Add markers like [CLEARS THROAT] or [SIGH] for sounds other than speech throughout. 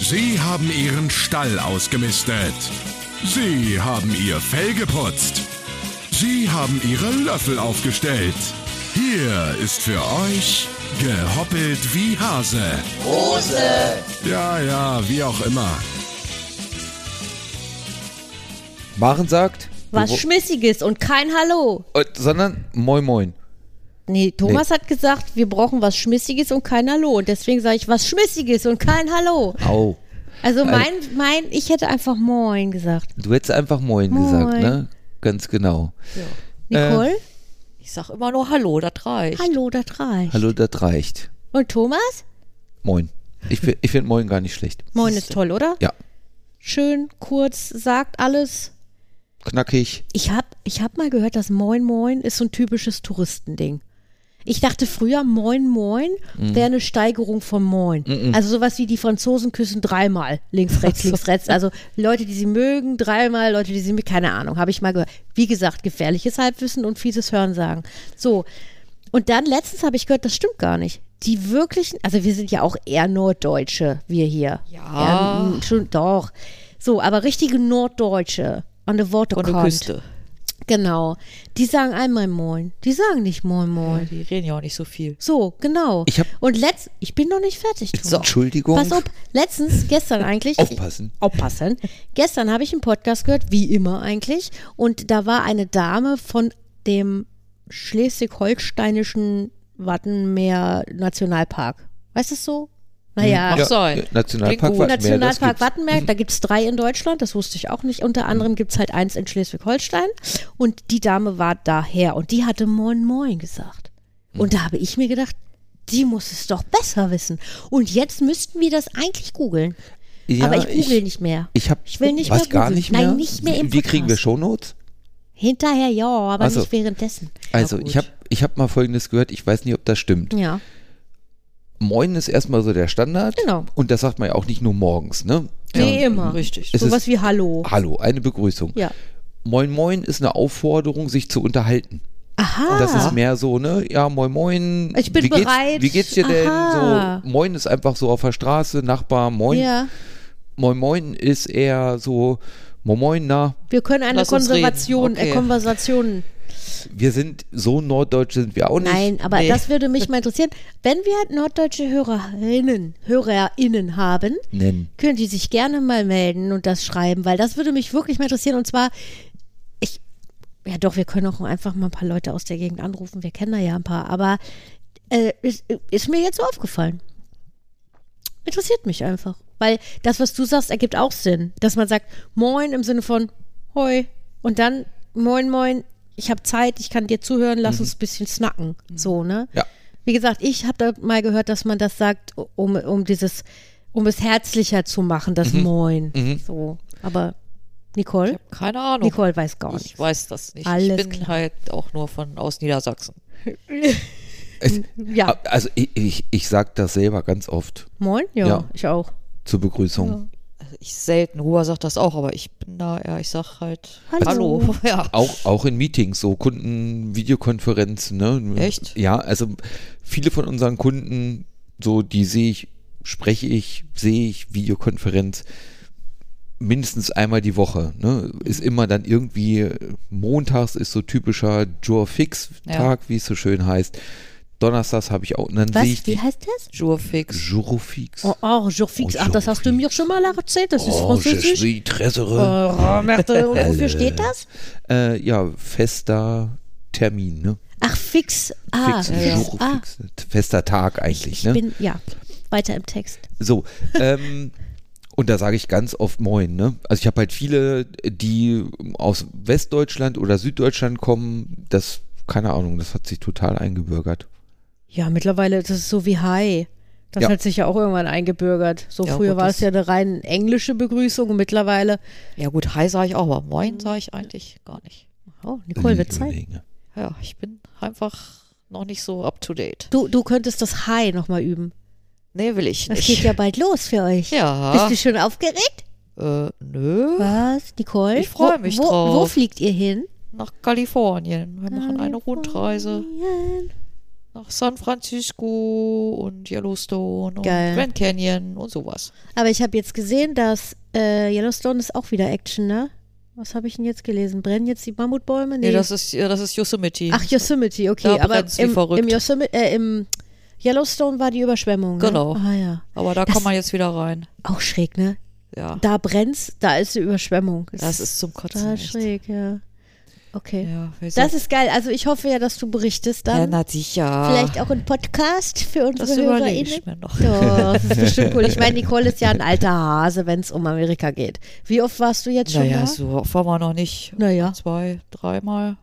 Sie haben Ihren Stall ausgemistet. Sie haben Ihr Fell geputzt. Sie haben Ihre Löffel aufgestellt. Hier ist für euch gehoppelt wie Hase. Hose. Ja, ja, wie auch immer. Maren sagt, Was wir- Schmissiges und kein Hallo. äh, sondern Moin Moin. Nee, Thomas hat gesagt, wir brauchen was Schmissiges und kein Hallo. Und deswegen sage ich was Schmissiges und kein Hallo. Au. Also mein, mein, ich hätte einfach Moin gesagt. Du hättest einfach Moin, gesagt, Moin. ne? Ganz genau. Nicole, Ich sag immer nur Hallo, das reicht. Hallo, das reicht. Hallo, das reicht. Und Thomas, Moin. Ich, fi- ich finde Moin gar nicht schlecht. Moin ist toll, oder? Ja. Schön, kurz, sagt alles. Knackig. Ich habe ich hab mal gehört, dass Moin Moin ist so ein typisches Touristending. Ich dachte früher, Moin Moin Mhm. wäre eine Steigerung von Moin. Also sowas wie die Franzosen küssen dreimal. Links, rechts, links, rechts. Also Leute, die sie mögen, dreimal, Leute, die sie mögen, keine Ahnung, habe ich mal gehört. Wie gesagt, gefährliches Halbwissen und fieses Hörensagen. So, und dann letztens habe ich gehört, das stimmt gar nicht. Die wirklichen, also wir sind ja auch eher Norddeutsche, wir hier. Ja. Eher, mm, schon, doch. So, aber richtige Norddeutsche an der Worte Von der kommt. Küste. Genau. Die sagen einmal Moin. Die sagen nicht Moin Moin. Die reden ja auch nicht so viel. So, genau. Ich hab- Und letzt, ich bin noch nicht fertig. Thomas. Entschuldigung. Pass auf, letztens, gestern eigentlich. Aufpassen. aufpassen. Gestern habe ich einen Podcast gehört, wie immer eigentlich. Und da war eine Dame von dem schleswig-holsteinischen Wattenmeer-Nationalpark. Weißt du es so? Naja, Hm. Mag sein. Ja, Nationalpark Klingt Wattenmeer, gut. das Nationalpark gibt's. Mhm. Wattenberg, da gibt es drei in Deutschland, das wusste ich auch nicht. Unter anderem gibt es halt eins in Schleswig-Holstein. Und die Dame war daher und die hatte Moin Moin gesagt. Und Mhm. da habe ich mir gedacht, die muss es doch besser wissen. Und jetzt müssten wir das eigentlich googeln. Ja, Aber ich google nicht mehr. Ich, hab, Ich will nicht was, mehr gar googeln. nicht mehr? Nein, nicht mehr im Wie kriegen wir Podcast. Shownotes? Hinterher ja, aber Also- nicht währenddessen. Also, gut. ich habe ich hab mal Folgendes gehört. Ich weiß nicht, ob das stimmt. Ja. Moin ist erstmal so der Standard. Genau. Und das sagt man ja auch nicht nur morgens, ne? Wie immer. Richtig. Es Sowas ist- Ah. wie Hallo. Hallo, eine Begrüßung. Ja. Moin Moin ist eine Aufforderung, sich zu unterhalten. Aha. Das ist mehr so, ne? Ja, moin Moin. Ah. Ich bin wie geht's, bereit. Wie geht's dir Aha. denn? So, moin ist einfach so auf der Straße, Nachbar, moin. ja. Moin Moin ist eher so, moin moin, na, Wir können eine Lass uns Konservation, reden. Okay. äh, Konversation wir sind, so norddeutsch sind wir auch nicht. Nein, aber Nee. das würde mich mal interessieren. Wenn wir halt norddeutsche Hörerinnen, Hörerinnen haben, Nennen. können die sich gerne mal melden und das schreiben, weil das würde mich wirklich mal interessieren. Und zwar, ich, ja doch, wir können auch einfach mal ein paar Leute aus der Gegend anrufen. Wir kennen da ja ein paar, aber äh, ist, ist mir jetzt so aufgefallen. Interessiert mich einfach. Weil das, was du sagst, ergibt auch Sinn. Dass man sagt, moin im Sinne von hoi und dann moin, moin, ich habe Zeit, ich kann dir zuhören, lass uns ein bisschen snacken. So, ne? Mhm. Ja. Wie gesagt, ich habe da mal gehört, dass man das sagt, um, um dieses, um es herzlicher zu machen, Mhm. das Moin. So. Aber Nicole? Keine Ahnung. Nicole weiß gar ich nicht. weiß das nicht. Alles ich bin klar. halt auch nur von aus Niedersachsen. Es, Ja. Also ich, ich, ich sag das selber ganz oft Moin? Ja, Ja. ich auch. zur Begrüßung. Also ich selten. Huber sagt das auch, aber ich bin da, ja, ich sag halt Hallo. Hallo. [LAUGHS] Ja. Auch, auch in Meetings, so Kunden, Videokonferenzen, ne? Echt? Ja, also viele von unseren Kunden, so die sehe ich, spreche ich, sehe ich, Videokonferenz mindestens einmal die Woche. Ne? Ist immer dann irgendwie, äh, montags ist so typischer Jurfix-Tag, wie es so schön heißt. Donnerstags habe ich auch, und dann Was? sehe ich Wie die heißt das? Jurfix. Jurofix. Oh, oh jour fixe. Oh, Ach, das hast du mir schon mal erzählt. Das ist französisch. suis Äh, Tresoreur. Merde, und wofür steht das? Äh, ja, fester Termin, ne? Ach, fix. Ah, Fix, ja. Jour, ah fix, fester Tag eigentlich, ich ne? bin, ja, weiter im Text. So, ähm, und da sage ich ganz oft Moin, ne? Also ich habe halt viele, die aus Westdeutschland oder Süddeutschland kommen, das, keine Ahnung, das hat sich total eingebürgert. Ja, mittlerweile ist es so wie Hi. Das Ja. hat sich ja auch irgendwann eingebürgert. So Ja, früher gut, war das- es ja eine rein englische Begrüßung und mittlerweile. Ja gut, Hi sage ich auch, aber Moin sage ich eigentlich gar nicht. Oh, Nicole wird Zeit. Überlegen. Ja, ich bin einfach noch nicht so up to date. Du, du könntest das Hi nochmal üben. Nee, will ich Das nicht. geht ja bald los für euch. Ja. Bist du schon aufgeregt? Äh, nö. Was, Nicole? Ich freu mich wo, wo, drauf. Wo fliegt ihr hin? Nach Kalifornien. Wir machen eine Rundreise. Kalifornien. nach San Francisco und Yellowstone Geil. und Grand Canyon und sowas. Aber ich habe jetzt gesehen, dass äh, Yellowstone ist auch wieder Action, ne? Was habe ich denn jetzt gelesen? Brennen jetzt die Mammutbäume? Nee, das ist, ja, das ist Yosemite. Ach, Yosemite, okay. Da aber brennt's wie im, verrückt. im, Yosemite, äh, im Yellowstone war die Überschwemmung. Ne? Genau. Ah ja. Aber da das- kommt man jetzt wieder rein. Auch schräg, ne? Ja. Da brennt's, da ist die Überschwemmung. Das ist zum Kotzen, total echt. schräg, ja. Okay. ja wer Das sagt- ist geil. Also ich hoffe ja, dass du berichtest ja, dann. na sicher. Vielleicht auch ein Podcast für das unsere überlege ich HörerInnen. mir noch. Doch, das ist [LAUGHS] bestimmt cool. Ich meine, Nicole ist ja ein alter Hase, wenn es um Amerika geht. Wie oft warst du jetzt schon Naja, da? so oft waren wir noch nicht. Naja, Zwei, dreimal.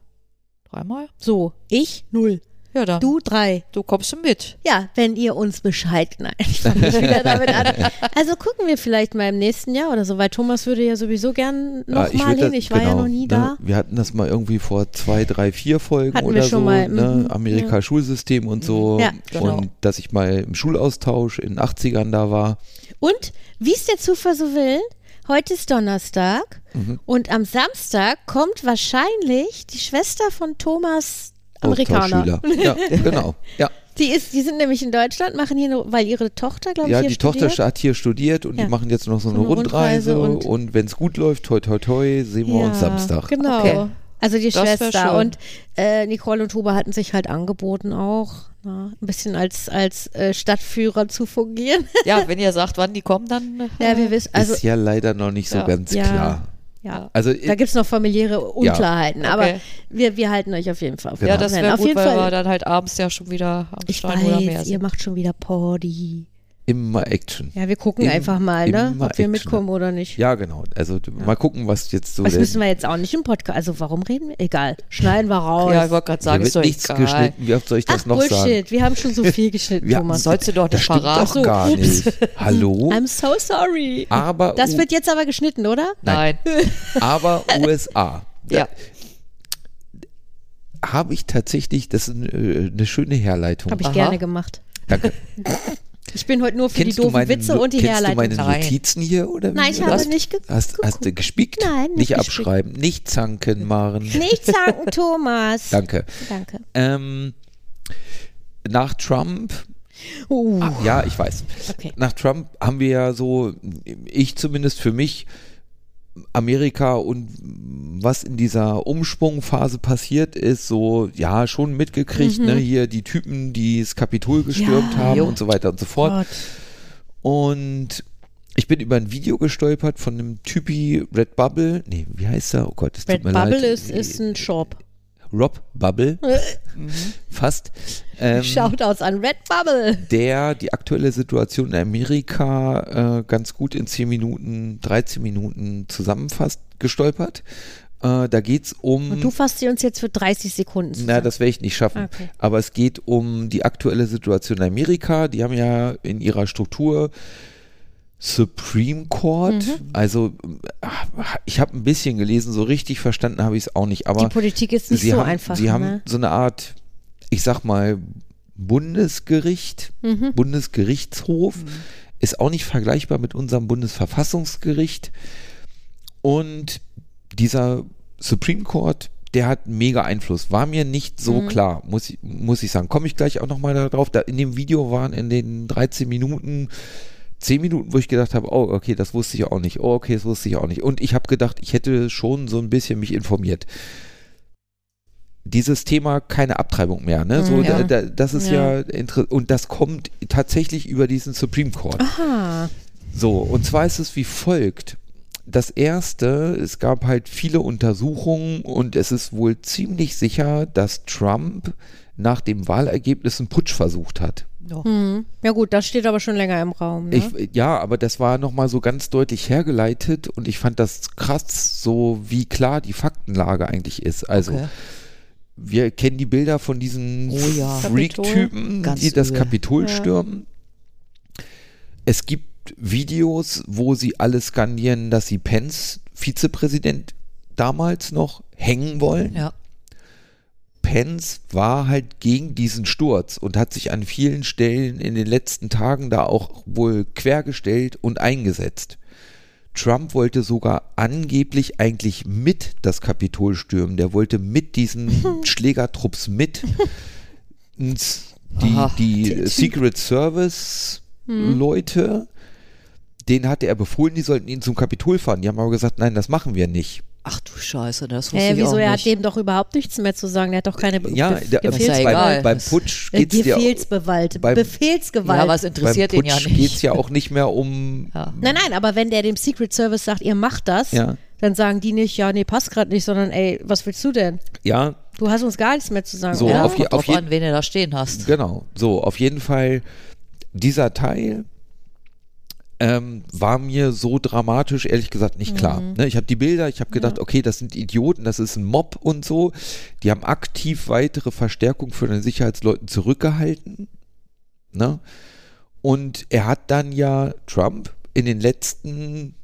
Dreimal? so. Ich? Null. Ja, dann. Du? Drei. du kommst mit. Ja, wenn ihr uns Bescheid. Nein, ich fange nicht wieder damit [LAUGHS] an. Also gucken wir vielleicht mal im nächsten Jahr oder so, weil Thomas würde ja sowieso gern Ja, nochmal Ah, ich würd hin. das- Ich war ja genau, noch nie ne, da. Wir hatten das mal irgendwie vor zwei, drei, vier Folgen Hatten wir oder schon so. mal, ne? mhm, Amerika Schulsystem und so. Ja, genau. Und dass ich mal im Schulaustausch in den 80ern da war. Und wie es der Zufall so will, heute ist Donnerstag Mhm. und am Samstag kommt wahrscheinlich die Schwester von Thomas Amerikaner. Austauschschüler. [LAUGHS] Ja, genau. Ja, Die, ist, die sind nämlich in Deutschland, machen hier, nur- weil ihre Tochter, glaube ich, ja hier die Tochter studiert. hat hier studiert und Ja. die machen jetzt noch so eine, eine Rundreise Rundreise. und- Und, wenn es gut läuft, toi toi toi, sehen wir uns Samstag. Genau. Okay. Also die Das wär Schwester. schön. Und äh, Nicole und Huber hatten sich halt angeboten auch, na, ein bisschen als, als äh, Stadtführer zu fungieren. Ja, wenn ihr sagt, wann die kommen, dann. [LAUGHS] äh, ja, wir wissen, also ist ja leider noch nicht so Ja. ganz Ja. klar. ja. Also Da gibt es noch familiäre Unklarheiten, aber Okay. wir, wir halten euch auf jeden Fall auf. dem ja, das Laufenden. wäre auf gut, jeden weil wir Fall. dann halt abends ja schon wieder am Ich Stein oder Meer weiß, ihr sind. macht schon wieder Party. immer Action. Ja, wir gucken Im- einfach mal, immer ne, ob wir Action. mitkommen oder nicht. Ja, genau. Also d- mal gucken, was jetzt so Das der- müssen wir jetzt auch nicht im Podcast. Also warum reden wir? Egal, schneiden wir raus. Ja, ich wollte gerade Hier sagen, ist doch wird nichts egal. geschnitten. Wie oft soll ich das Ach, noch Bullshit. sagen? Wir haben schon so [LAUGHS] viel geschnitten, Wir- Thomas. Sollst du doch Das nicht stimmt verraten. doch gar nicht. Hallo? [LAUGHS] I'm so sorry. Aber, Das U- wird jetzt aber geschnitten, oder? Nein. aber [LAUGHS] USA. Ja. Habe ich tatsächlich, das ist äh, eine schöne Herleitung. Habe ich Aha. gerne gemacht. Danke. Ich bin heute nur für Kennst die du doofen meine, Witze No- und die kennst du Herleitung. meine Nein. Notizen hier? Oder Nein, wie? ich habe hast, nicht ge- hast, hast du gespickt? Nein, nicht Nicht gespickt. abschreiben, nicht zanken, Maren. Nicht [LAUGHS] zanken, Thomas. Danke. Danke. Ähm, nach Trump, Uh, ah, ja, ich weiß. okay. Nach Trump haben wir ja so, ich zumindest für mich, Amerika und was in dieser Umschwungphase passiert ist, so, ja, schon mitgekriegt, ne, hier die Typen, die das Kapitol gestürmt Mhm. Ja. haben Jo. und so weiter und so fort. Gott. Und ich bin über ein Video gestolpert von einem Typi Red Bubble. Nee, wie heißt er? Oh Gott, es Red tut mir leid. Bubble ist, Äh. ist ein Shop. Rob Bubble. Fast. Ähm, Shoutouts an Red Bubble. der die aktuelle Situation in Amerika äh, ganz gut in 10 Minuten, 13 Minuten zusammenfasst, gestolpert. Äh, da geht's um. Und du fasst sie uns jetzt für 30 Sekunden zusammen. Na, das werde ich nicht schaffen. Ah, Okay. Aber es geht um die aktuelle Situation in Amerika. Die haben ja in ihrer Struktur Supreme Court. Mhm. Also, ach, ich habe ein bisschen gelesen, so richtig verstanden habe ich es auch nicht. Aber die Politik ist nicht sie so haben, einfach. Sie haben ne? so eine Art, ich sag mal, Bundesgericht, Mhm. Bundesgerichtshof, ist auch nicht vergleichbar mit unserem Bundesverfassungsgericht. Und dieser Supreme Court, der hat mega Einfluss. War mir nicht so klar, muss ich, muss ich sagen. Komme ich gleich auch nochmal darauf. Da in dem Video waren in den 13 Minuten 10 Minuten, wo ich gedacht habe, oh, okay, das wusste ich auch nicht. Oh, okay, das wusste ich auch nicht. Und ich habe gedacht, ich hätte schon so ein bisschen mich informiert. Dieses Thema keine Abtreibung mehr, ne? So, Mm, ja. da, da, das ist Ja. ja, inter- und das kommt tatsächlich über diesen Supreme Court. Aha. So, und zwar ist es wie folgt. Das erste, es gab halt viele Untersuchungen und es ist wohl ziemlich sicher, dass Trump nach dem Wahlergebnis einen Putsch versucht hat. No. Hm. Ja gut, das steht aber schon länger im Raum. Ne? Ich, ja, aber das war nochmal so ganz deutlich hergeleitet und ich fand das krass, so wie klar die Faktenlage eigentlich ist. Also, Okay. wir kennen die Bilder von diesen Oh ja. Freak-Typen, Ganz die das übel. Kapitol Ja. stürmen. Es gibt Videos, wo sie alle skandieren, dass sie Pence, Vizepräsident damals noch, hängen wollen. Ja. Pence war halt gegen diesen Sturz und hat sich an vielen Stellen in den letzten Tagen da auch wohl quergestellt und eingesetzt. Trump wollte sogar angeblich eigentlich mit das [LAUGHS] Kapitol stürmen. Der wollte mit diesen Schlägertrupps mit ins die, Aha. Hm. die Typ. Secret Service Leute, denen hatte er befohlen, die sollten ihn zum Kapitol fahren. Die haben aber gesagt, nein, das machen wir nicht. Ach du Scheiße, das wusste Äh, ich wieso? auch Er hat nicht. dem doch überhaupt nichts mehr zu sagen. Der hat doch keine Be Ja, Bef- da, also Ist ja beim, egal. beim Putsch Äh, geht es ja, Befehlsgewalt. beim- Befehlsgewalt. ja, aber es beim interessiert ihn ja Putsch nicht. geht's ja auch nicht mehr um [LAUGHS] Ja. Nein, nein, aber wenn der dem Secret Service sagt, ihr macht das, Ja. dann sagen die nicht, ja, nee, passt gerade nicht, sondern ey, was willst du denn? ja, Du hast uns gar nichts mehr zu sagen. So, oder? ja, auf je- kommt drauf auf jeden- an, wen du da stehen hast. Genau, so, auf jeden Fall, dieser Teil ähm, war mir so dramatisch, ehrlich gesagt, nicht klar. Mhm. Ne, ich habe die Bilder, ich habe gedacht, okay, das sind Idioten, das ist ein Mob und so. Die haben aktiv weitere Verstärkung von den Sicherheitsleuten zurückgehalten. Ne? Und er hat dann ja Trump in den letzten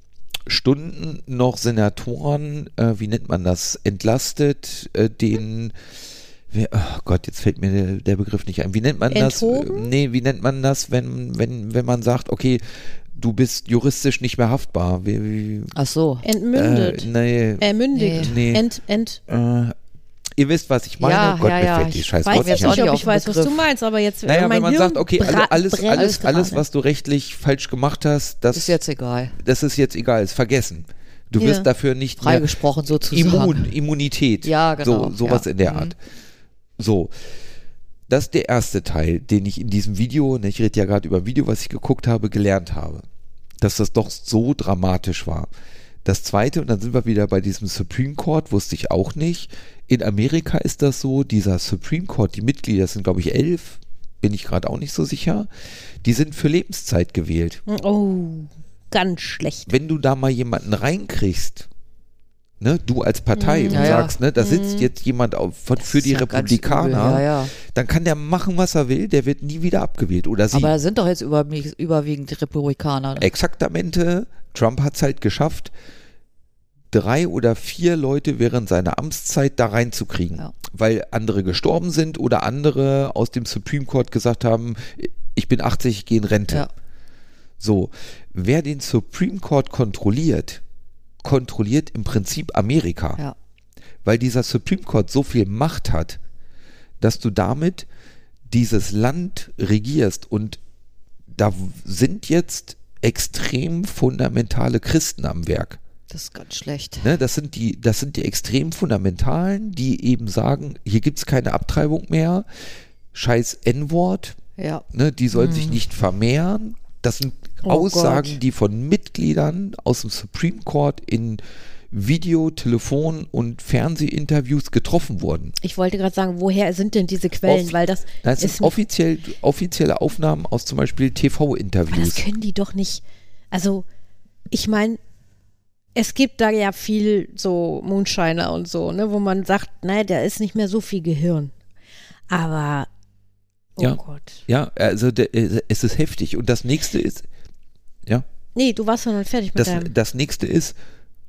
Stunden noch Senatoren, äh, wie nennt man das, entlastet, äh, den, wer- oh Gott, jetzt fällt mir der, der Begriff nicht ein. Wie nennt man das? Enthoben? Nee, wie nennt man das, wenn, wenn, wenn man sagt, okay, du bist juristisch nicht mehr haftbar? Wie, wie, Ach so. Entmündet. Äh, nee, Äh, mündigt. Nee. Ent, ent. äh, ihr wisst, was ich meine. Ja, Gott, ja, mir ja, fällt die ich scheiß Weiß Wort jetzt ich nicht auch nicht, nicht ob auf ich den weiß, was Begriff. du meinst, aber jetzt Naja, mein wenn man Hirn sagt, okay, alle- bra- alles, brennt alles, alles, gerade. was du rechtlich falsch gemacht hast, das Ist jetzt egal. das ist jetzt egal, ist vergessen. Du Ja. wirst dafür nicht mehr Freigesprochen sozusagen. immun, Immunität. Ja, genau, So, sowas ja. in der Mhm. Art. So. Das ist der erste Teil, den ich in diesem Video, ne, ich rede ja gerade über ein Video, was ich geguckt habe, gelernt habe. Dass das doch so dramatisch war. Das zweite, und dann sind wir wieder bei diesem Supreme Court, wusste ich auch nicht. In Amerika ist das so, dieser Supreme Court, die Mitglieder das sind, glaube ich, elf, bin ich gerade auch nicht so sicher, die sind für Lebenszeit gewählt Oh, ganz schlecht. wenn du da mal jemanden reinkriegst, ne, du als Partei und Mhm. Ja, ja. Mhm. sagst, ne, da sitzt jetzt jemand auf, von, für ist die ja ganz Republikaner, übel, ja, ja. dann kann der machen, was er will, der wird nie wieder abgewählt. Oder sie. Aber da sind doch jetzt über, überwiegend Republikaner. Exaktamente, Trump hat es halt geschafft, drei oder vier Leute während seiner Amtszeit da reinzukriegen, Ja. weil andere gestorben sind oder andere aus dem Supreme Court gesagt haben, ich bin 80, ich gehe in Rente. Ja. So, wer den Supreme Court kontrolliert, kontrolliert im Prinzip Amerika, Ja. weil dieser Supreme Court so viel Macht hat, dass du damit dieses Land regierst und da w- sind jetzt extrem fundamentale Christen am Werk. Das ist ganz schlecht. Ne, das, sind die, das sind die extrem fundamentalen, die eben sagen, hier gibt es keine Abtreibung mehr, scheiß N-Wort, Ja. ne, die sollen sich nicht vermehren. Das sind Hm. Oh Aussagen, Gott. die von Mitgliedern aus dem Supreme Court in Video, Telefon und Fernsehinterviews getroffen wurden. Ich wollte gerade sagen, woher sind denn diese Quellen? Off- Weil das, Das ist sind mir- offiziell, offizielle Aufnahmen aus zum Beispiel Aber Ah, das TV-Interviews. können die doch nicht. Also, ich meine, es gibt da ja viel so Mondscheiner und so, ne, wo man sagt, nein, da ist nicht mehr so viel Gehirn. Aber, oh Ja. Gott. Ja, also der, äh, es ist heftig. Und das nächste ist, ja, Nee, du warst doch noch nicht fertig mit das, äh, deinem. das nächste ist,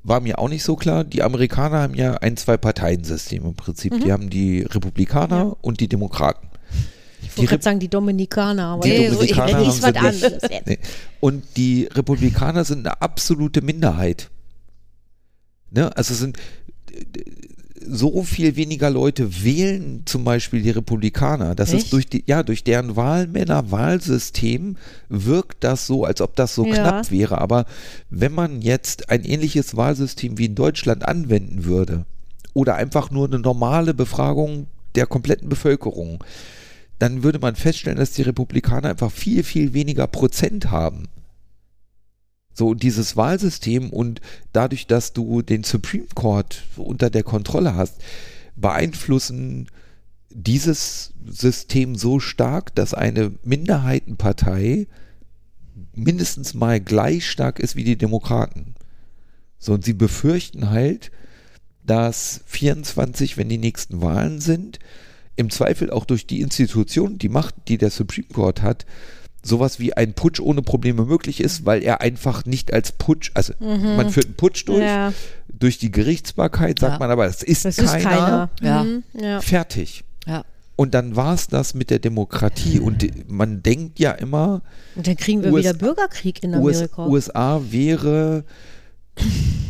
war mir auch nicht so klar, die Amerikaner haben ja ein Zwei-Parteien-System im Prinzip. Mhm. Die haben die Republikaner und die Demokraten. Ich die wollte Rep- gerade sagen, die Dominikaner, aber Die Nee, so ich- Republikaner ich- haben ist was sie nicht. anderes. [LAUGHS] jetzt. Nee. Und die Republikaner sind eine absolute Minderheit. Ne? Also es sind äh, so viel weniger Leute wählen zum Beispiel die Republikaner. Das ist Echt? durch die, ja, durch deren Wahlmänner-Wahlsystem wirkt das so, als ob das so Ja. knapp wäre. Aber wenn man jetzt ein ähnliches Wahlsystem wie in Deutschland anwenden würde oder einfach nur eine normale Befragung der kompletten Bevölkerung, dann würde man feststellen, dass die Republikaner einfach viel, viel weniger Prozent haben. So, und dieses Wahlsystem und dadurch, dass du den Supreme Court unter der Kontrolle hast, beeinflussen dieses System so stark, dass eine Minderheitenpartei mindestens mal gleich stark ist wie die Demokraten. So, und sie befürchten halt, dass 24, wenn die nächsten Wahlen sind, im Zweifel auch durch die Institution, die Macht, die der Supreme Court hat, sowas wie ein Putsch ohne Probleme möglich ist, weil er einfach nicht als Putsch, also man führt einen Putsch durch, Mhm. Ja. durch die Gerichtsbarkeit sagt Ja. man aber, das ist, Das keiner, ist keiner. Ja. Mhm, ja. fertig. Ja. Und dann war es das mit der Demokratie und die- man denkt ja immer, Und dann kriegen wir US- wieder Bürgerkrieg in US, Amerika. USA wäre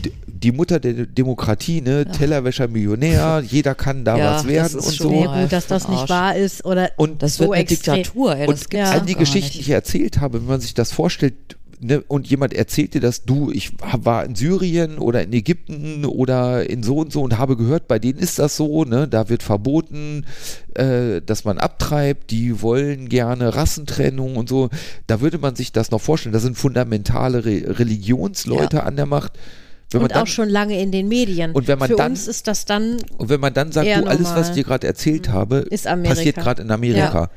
d- die Mutter der Demokratie, ne? Tellerwäscher Millionär, jeder kann da Ja, was das werden ist und schon so. mal Sehr gut, dass für das den nicht Arsch. wahr ist oder Und Das so wird eine extrem. Diktatur, ey, das und gibt's ja. doch all die gar Geschichten, die ich nicht. erzählt habe, wenn man sich das vorstellt, ne, und jemand erzählt dir das, du, ich war in Syrien oder in Ägypten oder in so und so und habe gehört, bei denen ist das so, ne, da wird verboten, äh, dass man abtreibt, die wollen gerne Rassentrennung und so. Da würde man sich das noch vorstellen. Das sind fundamentale Re Religionsleute an der Macht. Wenn man und dann, auch schon lange in den Medien. Und wenn man Für dann- uns ist das dann und wenn man dann sagt, eher du, alles, was normal. ich dir gerade erzählt habe, Ist Amerika. passiert gerade in Amerika.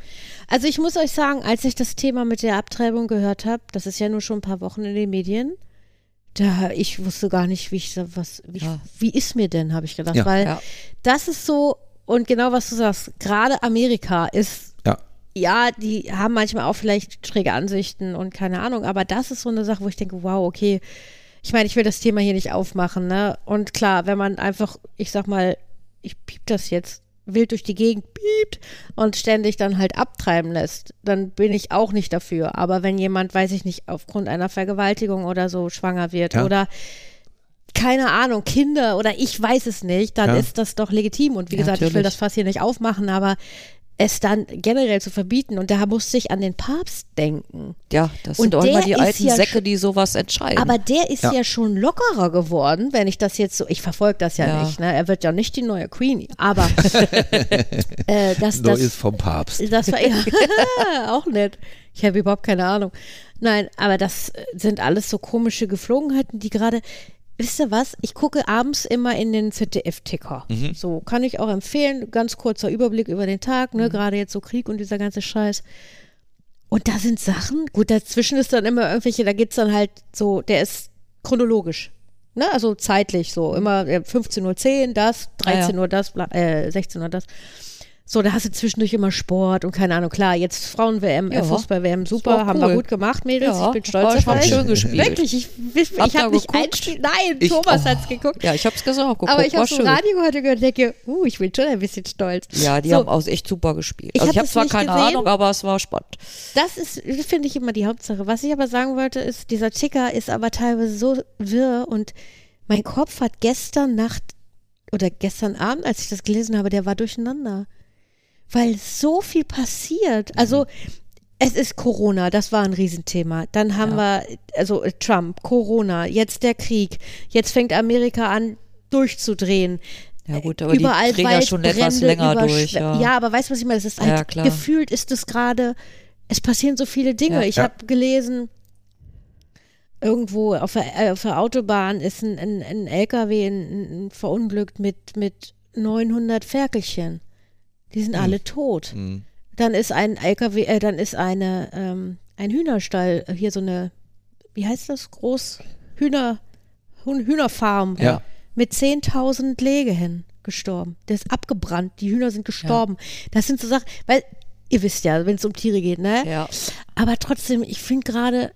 Also ich muss euch sagen, als ich das Thema mit der Abtreibung gehört habe, das ist ja nur schon ein paar Wochen in den Medien, da ich wusste gar nicht, wie ich so was, wie, Ja. ich, wie ist mir denn, habe ich gedacht, Ja. weil Ja. das ist so und genau was du sagst, gerade Amerika ist Ja. ja, die haben manchmal auch vielleicht schräge Ansichten und keine Ahnung, aber das ist so eine Sache, wo ich denke, wow, okay, ich meine, ich will das Thema hier nicht aufmachen, ne? Und klar, wenn man einfach, ich sag mal, ich piep das jetzt wild durch die Gegend piept und ständig dann halt abtreiben lässt, dann bin ich auch nicht dafür. Aber wenn jemand, weiß ich nicht, aufgrund einer Vergewaltigung oder so schwanger wird Ja. oder keine Ahnung, Kinder oder ich weiß es nicht, dann Ja. ist das doch legitim. Und wie Ja, gesagt, ich will natürlich. das Fass hier nicht aufmachen, aber es dann generell zu verbieten und da musste ich an den Papst denken. Ja, das Und sind auch der immer die ist alten ja Säcke, schon- die sowas entscheiden. Aber der ist Ja. ja, schon lockerer geworden, wenn ich das jetzt so, ich verfolge das ja, Ja. nicht, ne? er wird ja nicht die neue Queen, aber äh, das, das, Neues vom Papst. das war ja [LAUGHS] auch nett. Ich habe überhaupt keine Ahnung. Nein, aber das äh, sind alles so komische Geflogenheiten, die gerade. Wisst ihr was? Ich gucke abends immer in den ZDF-Ticker. So kann ich auch empfehlen. Ganz kurzer Überblick über den Tag, ne? Gerade jetzt so Krieg und dieser ganze Scheiß. Und da sind Sachen, gut, dazwischen ist dann immer irgendwelche, da geht's dann halt so, der ist chronologisch. Ne? Also zeitlich so. Immer äh, 15.10 Uhr das, ja. 13 Uhr das, bla- äh, 16 Uhr das. So, da hast du zwischendurch immer Sport und keine Ahnung. Klar, jetzt Frauen-WM, äh, Ja. Fußball-WM, war super, auch haben wir cool. gut gemacht, Mädels. Ja, Ich bin stolz aber ich auf hab euch. schön gespielt. Wirklich, ich, ich, Hab ich da habe nicht ein geguckt. Spiel. Nein, Ich- Thomas oh. hat's geguckt. ja, ich hab's gesagt, auch geguckt, aber ich war habe im schön. Radio heute gehört und denke, uh, ich bin schon ein bisschen stolz. Ja, die so, haben auch echt super gespielt. Ich also ich hab habe das zwar nicht keine gesehen. Ahnung, aber es war spannend. Das ist, finde ich, immer die Hauptsache. Was ich aber sagen wollte, ist, dieser Ticker ist aber teilweise so wirr und mein Kopf hat gestern Nacht oder gestern Abend, als ich das gelesen habe, der war durcheinander. Weil so viel passiert. Also, es ist Corona, das war ein Riesenthema. Dann haben wir, also äh, Trump, Corona, jetzt der Krieg, jetzt fängt Amerika an durchzudrehen. Ja gut, aber die Überall drehen ja schon etwas Waldbrände, länger Überschwe- durch, ja. ja, aber weißt du, was ich meine? Das ist halt Ja, klar. gefühlt ist es gerade, es passieren so viele Dinge. Ja. ich Ja. habe gelesen, irgendwo auf der, äh, auf der Autobahn ist ein, ein, ein LKW in, in, verunglückt mit, mit 900 Ferkelchen. Die Hm. sind alle tot. Mhm. Dann ist ein LKW, äh, dann ist eine, ähm, ein Hühnerstall, äh, hier so eine, wie heißt das, groß Hühner, Hühn- Hühnerfarm Ja. mit 10.000 Legehennen gestorben. Der ist abgebrannt, die Hühner sind gestorben. Das sind so Sachen, weil ihr wisst ja, wenn es um Tiere geht, ne? Ja. Aber trotzdem, ich finde gerade,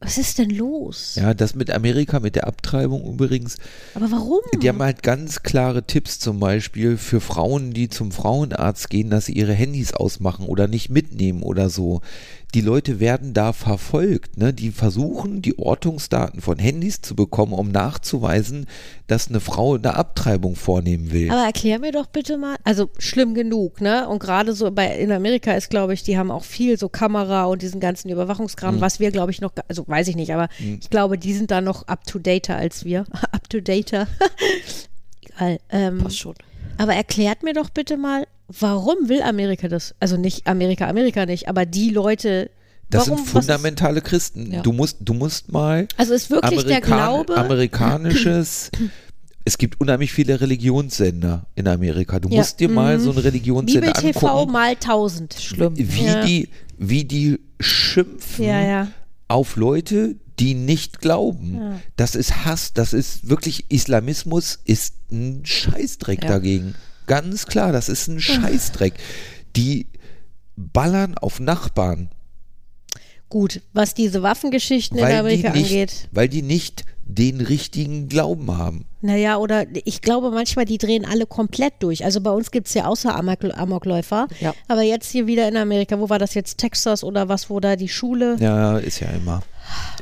was ist denn los? Ja, das mit Amerika, mit der Abtreibung übrigens. Aber warum? Die haben halt ganz klare Tipps zum Beispiel für Frauen, die zum Frauenarzt gehen, dass sie ihre Handys ausmachen oder nicht mitnehmen oder so. Die Leute werden da verfolgt. Ne? Die versuchen, die Ortungsdaten von Handys zu bekommen, um nachzuweisen, dass eine Frau eine Abtreibung vornehmen will. Aber erklär mir doch bitte mal, also schlimm genug, ne? Und gerade so bei in Amerika ist, glaube ich, die haben auch viel so Kamera und diesen ganzen Überwachungskram, was wir, glaube ich, noch, also weiß ich nicht, aber ich glaube, die sind da noch up to dater als wir. [LAUGHS] up to dater. Egal. Ähm, Passt schon. aber erklärt mir doch bitte mal, warum will Amerika das? Also nicht Amerika, Amerika nicht, aber die Leute. das warum, sind was ist- fundamentale Christen. Ja. Du musst, du musst mal Also ist wirklich der Amerikan- Glaube. [CLEARS THROAT] amerikanisches. Es gibt unheimlich viele Religionssender in Amerika. Du Ja. Mhm. musst dir mal so einen Religionssender Bibel TV angucken, mal 1000. Schlimm. wie, Ja. die, wie die schimpfen Ja, ja. auf Leute, die nicht glauben. Das ist Hass, das ist wirklich Islamismus ist ein Scheißdreck Ja. dagegen. Ganz klar, das ist ein Scheißdreck. Die ballern auf Nachbarn, Gut, was diese Waffengeschichten in weil die, Amerika nicht, angeht. weil die nicht den richtigen Glauben haben. Naja, oder ich glaube manchmal, die drehen alle komplett durch. Also bei uns gibt es ja außer Amok Amokläufer. Ja. Aber jetzt hier wieder in Amerika, wo war das jetzt? Texas oder was, wo da die Schule. Ja, ist ja immer.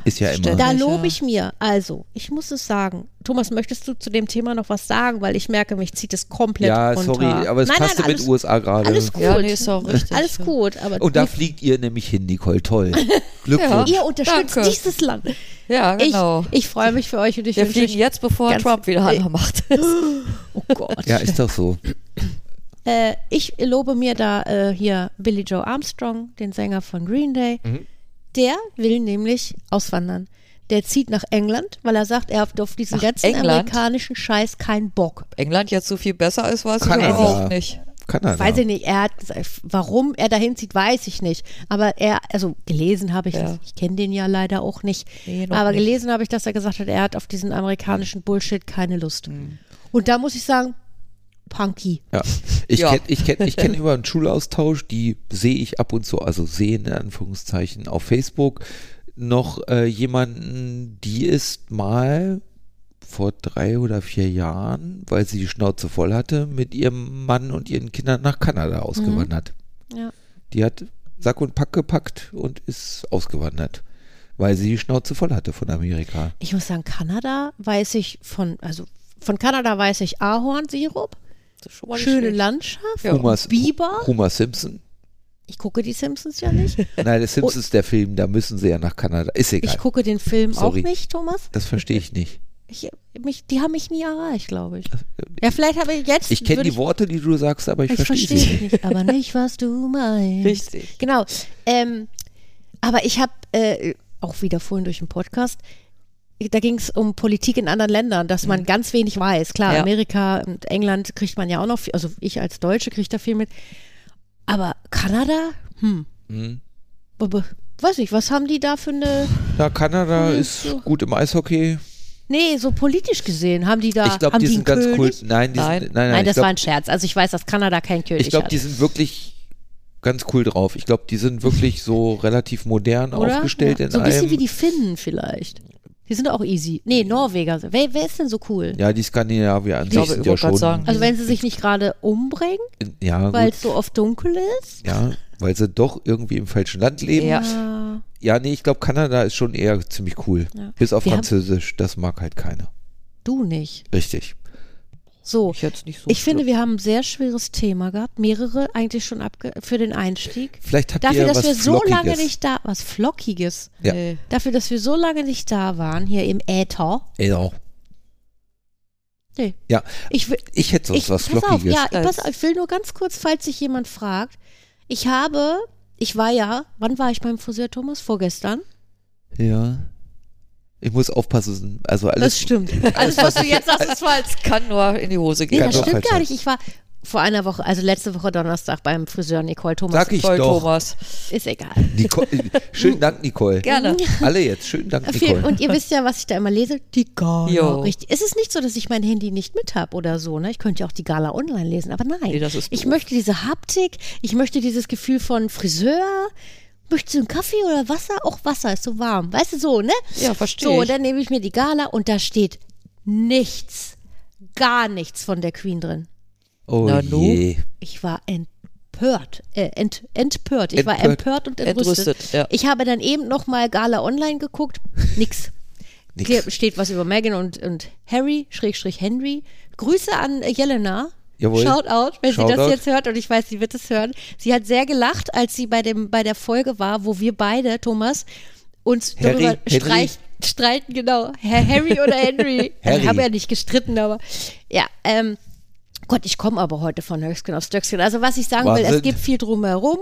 Ist ja Stimmt. immer. Da Ja. lobe ich mir. Also, ich muss es sagen. Thomas, möchtest du zu dem Thema noch was sagen? Weil ich merke, mich zieht es komplett Ja, runter. sorry, aber es nein, passte nein, mit alles, USA gerade. Alles gut. Ja, nee, ist auch richtig. Alles ja. gut. Aber Und da fliegt ihr nämlich hin, Nicole. [LAUGHS] Toll. Glückwunsch. ihr unterstützt Danke. dieses Land. Ja, genau. Ich, ich freue mich für euch und ich Wir wünsche fliegen euch. jetzt, bevor ganz- Trump wieder Äh, [LAUGHS] angemacht ist. Oh Gott. Ja, ist doch so. Äh, ich lobe mir da äh, hier Billy Joe Armstrong, den Sänger von Green Day. Mhm. Der will nämlich auswandern. Der zieht nach England, weil er sagt, er hat auf diesen Nach ganzen England? amerikanischen Scheiß keinen Bock. England jetzt so viel besser ist, weiß ich Kann aber er auch sagen. nicht. Kanada. Also Weiß ich nicht, er hat gesagt, warum er dahin zieht, weiß ich nicht. Aber er, also gelesen habe ich, Ja. das, ich kenne den ja leider auch nicht, Nee, noch aber nicht. gelesen habe ich, dass er gesagt hat, er hat auf diesen amerikanischen Bullshit keine Lust. Mhm. Und da muss ich sagen, Punky. Ja. Ich Ja. kenne ich kenn, ich [LAUGHS] kenn über einen Schulaustausch, die sehe ich ab und zu, also sehen in Anführungszeichen auf Facebook noch äh, jemanden, die ist mal vor drei oder vier Jahren, weil sie die Schnauze voll hatte, mit ihrem Mann und ihren Kindern nach Kanada ausgewandert. Mhm. Ja. Die hat Sack und Pack gepackt und ist ausgewandert, weil sie die Schnauze voll hatte von Amerika. Ich muss sagen, Kanada weiß ich von, also von Kanada weiß ich Ahornsirup, Das ist schon mal nicht schöne schlecht. Landschaft, Ja. Homer- Biber. Homer Simpson. Ich gucke die Simpsons ja nicht. [LAUGHS] Nein, der Simpsons, der Film, da müssen sie ja nach Kanada. Ist egal. Ich gucke den Film Sorry. auch nicht, Thomas. Das verstehe ich nicht. Ich, mich, die haben mich nie erreicht, glaube ich. Ja, vielleicht habe ich jetzt. Äh, Ich kenne würde die Worte, die du sagst, aber ich, Ich verstehe verstehe sie nicht. nicht, aber nicht, was du meinst. Richtig. Genau. Ähm, aber ich habe äh, auch wieder vorhin durch den Podcast, da ging es um Politik in anderen Ländern, dass Mhm. man ganz wenig weiß. Klar, Ja. Amerika und England kriegt man ja auch noch viel, also ich als Deutsche kriege da viel mit. Aber Kanada? Hm. Hm. Aber Weiß nicht, was haben die da für eine. Na, Kanada Hm, ist so. gut im Eishockey. Nee, so politisch gesehen, haben die da. Ich glaube, haben die einen sind ganz cool. König? Nein, die Nein. sind, nein, nein, Nein, ich das glaub, war ein Scherz. Also ich weiß, dass Kanada keinen König Ich glaube, hat. die sind wirklich ganz cool drauf. Ich glaube, die sind wirklich so relativ modern oder? aufgestellt ja. in So ein bisschen allem. wie die Finnen vielleicht. Die sind auch easy. Nee, Norweger. sind- Wer, wer ist denn so cool? ja, die Skandinavier an Ich sich glaube, sind ich ja wollte gerade schon. sagen. Also wenn sie sich nicht gerade umbringen, ja, weil gut, es so oft dunkel ist. ja, weil sie doch irgendwie im falschen Land leben. Ja, Ja. Ja. nee, ich glaube, Kanada ist schon eher ziemlich cool. Ja. Bis auf Wir haben- Französisch, das mag halt keiner. Du nicht. Richtig. So. Ich jetzt nicht so. Oh. Ich finde, wir haben ein sehr schweres Thema gehabt. Mehrere eigentlich schon abge für den Einstieg. Vielleicht habt Dafür, ihr dass was wir so lange Flockiges. nicht da was Flockiges. Ja. Nee. Dafür, dass wir so lange nicht da waren, hier im Äther. Genau. Nee. Ja, Ich, will- ich hätte sonst ich, was pass auf, Flockiges. ja, ich, pass, Als- auf, ich will nur ganz kurz, falls sich jemand fragt. Ich habe, ich war ja, wann war ich beim Friseur Thomas? Vorgestern. Ja. Ich muss aufpassen. Also Das alles. [LAUGHS] stimmt. Alles, was du jetzt sagst, ist [LAUGHS] falsch. Kann nur in die Hose Nee, gehen. Kann das doch stimmt falsch gar sein. nicht. Ich war vor einer Woche, also letzte Woche Donnerstag beim Friseur Nicole Thomas. Sag ich Voll, doch. Thomas. Ist egal. Mhm. Nicole, äh, schönen Dank, [LAUGHS] Nicole. Gerne. Alle jetzt. Schönen Dank, Viel- Nicole. Und ihr wisst ja, was ich da immer lese. Die Gala. Jo. Richtig. Es ist nicht so, dass ich mein Handy nicht mit habe oder so. Ne? Ich könnte ja auch die Gala online lesen, aber nein. Nee, das ist ich doof. möchte diese Haptik, ich möchte dieses Gefühl von Friseur. Möchtest du einen Kaffee oder Wasser? Auch Wasser ist so warm. Weißt du, so, ne? Ja, verstehe So, ich. und dann nehme ich mir die Gala und da steht nichts, gar nichts von der Queen drin. Oh Na nu. je. Ich war empört. Äh, ent, entpört. Ich war Entpört. empört und entrüstet. Entrüstet, ja. Ich habe dann eben nochmal Gala Online geguckt. Nix. Nix. Hier steht was über Meghan und, und Harry, Schrägstrich Henry. Grüße an äh, Jelena. Jawohl. Shoutout, wenn sie das Shoutout. jetzt hört und ich weiß, sie wird es hören. Sie hat sehr gelacht, als sie bei, dem, bei der Folge war, wo wir beide, Thomas, uns Harry, darüber Henry. streich, streiten, genau. Herr Harry [LAUGHS] oder Henry. Harry. Wir haben ja nicht gestritten, aber ja, ähm, Gott, ich komme aber heute von Höchstgen auf Stöckskin. Also was ich sagen will, es Wahnsinn. gibt viel drumherum.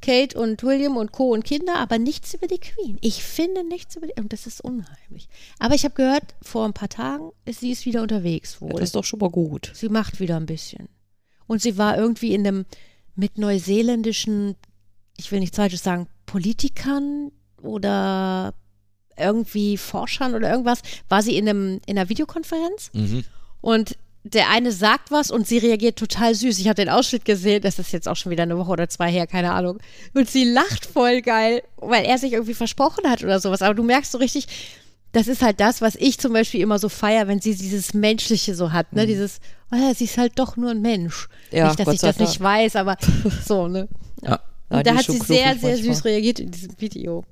Kate und William und Co. und Kinder, aber nichts über die Queen. Ich finde nichts über die und das ist unheimlich. Aber ich habe gehört, vor ein paar Tagen, ist sie ist wieder unterwegs Ja, wohl. Das ist doch schon mal gut. sie macht wieder ein bisschen. Und sie war irgendwie in einem mit neuseeländischen, ich will nichts Falsches sagen, Politikern oder irgendwie Forschern oder irgendwas, war sie in, einem, in einer Videokonferenz Mhm. und der eine sagt was und sie reagiert total süß. Ich habe den Ausschnitt gesehen, das ist jetzt auch schon wieder eine Woche oder zwei her, keine Ahnung. Und sie lacht voll geil, weil er sich irgendwie versprochen hat oder sowas. Aber du merkst so richtig, das ist halt das, was ich zum Beispiel immer so feier, wenn sie dieses Menschliche so hat, ne? Dieses, oh ja, sie ist halt doch nur ein Mensch. Mhm. Ja, nicht, dass Gott ich sei das nicht Dank. weiß, [LAUGHS] aber so, ne? Ja, Und Nein, da die hat ist schon sie sehr, knuffig sehr manchmal. süß reagiert in diesem Video.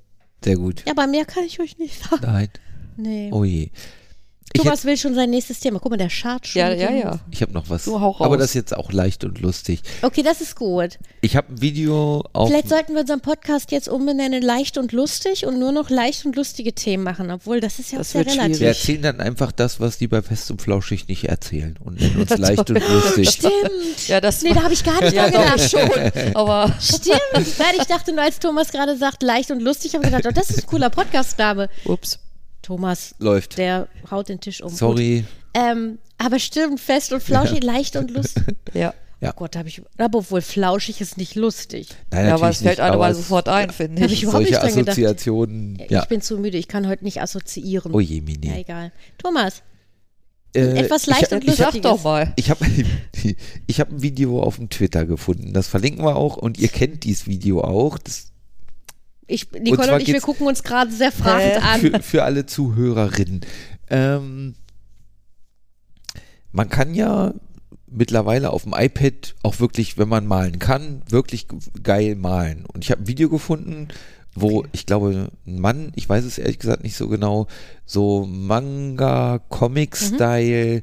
sehr gut. Ja, aber mehr kann ich euch nicht sagen. Nein. Nee. Oh je. Ich hätte- Thomas will schon sein nächstes Thema. Guck mal, der schart schon. Ja, mit ja, den- ja. Ich habe noch was. Du hau raus. Aber das ist jetzt auch leicht und lustig. Okay, das ist gut. Ich habe ein Video auf. Vielleicht sollten wir unseren Podcast jetzt umbenennen leicht und lustig und nur noch leicht und lustige Themen machen, obwohl das ist ja Das auch sehr wird schwierig. relativ. Wir erzählen dann einfach das, was die bei Fest und Flauschig nicht erzählen und [LAUGHS] nennen uns leicht und lustig. Stimmt. Ja, das nee, da habe ich gar nicht ja, dran gedacht. doch, [LAUGHS] schon. Aber Stimmt. Nein, ich dachte nur, als Thomas gerade sagt, leicht und lustig, habe ich gedacht, oh, das ist ein cooler Podcast-Name. ups. Thomas, Läuft. der haut den Tisch um. Gut. Sorry. Ähm, aber stimmt, fest und flauschig, leicht und lustig. Ja. Ja. Oh Gott, da habe ich. Aber obwohl flauschig ist nicht lustig. Nein, Ja, aber natürlich es fällt nicht, einem aber aber es- sofort ein, finde Hab ich. ich überhaupt solche nicht dran gedacht. Assoziationen. Ja. Ich bin zu müde, ich kann heute nicht assoziieren. Oh je, Ja, Mini. egal. Thomas, Äh, etwas leicht und Ich sag lustig. doch mal. Ich habe [LAUGHS] ich hab ein Video auf dem Twitter gefunden. Das verlinken wir auch und ihr kennt dieses Video auch. Das Ich, Und Nicole zwar und, ich, wir geht's- Äh, gucken uns gerade sehr fragend Hä? an. für, für alle Zuhörerinnen. Ähm, man kann ja mittlerweile auf dem iPad auch wirklich, wenn man malen kann, wirklich ge- geil malen. Und ich habe ein Video gefunden, wo ich glaube, ein Mann, ich weiß es ehrlich gesagt nicht so genau, so Manga-Comic-Style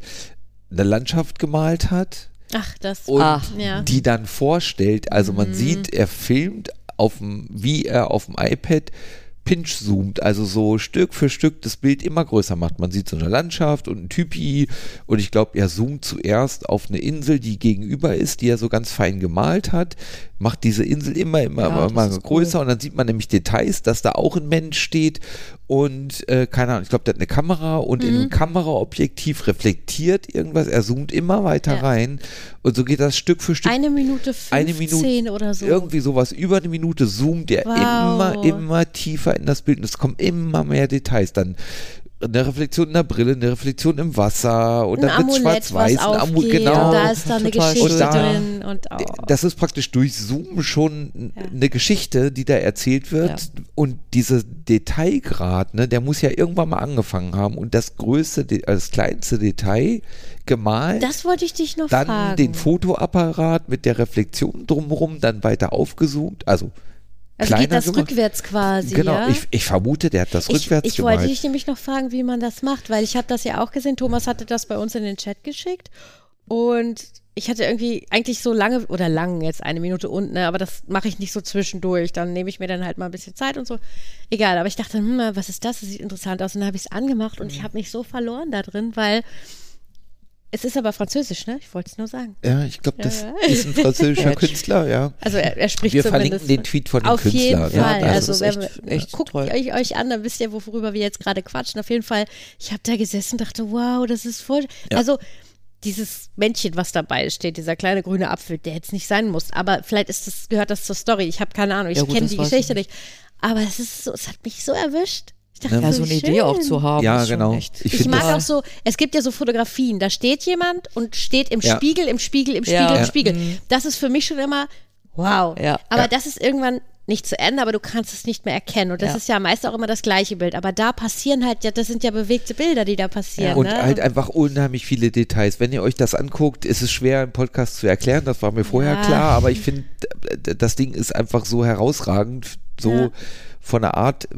eine Landschaft gemalt hat. Ach, das. und Ah. Ja. die dann vorstellt. Also man Mhm. sieht, er filmt, auf dem, wie er auf dem iPad pinch zoomt, also so Stück für Stück das Bild immer größer macht. Man sieht so eine Landschaft und ein Typi und ich glaube, er zoomt zuerst auf eine Insel, die gegenüber ist, die er so ganz fein gemalt hat, macht diese Insel immer, immer, Ja, immer, das immer ist größer und dann sieht man nämlich Details, dass da auch ein Mensch steht und äh, keine Ahnung, ich glaube, der hat eine Kamera und in Mhm. einem Kameraobjektiv reflektiert irgendwas, er zoomt immer weiter Ja. rein und so geht das Stück für Stück Eine Minute eine Minute, 15 oder so. Irgendwie sowas über eine Minute zoomt er Wow. immer, immer tiefer in das Bild und es kommen immer mehr Details. Dann eine Reflexion in der Brille, eine Reflexion im Wasser und ein dann wird Amulett, schwarz-weiß, was ein aufgeht. Amulett, genau. Und da ist da eine Total schön. Geschichte Und da- drin. Und, oh. Äh, Das ist praktisch durch Zoom schon n- Ja. eine Geschichte, die da erzählt wird. Und dieser Detailgrad, ne, der muss ja irgendwann mal angefangen haben. Und das größte, De- also das kleinste Detail gemalt. das wollte ich dich noch Dann fragen. Also den Fotoapparat mit der Reflexion drumherum, dann weiter aufgezoomt. Also, also kleiner geht das gemacht. rückwärts quasi. Genau, ja? ich, ich vermute, der hat das ich, rückwärts ich gemalt. wollte dich nämlich noch fragen, wie man das macht, weil ich habe das ja auch gesehen. Thomas hatte das bei uns in den Chat geschickt und ich hatte irgendwie eigentlich so lange oder lang jetzt eine Minute und ne, aber das mache ich nicht so zwischendurch. Dann nehme ich mir dann halt mal ein bisschen Zeit und so. Egal, aber ich dachte, hm, was ist das? Das sieht interessant aus. Und dann habe ich es angemacht und ich Mhm. habe mich so verloren da drin, weil es ist aber Französisch, ne? Ich wollte es nur sagen. ja, ich glaube, das Ja, ja. ist ein [LAUGHS] französischer Ja, Künstler, ja. Also er, er spricht Wir zumindest. verlinken den Tweet von dem Auf jeden Künstler. Fall. Ja, das also ist wenn echt- wir- echt guckt toll. euch, euch an, dann wisst ihr, worüber wir jetzt gerade quatschen. Auf jeden Fall, ich habe da gesessen und dachte, wow, das ist voll. Ja. Also dieses Männchen, was dabei steht, dieser kleine grüne Apfel, der jetzt nicht sein muss, aber vielleicht ist das, gehört das zur Story. Ich habe keine Ahnung, ich Ja, gut, kenne das die weiß ich Geschichte nicht. nicht. Aber es ist so, es hat mich so erwischt. Ich dachte, Ja, so eine schön. Idee auch zu haben. Ja, ist schon genau. Echt. Ich Ich, find mag das- auch so, es gibt ja so Fotografien, da steht jemand und steht im Ja. Spiegel, im Spiegel, im Spiegel, Ja. im Ja. Spiegel. Das ist für mich schon immer wow. Ja. Aber Ja. das ist irgendwann nicht zu Ende, aber du kannst es nicht mehr erkennen. Und das Ja. ist ja meist auch immer das gleiche Bild. Aber da passieren halt, ja, das sind ja bewegte Bilder, die da passieren. Und ne? halt einfach unheimlich viele Details. Wenn ihr euch das anguckt, ist es schwer im Podcast zu erklären, das war mir vorher Ja. klar, aber ich finde, d- d- das Ding ist einfach so herausragend, so Ja. von der Art,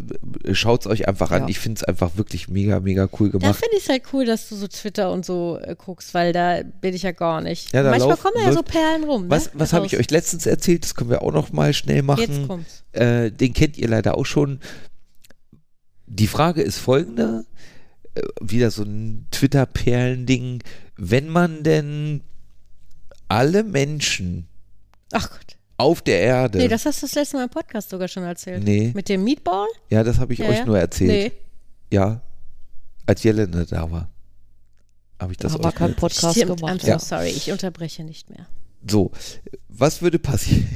schaut es euch einfach an. Ja. Ich finde es einfach wirklich mega, mega cool da gemacht. finde ich es halt cool, dass du so Twitter und so äh, guckst, weil da bin ich ja gar nicht. Ja, da Manchmal laufen- kommen da ja so läuft- Perlen rum. Was, ne? was habe ich Raus. euch letztens erzählt? Das können wir auch noch mal schnell machen. Jetzt kommt's. Äh, den kennt ihr leider auch schon. Die Frage ist folgende: äh, Wieder so ein Twitter-Perlen-Ding. Wenn man denn alle Menschen Ach Gott. auf der Erde. Nee, das hast du das letzte Mal im Podcast sogar schon erzählt. Nee. Mit dem Meatball? ja, das habe ich Ja, euch ja. nur erzählt. Nee. Ja. Als Jelena da war. Habe ich das haben wir euch keinen nur- Podcast Stimmt, I'm gemacht. so Ja. sorry, ich unterbreche nicht mehr. So, was würde passieren?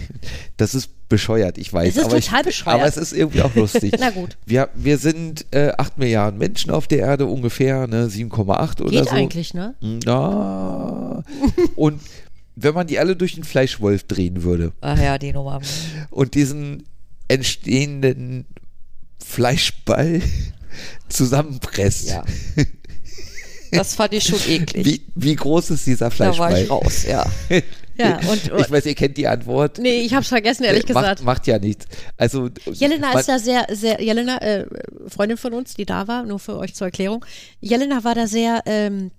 Das ist bescheuert, ich weiß. Es ist aber total ich, bescheuert. Aber es ist irgendwie auch lustig. [LAUGHS] Na gut. Wir, wir sind äh, 8 Milliarden Menschen auf der Erde ungefähr, ne? 7,8 [LAUGHS] oder Geht so. eigentlich, ne? Na. Und wenn man die alle durch den Fleischwolf drehen würde Ach Ah, ja, [LAUGHS] die Nummer. und diesen entstehenden Fleischball [LAUGHS] zusammenpresst. Ja. Das fand ich schon eklig. Wie, wie groß ist dieser da war Fleischbrei? ich raus, ja. Ja, und- [LAUGHS] ich weiß, ihr kennt die Antwort. Nee, ich hab's vergessen, ehrlich Äh, gesagt. Macht, macht ja nichts. Also, Jelena man- ist da sehr, sehr, Jelena, äh, Freundin von uns, die da war, nur für euch zur Erklärung. Jelena war da sehr, ähm,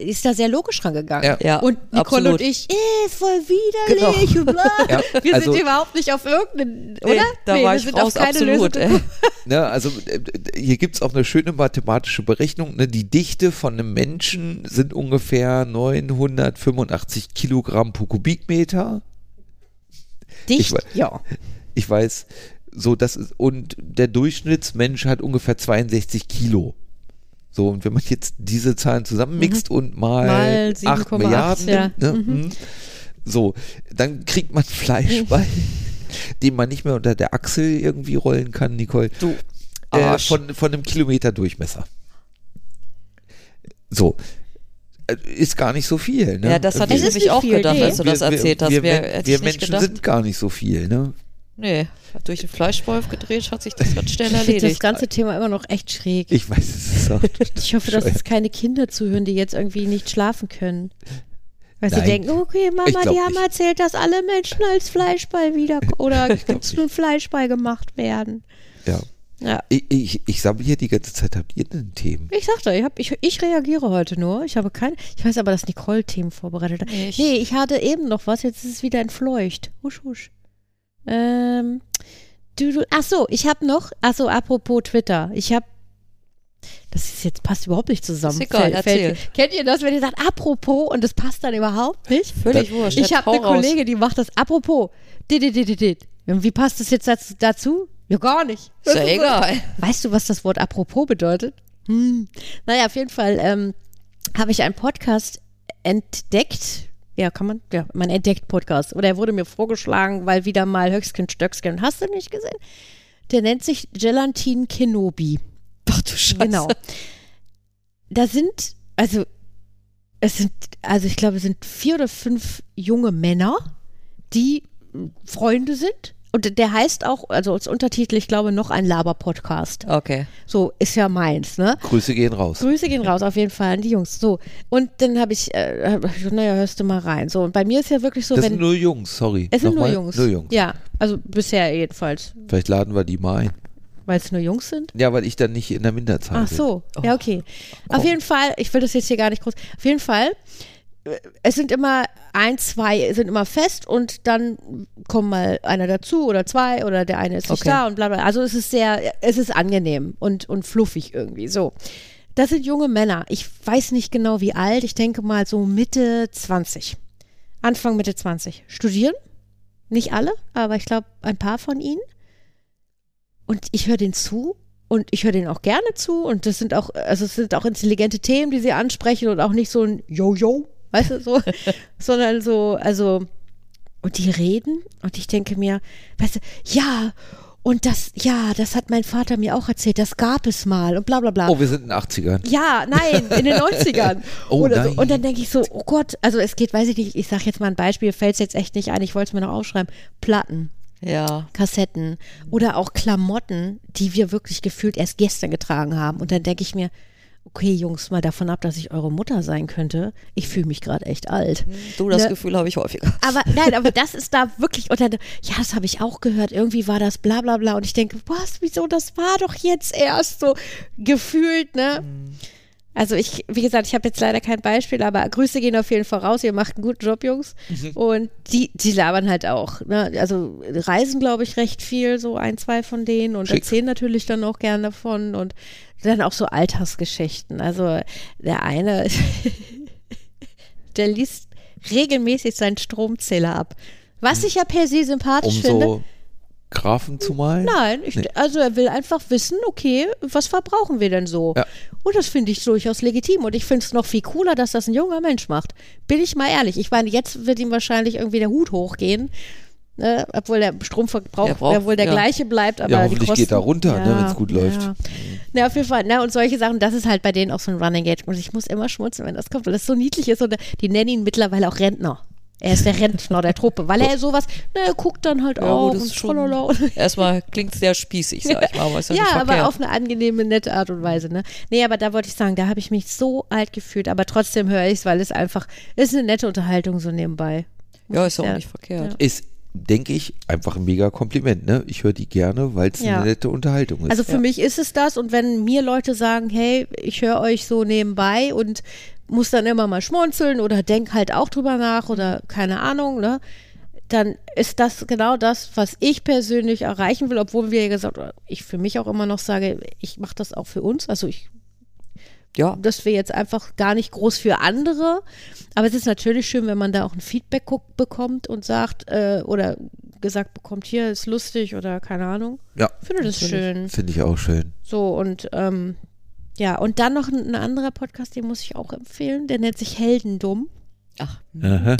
ist da sehr logisch rangegangen. Ja. Ja, und Nicole absolut. und ich, äh, voll widerlich. und Bla. Genau. [LAUGHS] Ja, wir also- sind überhaupt nicht auf irgendeinen, oder? Nee, da Nee, war wir ich sind raus, auf [LAUGHS] keine absolut. Äh, Lösung. Ey. Ne, also äh, hier gibt es auch eine schöne mathematische Berechnung. Ne? Die Dichte von einem Menschen sind ungefähr 985 Kilogramm pro Kubikmeter. Dicht, weiß- ja. Ich weiß, so das ist, und der Durchschnittsmensch hat ungefähr 62 Kilo. So, und wenn man jetzt diese Zahlen Mhm. zusammenmixt und mal, Mal 8 7,8, Milliarden, ja. ne, mhm. so, dann kriegt man [LAUGHS] Mhm. Fleischball, den man nicht mehr unter der Achsel irgendwie rollen kann, Nicole. Du äh, Arsch. von, von einem Kilometer Durchmesser. So. Äh, Ist gar nicht so viel. Ne? ja, das hatte Es ich ist nämlich nicht auch viel, gedacht, nee. als du das erzählt hast. Wir, Wer, wir, hätte wir ich nicht Menschen gedacht. sind gar nicht so viel. Ne? Nee, durch den Fleischwolf gedreht hat sich das ganz schnell Ich finde [LAUGHS] das erledigt. ganze Thema immer noch echt schräg. Ich weiß, es ist [LAUGHS] auch Ich hoffe, dass es keine Kinder zuhören, die jetzt irgendwie nicht schlafen können. Weil sie Nein. denken, okay, Ich Mama, glaub die haben nicht. erzählt, dass alle Menschen als [LAUGHS] Fleischball wieder oder jetzt nur Fleischball gemacht werden. ja. Ja. Ich, ich, ich sammle hier die ganze Zeit, habt ihr denn Themen? Ich sagte, ich, hab, ich, ich reagiere heute nur. Ich habe keine. Ich weiß aber, dass Nicole Themen vorbereitet hat. Ich- Nee, ich hatte eben noch was, jetzt ist es wieder entfleucht. Husch, husch. Ähm. Du, du, ach so, ich habe noch. Ach so, apropos Twitter. Ich habe. Das ist jetzt passt überhaupt nicht zusammen. Ist egal, erzähl. kennt ihr das, wenn ihr sagt, apropos und das passt dann überhaupt nicht? Völlig wurscht. Ich Jetzt habe hau eine raus. Kollegin, die macht das apropos. Dit, dit, dit, dit, dit. Und wie passt das jetzt daz- dazu? Ja, gar nicht. [LAUGHS] Ist ja egal. Weißt du, was das Wort apropos bedeutet? Hm. Naja, auf jeden Fall ähm, habe ich einen Podcast entdeckt. Ja, kann man, ja, man entdeckt Podcast. Oder er wurde mir vorgeschlagen, weil wieder mal Höchstkind, Stöckskind, hast du nicht gesehen? Der nennt sich Gelatine Kenobi. Ach du Scheiße. Genau. Da sind, also, es sind, also ich glaube, es sind vier oder fünf junge Männer, die äh, Freunde sind. Und der heißt auch, also als Untertitel, ich glaube, noch ein Laber-Podcast. Okay. So ist ja meins, ne? Grüße gehen raus. Grüße gehen raus, auf jeden Fall an die Jungs. So, und dann habe ich, äh, hab ich gesagt, naja, hörst du mal rein. So, und bei mir ist ja wirklich so, das wenn. sind nur Jungs, sorry. es sind nur Nochmal, Jungs. Nur Jungs. Ja, also bisher jedenfalls, Vielleicht laden wir die mal ein. weil es nur Jungs sind. Ja, weil ich dann nicht in der Minderzahl Ach bin. so, ja, okay. Auf jeden Fall, ich will das jetzt hier gar nicht groß. Auf jeden Fall, äh, es sind immer ein, zwei sind immer fest und dann kommen mal einer dazu oder zwei oder der eine ist nicht Okay. da und bla bla. Also es ist sehr, es ist angenehm und, und fluffig irgendwie. So. Das sind junge Männer. Ich weiß nicht genau wie alt. Ich denke mal so Mitte 20. Anfang Mitte 20. Studieren. Nicht alle, aber ich glaube ein paar von ihnen. Und ich höre den zu und ich höre denen auch gerne zu und das sind auch, also es sind auch intelligente Themen, die sie ansprechen und auch nicht so ein Yo-Yo, weißt du, so, sondern so, also, und die reden und ich denke mir, weißt du, ja, und das, ja, das hat mein Vater mir auch erzählt, das gab es mal und bla bla bla. Oh, wir sind in den 80ern. Ja, nein, in den 90ern. [LAUGHS] Oh, oder so. nein. Und dann denke ich so, oh Gott, also es geht, weiß ich nicht, ich sage jetzt mal ein Beispiel, fällt es jetzt echt nicht ein, ich wollte es mir noch aufschreiben. Platten, Ja. Kassetten oder auch Klamotten, die wir wirklich gefühlt erst gestern getragen haben. Und dann denke ich mir, okay, Jungs, mal davon ab, dass ich eure Mutter sein könnte. Ich fühle mich gerade echt alt. Mhm. Du, das Ne? Gefühl habe ich häufiger. Aber nein, aber das ist da wirklich unter. Ja, das habe ich auch gehört. Irgendwie war das bla bla bla. Und ich denke, was, wieso? Das war doch jetzt erst so gefühlt, ne? Also ich, wie gesagt, ich habe jetzt leider kein Beispiel, aber Grüße gehen auf jeden Fall raus. Ihr macht einen guten Job, Jungs. Und die, die labern halt auch. Ne? Also reisen, glaube ich, recht viel, so ein, zwei von denen und Schick. erzählen natürlich dann auch gern davon und dann auch so Alltagsgeschichten. Also der eine, [LAUGHS] der liest regelmäßig seinen Stromzähler ab. Was ich ja per se sympathisch Um finde. so Graphen zu malen? Nein, ich, Nee. also er will einfach wissen, okay, was verbrauchen wir denn so? Ja. Und das finde ich durchaus legitim. Und ich finde es noch viel cooler, dass das ein junger Mensch macht. Bin ich mal ehrlich. Ich meine, jetzt wird ihm wahrscheinlich irgendwie der Hut hochgehen. Ne? Obwohl der Stromverbrauch Der braucht- ja wohl der ja. gleiche bleibt. Aber Ja, die hoffentlich Kosten, geht er runter, ne, wenn's gut läuft. Ja. Na, auf jeden Fall. Na, und solche Sachen, das ist halt bei denen auch so ein Running Gate. Und ich muss immer schmunzeln, wenn das kommt, weil das so niedlich ist. Und die nennen ihn mittlerweile auch Rentner. Er ist der Rentner der Truppe, weil er sowas, na, er guckt dann halt Ja, auch gut, das und ist schon- tralala [LAUGHS] und Erstmal klingt sehr spießig, sag ich mal, aber ist ja, ja, nicht verkehrt. aber auf eine angenehme, nette Art und Weise. Ne? Nee, aber da wollte ich sagen, da habe ich mich so alt gefühlt, aber trotzdem höre ich es, weil es einfach es ist eine nette Unterhaltung so nebenbei. ja, ist ja Ja. auch nicht verkehrt. Ist, denke ich, einfach ein mega Kompliment. Ne? Ich höre die gerne, weil es Ja. eine nette Unterhaltung ist. Also für mich ist es das und wenn mir Leute sagen, hey, ich höre euch so nebenbei und muss dann immer mal schmunzeln oder denk halt auch drüber nach oder keine Ahnung, ne? Dann ist das genau das, was ich persönlich erreichen will, obwohl wir ja gesagt, oder ich für mich auch immer noch sage, ich mache das auch für uns. Also ich Ja, dass wir jetzt einfach gar nicht groß für andere. Aber es ist natürlich schön, wenn man da auch ein Feedback guck- bekommt und sagt, äh, oder gesagt bekommt, hier ist lustig oder keine Ahnung. ja, Ich finde das schön. finde ich auch schön. So und ähm, ja, und dann noch ein, ein anderer Podcast, den muss ich auch empfehlen, der nennt sich Heldendumm. ach. Mhm. Aha.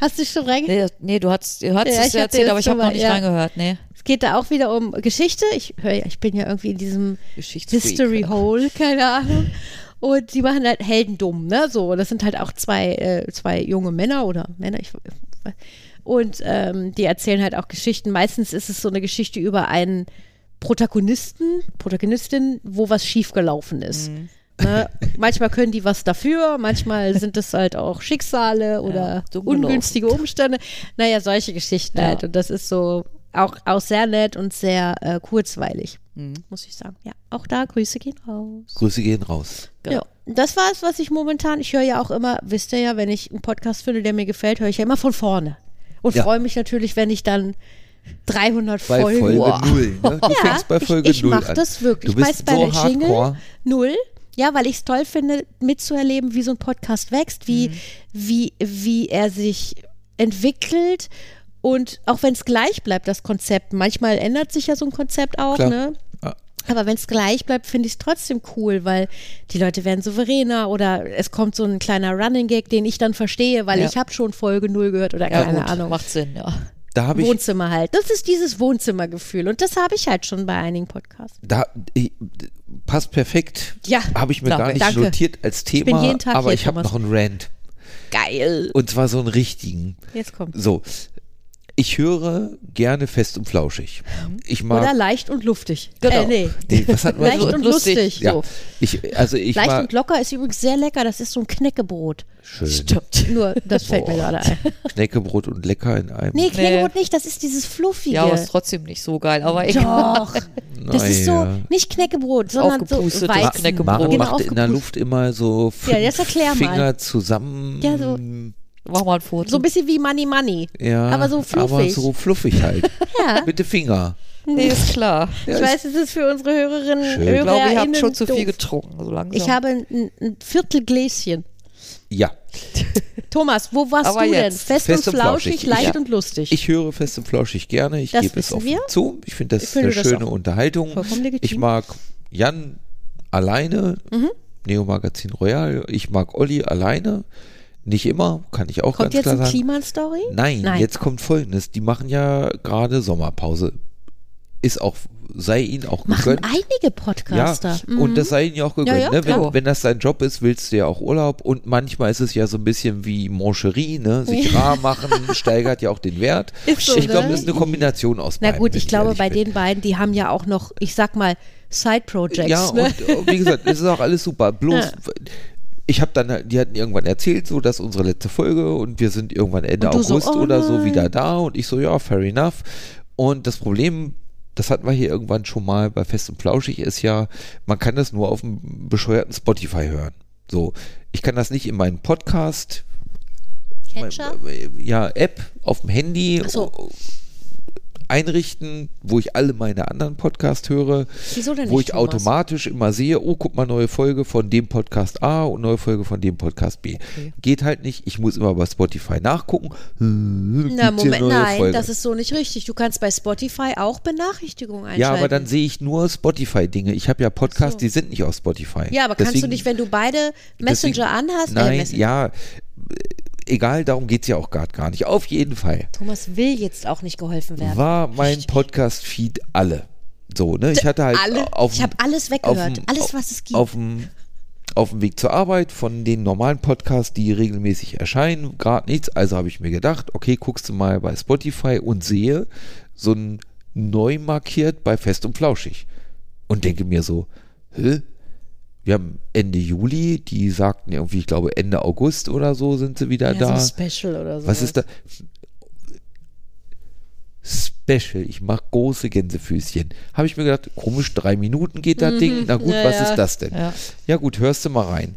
Hast du schon reingehört? Nee, das- nee du hast, du hast Hm? Ja, es ich ja hab erzählt, dir aber das ich habe schon noch mal- nicht ja. reingehört. Nee, Es geht da auch wieder um Geschichte. Ich höre ja, ich bin ja irgendwie in diesem Geschichtsfreak. History Hole, keine Ahnung. Und die machen halt Heldendumm, ne? So, das sind halt auch zwei, äh, zwei junge Männer oder Männer, ich und ähm, die erzählen halt auch Geschichten. Meistens ist es so eine Geschichte über einen Protagonisten, Protagonistin, wo was schiefgelaufen ist. Ne? Manchmal können die was dafür, manchmal sind es halt auch Schicksale oder dumm gelaufen. ungünstige Umstände. Naja, solche Geschichten Ja. halt. Und das ist so auch, auch sehr nett und sehr äh, kurzweilig, muss ich sagen. Ja, auch da Grüße gehen raus. Grüße gehen raus. Ja, das war es, was ich momentan, ich höre ja auch immer, wisst ihr ja, wenn ich einen Podcast finde, der mir gefällt, höre ich ja immer von vorne. Und Ja. freue mich natürlich, wenn ich dann 300 Bei Folgen. Folge Boah. null. Ne? Du [LAUGHS] Ja, fängst bei Folge ich, ich null mach an. das wirklich. Du bist ich weiß bei so der Jingle hardcore. null. Ja, weil ich es toll finde, mitzuerleben, wie so ein Podcast wächst, wie, wie, wie er sich entwickelt. Und auch wenn es gleich bleibt, das Konzept. Manchmal ändert sich ja so ein Konzept auch, Klar. ne? Ah, Aber wenn es gleich bleibt, finde ich es trotzdem cool, weil die Leute werden souveräner oder es kommt so ein kleiner Running Gag, den ich dann verstehe, weil Ja. ich habe schon Folge null gehört oder Ja, keine gut, Ahnung. macht Sinn, [LAUGHS] ja. Da habe ich Wohnzimmer halt. Das ist dieses Wohnzimmergefühl und das habe ich halt schon bei einigen Podcasts. Da ich, passt perfekt. Ja, Habe ich mir danke. gar nicht Danke. notiert als Thema, bin jeden Tag aber hier, ich habe Thomas. noch einen Rant. Geil. Und zwar so einen richtigen. Jetzt kommt. So. Ich höre gerne fest und flauschig. Ich mag. Mhm. Oder leicht und luftig. Genau. Äh, nee. nee, was hat man Leicht so? und lustig. lustig. Ja, So. ich, also ich Leicht mag. und locker ist übrigens sehr lecker. Das ist so ein Knäckebrot. Schön. Stimmt. Nur, das fällt mir Boah. gerade ein. Schneckebrot und lecker in einem. Nee, Knäckebrot nicht. Das ist dieses Fluffige. Ja, aber ist trotzdem nicht so geil, aber egal. Doch. Das ist so, Naja. nicht Knäckebrot, sondern so Aufgepustetes Ma- Weizen. Knäckebrot. Mare Genau, macht in der aufgepustet. Luft immer so fünf Ja, jetzt erklär mal. Finger zusammen. Ja, so- Mach mal ein Foto. So ein bisschen wie Money Money. Ja, aber so fluffig. Aber so fluffig halt. [LAUGHS] Ja. Mit den Finger. nee, ist klar. Ja, ich ist- weiß, es ist für unsere Hörerinnen Schön. Hörer Ich glaube, ihr habt schon innen zu viel doof. getrunken, so langsam. Ich habe ein, ein Viertel Gläschen. Ja. Thomas, wo warst Aber du denn? jetzt. Fest, Fest und und flauschig, flauschig. leicht Ich- und lustig. Ich höre fest und flauschig gerne. Ich Das gebe es wissen offen wir. zu. Ich finde das Ich finde eine das schöne auch Unterhaltung. vollkommen legitim. Mhm. Ich mag Jan alleine, Neo Magazin Royal. Ich mag Olli alleine. Nicht immer, kann ich auch Kommt ganz jetzt klar ein sagen. Kliman-Story? Nein, Nein. jetzt kommt folgendes. Die machen ja gerade Sommerpause. Ist auch, sei ihnen auch Machen gegönnt. einige Ja, Podcaster. Mhm. und das sei ihnen ja auch gegönnt. Ja, ja, ne? wenn, klar. wenn das dein Job ist, willst du ja auch Urlaub. Und manchmal ist es ja so ein bisschen wie Mancherie, ne? sich rar machen, steigert ja auch den Wert. Ist so, ich glaube, ne? das ist eine Kombination aus Na beiden. gut, wenn ich glaube, ehrlich bei bin. den beiden, die haben ja auch noch, ich sag mal, Side-Projects. Ja, ne? und äh, wie gesagt, es ist auch alles super. Bloß, Ja. ich habe dann, halt- die hatten irgendwann erzählt, so, dass unsere letzte Folge und wir sind irgendwann Ende Und du so, August oh oder so nein. wieder da. Und ich so, ja, fair enough. Und das Problem, das hatten wir hier irgendwann schon mal bei Fest und Flauschig, ist ja, man kann das nur auf dem bescheuerten Spotify hören. So, ich kann das nicht in meinen Podcast, äh, Catcher? ja, App auf dem Handy Ach so. einrichten, wo ich alle meine anderen Podcasts höre, Wieso denn wo nicht, ich Thomas? automatisch immer sehe, oh, guck mal, neue Folge von dem Podcast A und neue Folge von dem Podcast B. Geht halt nicht, ich muss immer bei Spotify nachgucken. Hm, Na, gibt's hier Moment, neue nein, Folge? das ist so nicht richtig. Du kannst bei Spotify auch Benachrichtigungen einschalten. ja, aber dann sehe ich nur Spotify-Dinge. Ich habe ja Podcasts, die sind nicht auf Spotify. Ja, aber kannst du Deswegen- nicht, wenn du beide deswegen- Messenger anhast? äh, Nein, Messenger. ja, äh, egal, darum geht es ja auch grad gar nicht. Auf jeden Fall. Thomas will jetzt auch nicht geholfen werden. war mein Podcast-Feed alle. So, ne? Ich hatte halt Alle? auf Ich hab alles weggehört. Alles, was es gibt. Auf dem auf dem Weg zur Arbeit von den normalen Podcasts, die regelmäßig erscheinen, gerade nichts. Also habe ich mir gedacht, okay, guckst du mal bei Spotify und sehe so ein neu markiert bei Fest und Flauschig. Und denke mir so, hä? Wir haben Ende Juli, die sagten irgendwie, ich glaube Ende August oder so sind sie wieder ja, da. so ein Special oder so. Was ne? ist da? Special, ich mache große Gänsefüßchen. Habe ich mir gedacht, komisch, drei Minuten geht das Ding. Na gut, na was Mhm. ja. ist das denn? Ja. Ja gut, hörst du mal rein.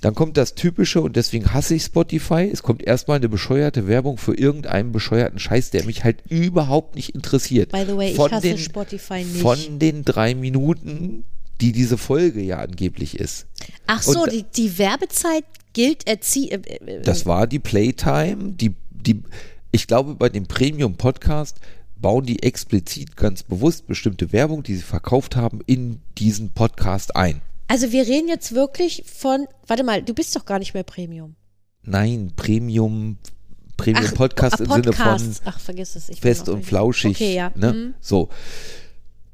Dann kommt das Typische und deswegen hasse ich Spotify. Es kommt erstmal eine bescheuerte Werbung für irgendeinen bescheuerten Scheiß, der mich halt überhaupt nicht interessiert. By the way, ich Von hasse den- Spotify nicht. Von den drei Minuten, die diese Folge ja angeblich ist. Ach so, Und- die, die Werbezeit gilt erzie. Äh, äh, Das war die Playtime, die, die, ich glaube, bei dem Premium-Podcast bauen die explizit ganz bewusst bestimmte Werbung, die sie verkauft haben, in diesen Podcast ein. also wir reden jetzt wirklich von. Warte mal, du bist doch gar nicht mehr Premium. Nein, Premium, Ach, Premium-Podcast ah, im Sinne von Podcasts. Ach, vergiss es. Ich bin fest noch und nicht- flauschig. Okay, ja. Ne? Mhm. So.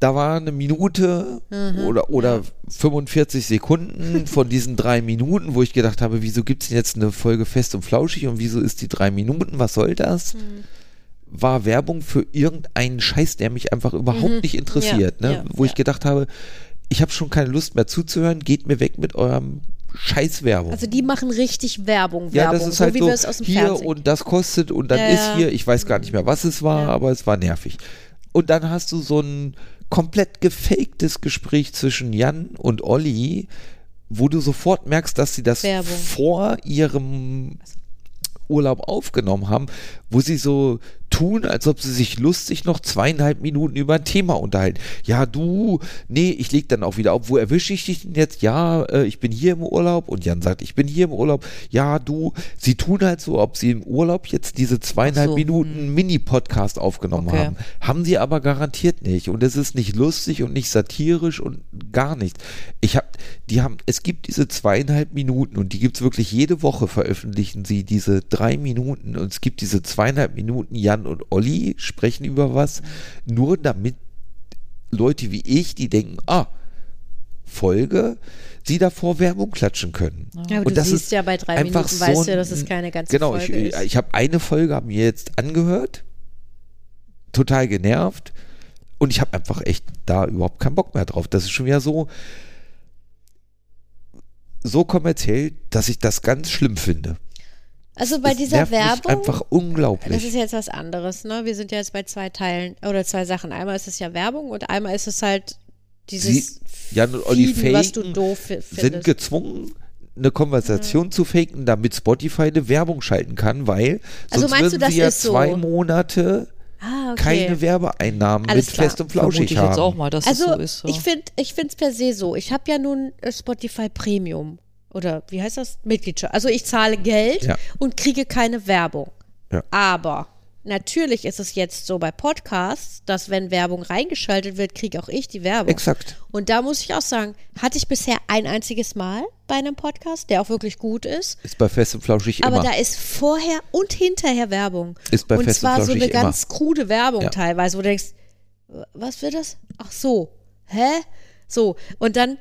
Da war eine Minute Mhm. oder, oder 45 Sekunden von diesen drei Minuten, wo ich gedacht habe, wieso gibt es denn jetzt eine Folge fest und flauschig und wieso ist die drei Minuten, was soll das? Mhm. War Werbung für irgendeinen Scheiß, der mich einfach überhaupt nicht interessiert. Mhm. Ja, ne? ja, wo ich ja. gedacht habe, ich habe schon keine Lust mehr zuzuhören, geht mir weg mit eurem Scheißwerbung. Also die machen richtig Werbung, Werbung, Ja, das ist so halt wie so, wir es aus dem hier Fernsehen. und das kostet und dann Ja, ist ja. hier, ich weiß gar nicht mehr, was es war, aber es war nervig. Und dann hast du so ein komplett gefaktes Gespräch zwischen Jan und Olli, wo du sofort merkst, dass sie das Werbung. vor ihrem Urlaub aufgenommen haben, wo sie so tun, als ob sie sich lustig noch zweieinhalb Minuten über ein Thema unterhalten. Ja, du, nee, ich leg dann auch wieder auf. Wo erwische ich dich denn jetzt? Ja, äh, ich bin hier im Urlaub. Und Jan sagt, ich bin hier im Urlaub. Ja, du, sie tun halt so, ob sie im Urlaub jetzt diese zweieinhalb Ach so, hm. Minuten Mini-Podcast aufgenommen Okay. haben. Haben sie aber garantiert nicht. Und es ist nicht lustig und nicht satirisch und gar nichts. Ich hab, die haben, es gibt diese zweieinhalb Minuten und die gibt's wirklich jede Woche veröffentlichen sie diese drei Minuten und es gibt diese zweieinhalb Minuten Jan und Olli sprechen über was, nur damit Leute wie ich, die denken, ah, Folge, sie davor Werbung klatschen können. Ja, aber du siehst ja bei drei einfach Minuten, weißt du ja, ein- dass es keine ganze genau, Folge ich, ist. ich habe eine Folge hab mir jetzt angehört, total genervt und ich habe einfach echt da überhaupt keinen Bock mehr drauf. Das ist schon wieder so so kommerziell, dass ich das ganz schlimm finde. Also bei Es dieser nervt mich Werbung. einfach Das ist unglaublich. jetzt was anderes, ne? Wir sind ja jetzt bei zwei Teilen oder zwei Sachen. Einmal ist es ja Werbung und einmal ist es halt dieses Jan und Olli Feeden, was du faken, doof fi- sind findest. Mhm. gezwungen, eine Konversation zu faken, damit Spotify eine Werbung schalten kann, weil Also sonst meinst würden du, das sie ja ist so? zwei Monate Ah, okay. keine Werbeeinnahmen Alles mit klar. fest und Vermute ich flauschig haben. jetzt auch mal, dass also es so ist. ja. ich finde ich finde es per se so. Ich habe ja nun äh, Spotify Premium oder wie heißt das? Mitgliedschaft. Also ich zahle Geld Ja. und kriege keine Werbung. Ja. Aber natürlich ist es jetzt so bei Podcasts, dass wenn Werbung reingeschaltet wird, kriege auch ich die Werbung. Exakt. Und da muss ich auch sagen, hatte ich bisher ein einziges Mal bei einem Podcast, der auch wirklich gut ist. Ist bei fest und flauschig Aber immer. ne, da ist vorher und hinterher Werbung. Ist bei und Fest und zwar so Flauschig eine ganz krude Werbung Ja. teilweise, wo du denkst, was wird das? Ach so, hä? So, und dann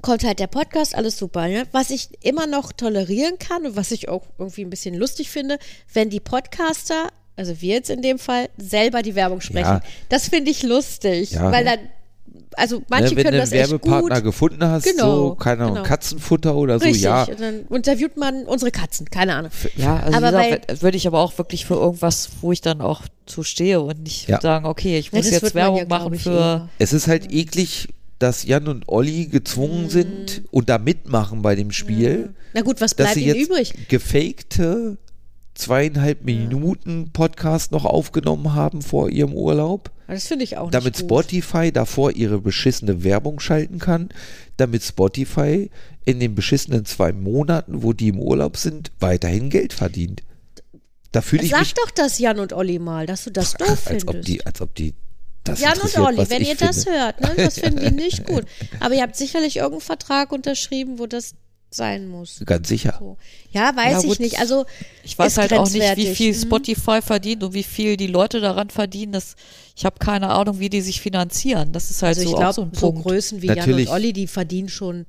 kommt halt der Podcast, alles super. Ne? Was ich immer noch tolerieren kann und was ich auch irgendwie ein bisschen lustig finde, wenn die Podcaster, also wir jetzt in dem Fall, selber die Werbung sprechen. Ja. Das finde ich lustig, Ja. weil dann, also manche ne, wenn können du das einen echt Werbepartner gut. gefunden hast, Genau, so, keine Ahnung, genau. Katzenfutter oder so, Richtig, also ja. und dann interviewt man unsere Katzen, keine Ahnung. ja, also Aber wie weil- gesagt, wenn- würde ich aber auch wirklich für irgendwas, wo ich dann auch zu stehe und nicht Ja. sagen, okay, ich Ja, muss das jetzt wird man ja, Werbung glaub machen ich, für. Es ist Mhm. halt eklig, dass Jan und Olli gezwungen sind und da mitmachen bei dem Spiel. Na gut, dass was Mhm. bleibt sie ihnen jetzt übrig? gefakte zweieinhalb Minuten Podcast noch aufgenommen haben vor ihrem Urlaub, Das finde ich auch damit nicht gut. Spotify davor ihre beschissene Werbung schalten kann, damit Spotify in den beschissenen zwei Monaten, wo die im Urlaub sind, weiterhin Geld verdient. Da fühle ich Sag mich, doch das Jan und Olli mal, dass du das [LAUGHS] doof als findest. ob die, als ob die das Jan und interessiert, Olli, was wenn ich ihr das finde. hört, ne, das finden die [LAUGHS] nicht gut. Aber ihr habt sicherlich irgendeinen Vertrag unterschrieben, wo das sein muss. Ganz sicher. So. Ja, weiß Ja, gut. ich nicht. Also Ich weiß ist halt auch nicht, wie grenzwertig. viel Mhm. Spotify verdient und wie viel die Leute daran verdienen. Das, ich habe keine Ahnung, wie die sich finanzieren. Das ist halt Also ich so auch glaube, so so, ein Punkt. Größen wie Jan Natürlich. und Olli, die verdienen schon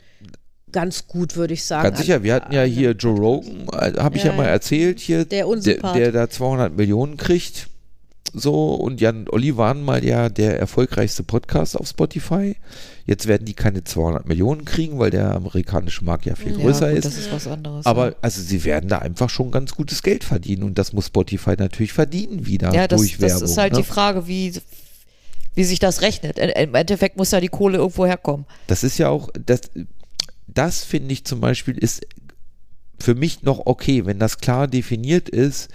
ganz gut, würde ich sagen. Ganz sicher, wir hatten ja hier Joe Rogan, äh, habe ich ja, Ja, mal ja. erzählt hier, Der der, Unsympath. der da 200 Millionen kriegt. So, und Jan und Olli waren mal ja der erfolgreichste Podcast auf Spotify. Jetzt werden die keine 200 Millionen kriegen, weil der amerikanische Markt ja viel größer ja, gut, ist. Das ist was anderes. Aber also sie werden da einfach schon ganz gutes Geld verdienen und das muss Spotify natürlich verdienen wieder ja, das, durch Werbung. das ist halt ne? die Frage, wie, wie sich das rechnet. Im- Im Endeffekt muss ja die Kohle irgendwo herkommen. Das ist ja auch, das, das finde ich zum Beispiel ist für mich noch okay, wenn das klar definiert ist,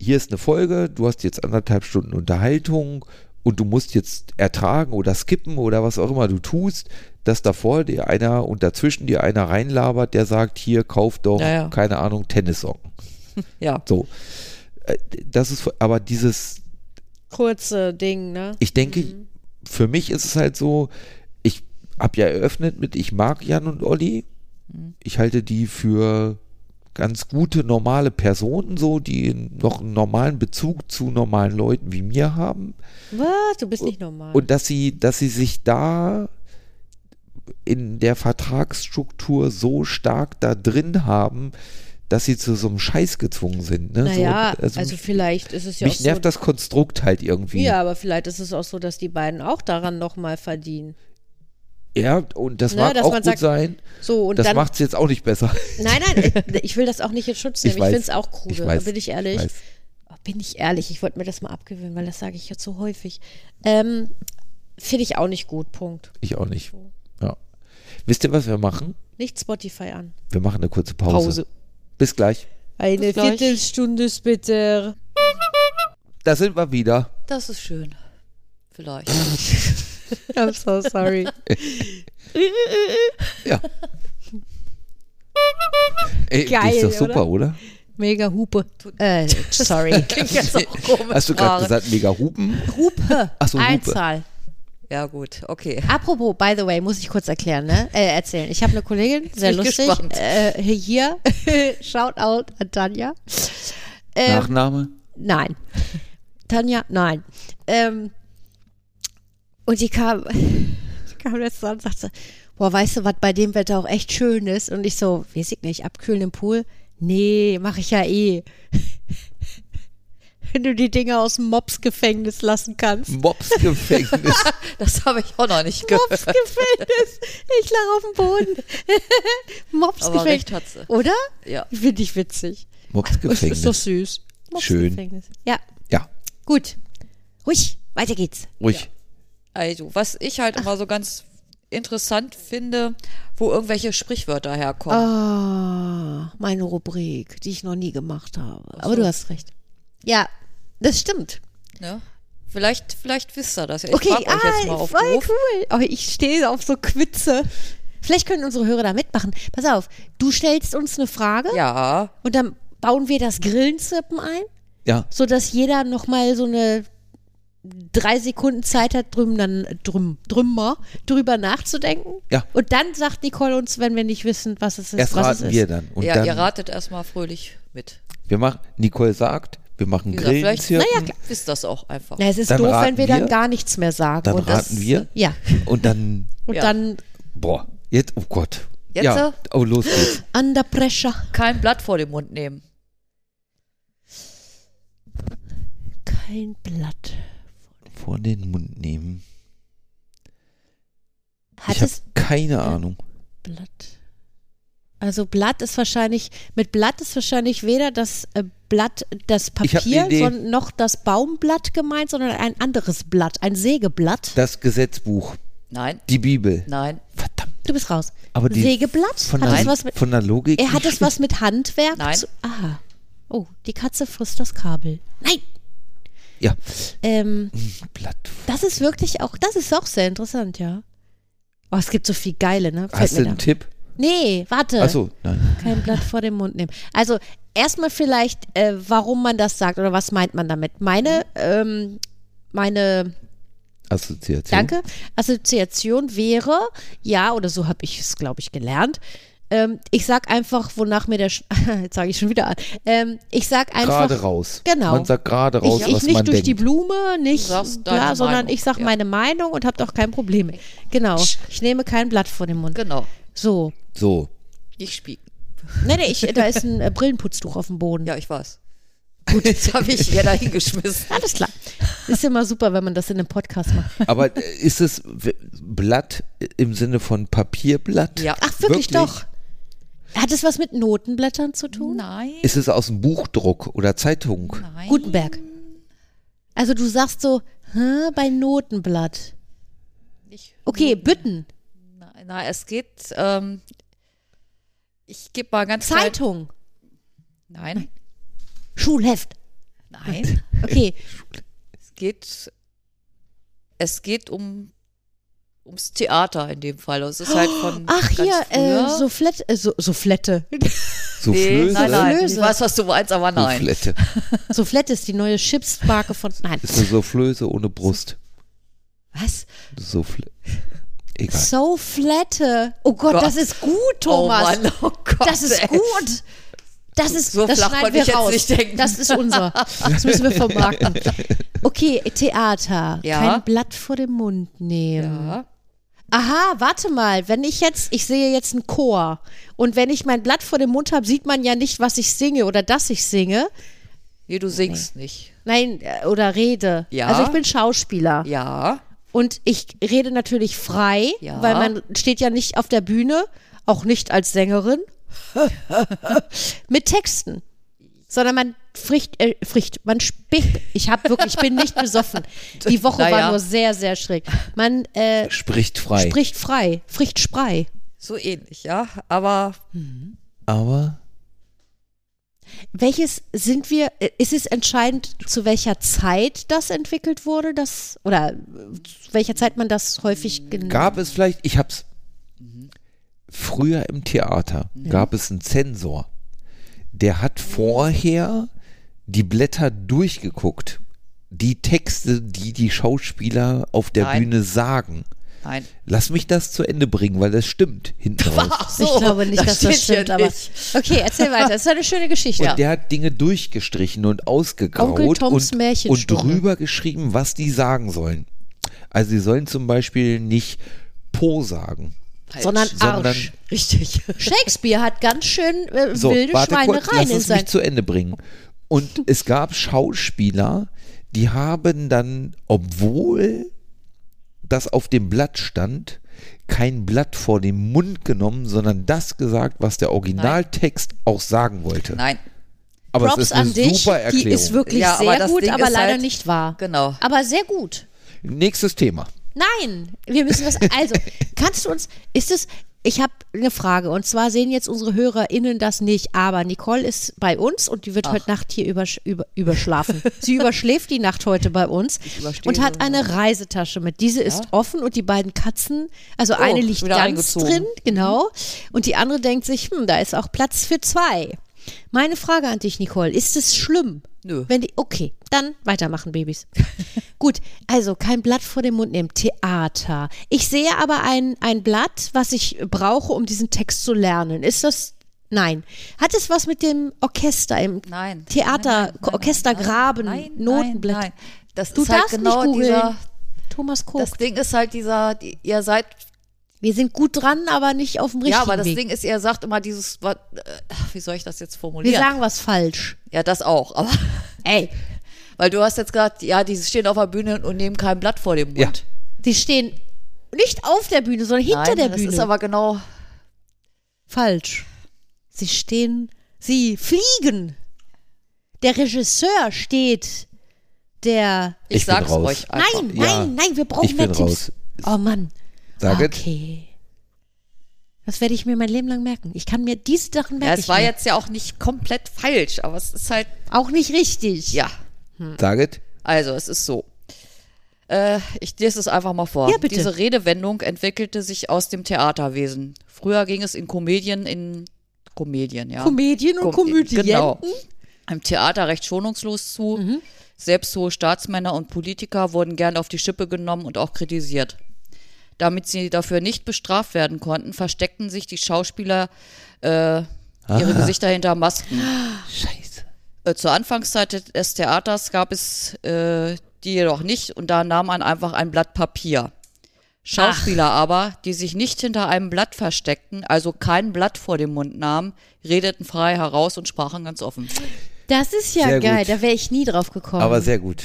hier ist eine Folge, du hast jetzt anderthalb Stunden Unterhaltung und du musst jetzt ertragen oder skippen oder was auch immer du tust, dass davor dir einer und dazwischen dir einer reinlabert, der sagt, hier kauf doch, Ja, ja. keine Ahnung, Tennissocken. Ja. So. Äh, Das ist, aber dieses, Kurze Ding, ne? ich denke, für mich ist es halt so, ich habe ja eröffnet mit, ich mag Jan und Olli. Mhm. Ich halte die für ganz gute, normale Personen, so, die noch einen normalen Bezug zu normalen Leuten wie mir haben. Was? Du bist nicht normal. Und dass sie, dass sie sich da in der Vertragsstruktur so stark da drin haben, dass sie zu so einem Scheiß gezwungen sind. Ne? naja, so, also, vielleicht ist es ja mich auch nervt so. das Konstrukt halt irgendwie. Ja, aber vielleicht ist es auch so, dass die beiden auch daran nochmal verdienen. Ja, und das Na, mag Ne, dass auch man gut sagt, sein. So, und das dann. macht es jetzt auch nicht besser. nein, nein, ich, ich will das auch nicht in Schutz nehmen. Ich, weiß, finde es auch krude, ich weiß, bin ich ehrlich. weiß. Oh, bin ich ehrlich, ich wollte mir das mal abgewöhnen, weil das sage ich jetzt so häufig. Ähm, finde ich auch nicht gut, Punkt. Ich auch nicht. Ja. Wisst ihr, was wir machen? Nicht Spotify an. Wir machen eine kurze Pause. Pause. Bis gleich. Eine Bis gleich. Viertelstunde später. Da sind wir wieder. Das ist schön. [LAUGHS] Vielleicht. I'm so sorry. Ja. Ey, Geil, ist doch super, oder? Mega Hupe. Äh, sorry. [LAUGHS] Klingt jetzt auch komisch. Hast du gerade gesagt, mega Hupen? Hupe. Ach so, Hupe. Einzahl. Ja, gut, okay. Apropos, by the way, muss ich kurz erklären, ne? Äh, erzählen. Ich habe eine Kollegin, sehr bin ich lustig. gespannt. Äh, hier, [LAUGHS] Shoutout an Tanja. Ähm, Nachname? Nein. Tanja, nein. Ähm, und die kam, [LAUGHS] die kam letztes Mal und sagte, boah, weißt du, was bei dem Wetter auch echt schön ist? Und ich so, weiß ich nicht, abkühlen im Pool? Nee, mache ich ja eh. [LAUGHS] Wenn du die Dinger aus dem Mopsgefängnis lassen kannst. Mobsgefängnis. Das habe ich auch noch nicht gehört. [LAUGHS] Mopsgefängnis. Ich lag auf dem [LAUGHS] Boden. Aber recht Mopsgefängnis. hat sie. Oder? Ja. Finde ich witzig. Ist doch Mopsgefängnis. süß. Schön. Mopsgefängnis. Ja, Ja, gut. Ruhig, weiter geht's. ruhig. Also, was ich halt immer so ganz interessant finde, wo irgendwelche Sprichwörter herkommen. Ah, meine Rubrik, die ich noch nie gemacht habe. Aber so. du hast recht. Ja, das stimmt. Ne? Vielleicht, vielleicht wisst ihr das. ja. Ich Okay, frag euch ah, jetzt mal auf voll Beruf. cool. Oh, ich stehe auf so Quitze. Vielleicht können unsere Hörer da mitmachen. Pass auf, du stellst uns eine Frage Ja, und dann bauen wir das Grillenzirpen ein, Ja. sodass jeder nochmal so eine drei Sekunden Zeit hat, drüben dann, drüm, drümmer, drüber nachzudenken. Ja. Und dann sagt Nicole uns, wenn wir nicht wissen, was es ist, Erst was es raten ist. wir dann. Und ja dann ihr ratet erstmal fröhlich mit. wir machen, Nicole sagt, wir machen Wie gesagt, Grillen. vielleicht Zirpen, wisst das auch einfach. Na, es ist Dann doof, raten wenn wir wir. dann gar nichts mehr sagen. Dann und das, raten wir. Ja. Und dann, Und Ja. dann boah, jetzt, oh Gott. Jetzt, ja. äh? Oh, los geht's. under pressure. Kein Blatt vor den Mund nehmen. Kein Blatt. Vor den Mund nehmen. Hat ich habe es keine Ahnung. Blatt? Also Blatt ist wahrscheinlich, mit Blatt ist wahrscheinlich weder das äh, Blatt, das Ich hab Papier, eine Idee. sondern noch das Baumblatt gemeint, sondern ein anderes Blatt, ein Sägeblatt. Das Gesetzbuch, Nein, die Bibel. nein, Verdammt. Du bist raus. Aber die- Sägeblatt? Von, Hat der, es was mit, von der Logik. er hat nicht es was mit Handwerk Nein. zu. Aha. Oh, die Katze frisst das Kabel. Nein! schlecht. Ja. Hm, Ähm, Blatt. Das ist wirklich auch, das ist auch sehr interessant, ja. Oh, es gibt so viel geile, ne? Fällt Hast du mir einen da- Äh. Tipp? Nee, warte. Achso, nein. Kein Blatt vor den Mund nehmen. Also erstmal vielleicht, äh, warum man das sagt oder was meint man damit? Meine, ähm, meine, Assoziation. danke, Assoziation wäre, ja, oder so habe ich es, glaube ich, gelernt. Ähm, ich sag einfach, wonach mir der, Sch [LAUGHS] jetzt sage ich schon wieder an, ähm, ich sag einfach, Gerade raus. Genau. Man sagt gerade raus, ich, was ich nicht man durch denkt. die Blume, nicht Du sagst bla, deine sondern Meinung, ich sage ja. meine Meinung und habe doch kein Problem. mit. Genau. Ich nehme kein Blatt vor den Mund. genau. So. So. Nicht spieken. Nee, nee, ich, da ist ein äh, Brillenputztuch auf dem Boden. Ja, ich weiß. Gut, jetzt habe ich ja da hingeschmissen. Alles klar. Ist immer super, wenn man das in einem Podcast macht. Aber äh, ist es w- Blatt im Sinne von Papierblatt? Ja. Ach, wirklich, doch. Hat es was mit Notenblättern zu tun? Nein. Ist es aus dem Buchdruck oder Zeitung? Nein. Gutenberg. Also du sagst so, hä, bei Notenblatt. Ich, Okay, Bütten, na, na, es geht. Ähm, ich gebe mal ganz klein- Zeitung, Nein, Schulheft. nein. Okay, es geht. Es geht um ums Theater in dem Fall. Es ist halt von. [GASPS] ach ganz hier, äh, früher. Soufflette, äh, so, Soufflette. Nee, Soufflöse? nein, nein. Ich Soufflöse. weiß, was du meinst, aber nein. Soufflette. Soufflette ist die neue Chipsmarke von, nein, Ist eine Soufflöse ohne Brust. Was? Souffle. Egal. Soufflette. Oh Gott, Gott. das ist gut, Thomas. Oh Mann, oh Gott. das ist ey. gut. Das ist, So das flach schneiden konnte wir ich jetzt raus. nicht denken. Das ist [LAUGHS] unser. Das müssen wir vermarkten. Okay, Theater. Ja. Kein Blatt vor dem Mund nehmen. Ja. Aha, warte mal. Wenn ich jetzt, ich sehe jetzt einen Chor. Und wenn ich mein Blatt vor dem Mund habe, sieht man ja nicht, was ich singe oder dass ich singe. [LAUGHS] Nee, du singst nicht. Nein, äh, oder rede. Ja. Also ich bin Schauspieler. Ja. Und ich rede natürlich frei, Ja. weil man steht ja nicht auf der Bühne, auch nicht als Sängerin, [LAUGHS] mit Texten. Sondern man fricht, äh, fricht, man spricht. Ich habe wirklich, ich bin nicht besoffen. Die Woche Naja. war nur sehr, sehr schräg. Man äh, Spricht frei. spricht frei, fricht sprei. So ähnlich, ja. Aber Aber Welches sind wir, äh, ist es entscheidend, zu welcher Zeit das entwickelt wurde, das, oder äh, zu welcher Zeit man das häufig gen- gab es vielleicht, ich hab's. Mhm. Früher im Theater gab es einen Zensor. Der hat Mhm. vorher die Blätter durchgeguckt. Die Texte, die die Schauspieler auf der Nein. Bühne sagen. nein. Lass mich das zu Ende bringen, weil das stimmt hinten raus. ich glaube nicht, dass das steht hier stimmt, aber. nicht. Okay, erzähl weiter. Das ist eine schöne Geschichte. Und der hat Dinge durchgestrichen und Onkel ausgegraut und, Toms und Märchenstunde. drüber geschrieben, was die sagen sollen. Also sie sollen zum Beispiel nicht Po sagen. sondern sondern- Arsch. [LAUGHS] Richtig. Schakespeare Halt. hat ganz schön äh, So, wilde warte kurz, Schweinereien lass in es sein. mich zu Ende bringen. [LAUGHS] Und es gab Schauspieler, die haben dann, obwohl das auf dem Blatt stand, kein Blatt vor den Mund genommen, sondern das gesagt, was der Originaltext auch sagen wollte. Nein. Aber Props es ist eine an dich, super die Erklärung. ist wirklich Ja, aber sehr das gut, Ding aber ist leider halt- nicht wahr. Genau. Aber sehr gut. Nächstes Thema. Nein, wir müssen das. Also, kannst du uns. Ist es. Ich habe eine Frage und zwar sehen jetzt unsere HörerInnen das nicht, aber Nicole ist bei uns und die wird heute Nacht hier übersch über überschlafen. Sie überschläft die Nacht heute bei uns überstehe und hat so. eine Reisetasche mit. Diese ist offen und die beiden Katzen, also eine liegt Oh, wieder ganz eingezogen. drin, genau, und die andere denkt sich, hm, da ist auch Platz für zwei. Meine Frage an dich, Nicole, ist es schlimm? Nö. Wenn die, okay, dann weitermachen, Babys. [LAUGHS] Gut, also kein Blatt vor den Mund nehmen, Theater. Ich sehe aber ein, ein Blatt, was ich brauche, um diesen Text zu lernen. Ist das, nein. Hat es was mit dem Orchester im Nein. Theater, Nein, nein, nein, Orchester, nein, Graben, nein, Notenblatt? Nein, nein. Das Du ist halt darfst genau nicht googeln. dieser. Thomas Koch. Das Ding ist halt dieser, die- ihr seid, Wir sind gut dran, aber nicht auf dem richtigen ja, aber das Weg. Ding ist, ihr sagt immer dieses, was, äh, wie soll ich das jetzt Wir formulieren? sagen was falsch. ja, das auch, aber, [LAUGHS] Ey, weil du hast jetzt gesagt, ja, die stehen auf der Bühne und nehmen kein Blatt vor den Mund. Ja. die stehen nicht auf der Bühne, sondern hinter Nein, der das Bühne. ist aber genau, Falsch. Sie stehen, sie fliegen. Der Regisseur steht, der. ich, Ich bin sag's raus. euch einfach. Nein, Ja, nein, nein, wir brauchen ich mehr bin Tipps. raus. Oh Mann. Sag jetzt. okay. Das werde ich mir mein Leben lang merken. Ich kann mir diese Sachen merken. Ja, es war jetzt ja auch nicht komplett falsch, aber es ist halt, auch nicht richtig. ja. Sag es. Also, es ist so. Äh, ich lese es einfach mal vor. Ja, bitte. Diese Redewendung entwickelte sich aus dem Theaterwesen. Früher ging es in Komödien in Komödien, ja. Komödien und Kom- Komödienten. Mhm. Genau. Im Theater recht schonungslos zu. Selbst hohe Staatsmänner und Politiker wurden gern auf die Schippe genommen und auch kritisiert. Damit sie dafür nicht bestraft werden konnten, versteckten sich die Schauspieler äh, ihre Gesichter hinter Masken. Scheiße. Äh, zur Anfangszeit des Theaters gab es äh, die jedoch nicht und da nahm man einfach ein Blatt Papier. Schauspieler aber, die sich nicht hinter einem Blatt versteckten, also kein Blatt vor dem Mund nahmen, redeten frei heraus und sprachen ganz offen. Das ist ja Sehr geil, gut. da wäre ich nie drauf gekommen. Aber sehr gut.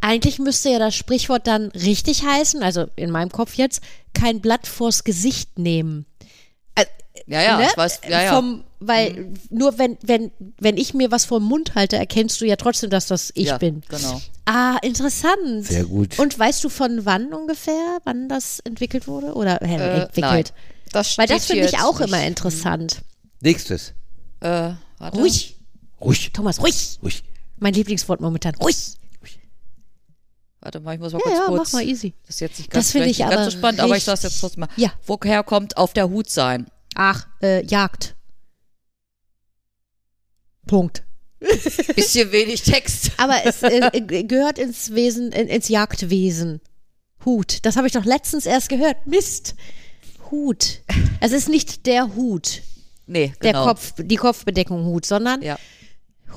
Eigentlich müsste ja das Sprichwort dann richtig heißen, also in meinem Kopf jetzt, kein Blatt vors Gesicht nehmen. Ja, ja, ne? ich weiß, ja, Mhm. ja. Vom, weil nur wenn, wenn, wenn ich mir was vor den Mund halte, erkennst du ja trotzdem, dass das ich Ja, bin. genau. Ah, interessant. Sehr gut. Und weißt du von wann ungefähr, wann das entwickelt wurde? Oder hä, Äh, entwickelt? Nein. Das steht Weil das hier finde ich jetzt auch nicht. immer interessant. Nächstes. Äh, warte. Ruhig, Ruhig. Thomas, ruhig. Ruhig. Mein Lieblingswort momentan. Ruhig. Warte mal, ich muss mal Ja, ganz ja, Oh kurz. mach mal easy. Das ist jetzt nicht Das ganz, finde ich vielleicht nicht ganz aber so spannend, aber ich sag's jetzt richtig- trotzdem mal. Ja. Woher kommt auf der Hut sein? Ach, äh, Jagd. Punkt. Bisschen wenig Text. Aber es äh, äh, gehört ins Wesen, in, ins Jagdwesen. Hut. Das habe ich doch letztens erst gehört. Mist. Hut. Es ist nicht der Hut, Nee, der genau. Kopf, die Kopfbedeckung Hut, sondern Ja.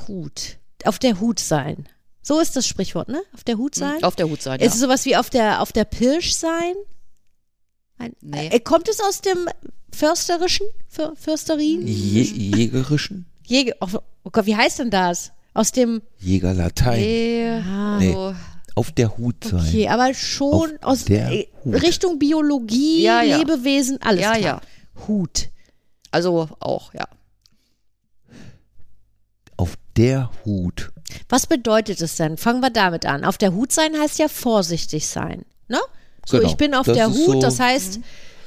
Hut. Auf der Hut sein. So ist das Sprichwort, ne? Auf der Hut sein. Hm, Auf der Hut sein, Ist ja. es sowas wie auf der, auf der Pirsch sein? Ein, Nee. äh, kommt es aus dem Försterischen? För, Försterin? Je jägerischen? Jäger, oh, oh Gott, wie heißt denn das? Aus dem Jägerlatein. Nee. so. Auf der Hut sein. Okay, aber schon Auf aus der äh, Hut. Richtung Biologie, Ja, ja. Lebewesen, alles Ja, klar. Hut. Also auch, ja. Auf der Hut. Was bedeutet es denn? Fangen wir damit an. Auf der Hut sein heißt ja vorsichtig sein, ne? So, Genau. ich bin auf Das der ist Hut, so- das heißt,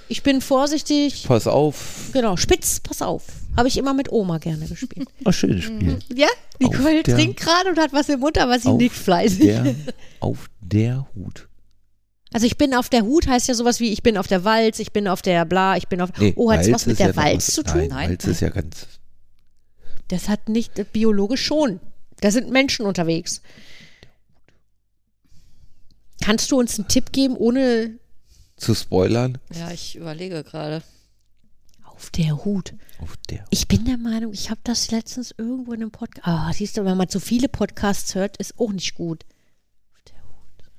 ich bin vorsichtig. Pass auf. Genau, spitz, pass auf. Habe ich immer mit Oma gerne [LAUGHS] gespielt. Ein schönes Spiel. ja, Nicole Auf der- trinkt gerade und hat was im Mund, aber sie Auf nickt fleißig. Der, auf der Hut. Also ich bin auf der Hut heißt ja sowas wie ich bin auf der Walz, ich bin auf der Bla, ich bin auf. Nee, oh, hat es Walz was mit ist der ja noch Walz was- zu tun? Nein, Nein, Walz ist ja ganz. Das hat nicht äh, biologisch schon. Da sind Menschen unterwegs. Kannst du uns einen Tipp geben, ohne Zu spoilern. Ja, ich überlege gerade. auf der Hut? Auf der Ich bin der Meinung, ich habe das letztens irgendwo in einem Podcast. Ah, siehst du, wenn man zu viele Podcasts hört, ist auch nicht gut. Auf der Hut.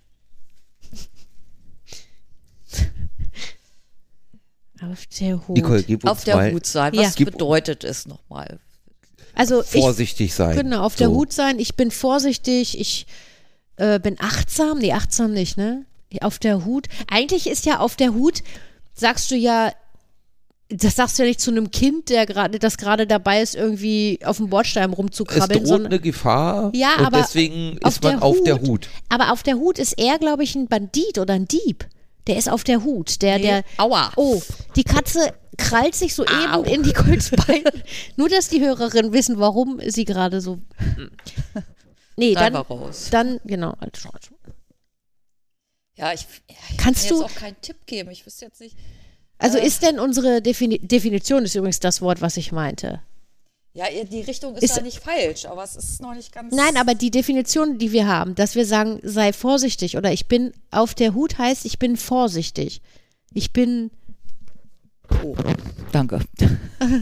Auf der Hut. [LAUGHS] Nicole, gib uns Auf der mal Hut sein. Ja. Was Gib- bedeutet es nochmal? also ich vorsichtig sein. Genau, auf der So. Hut sein. Ich bin vorsichtig, ich äh, bin achtsam. Nee, achtsam nicht, ne? Auf der Hut. Eigentlich ist ja auf der Hut, sagst du ja, das sagst du ja nicht zu einem Kind, der gerade, das gerade dabei ist, irgendwie auf dem Bordstein Es rumzukrabbeln, droht sondern. eine Gefahr Ja, und aber deswegen auf ist man der auf der Hut. Hut. Aber auf der Hut ist er, glaube ich, ein Bandit oder ein Dieb. Der ist auf der Hut. Der, der. Aua. Oh, die Katze krallt sich soeben in die Bein. [LAUGHS] Nur, dass die Hörerinnen wissen, warum sie gerade so. Mm. Nee, dann, Dann war raus. Dann, genau. als Schwarz. Ja, ich, ja, ich Kannst kann du- jetzt auch keinen Tipp geben. Ich wüsste jetzt nicht. Also ist denn unsere Defini Definition, ist übrigens das Wort, was ich meinte. Ja, ihr- die Richtung ist, Ist- da nicht falsch, aber es ist noch nicht ganz. Nein, aber die Definition, die wir haben, dass wir sagen, sei vorsichtig oder ich bin auf der Hut heißt, ich bin vorsichtig. Ich bin, Danke.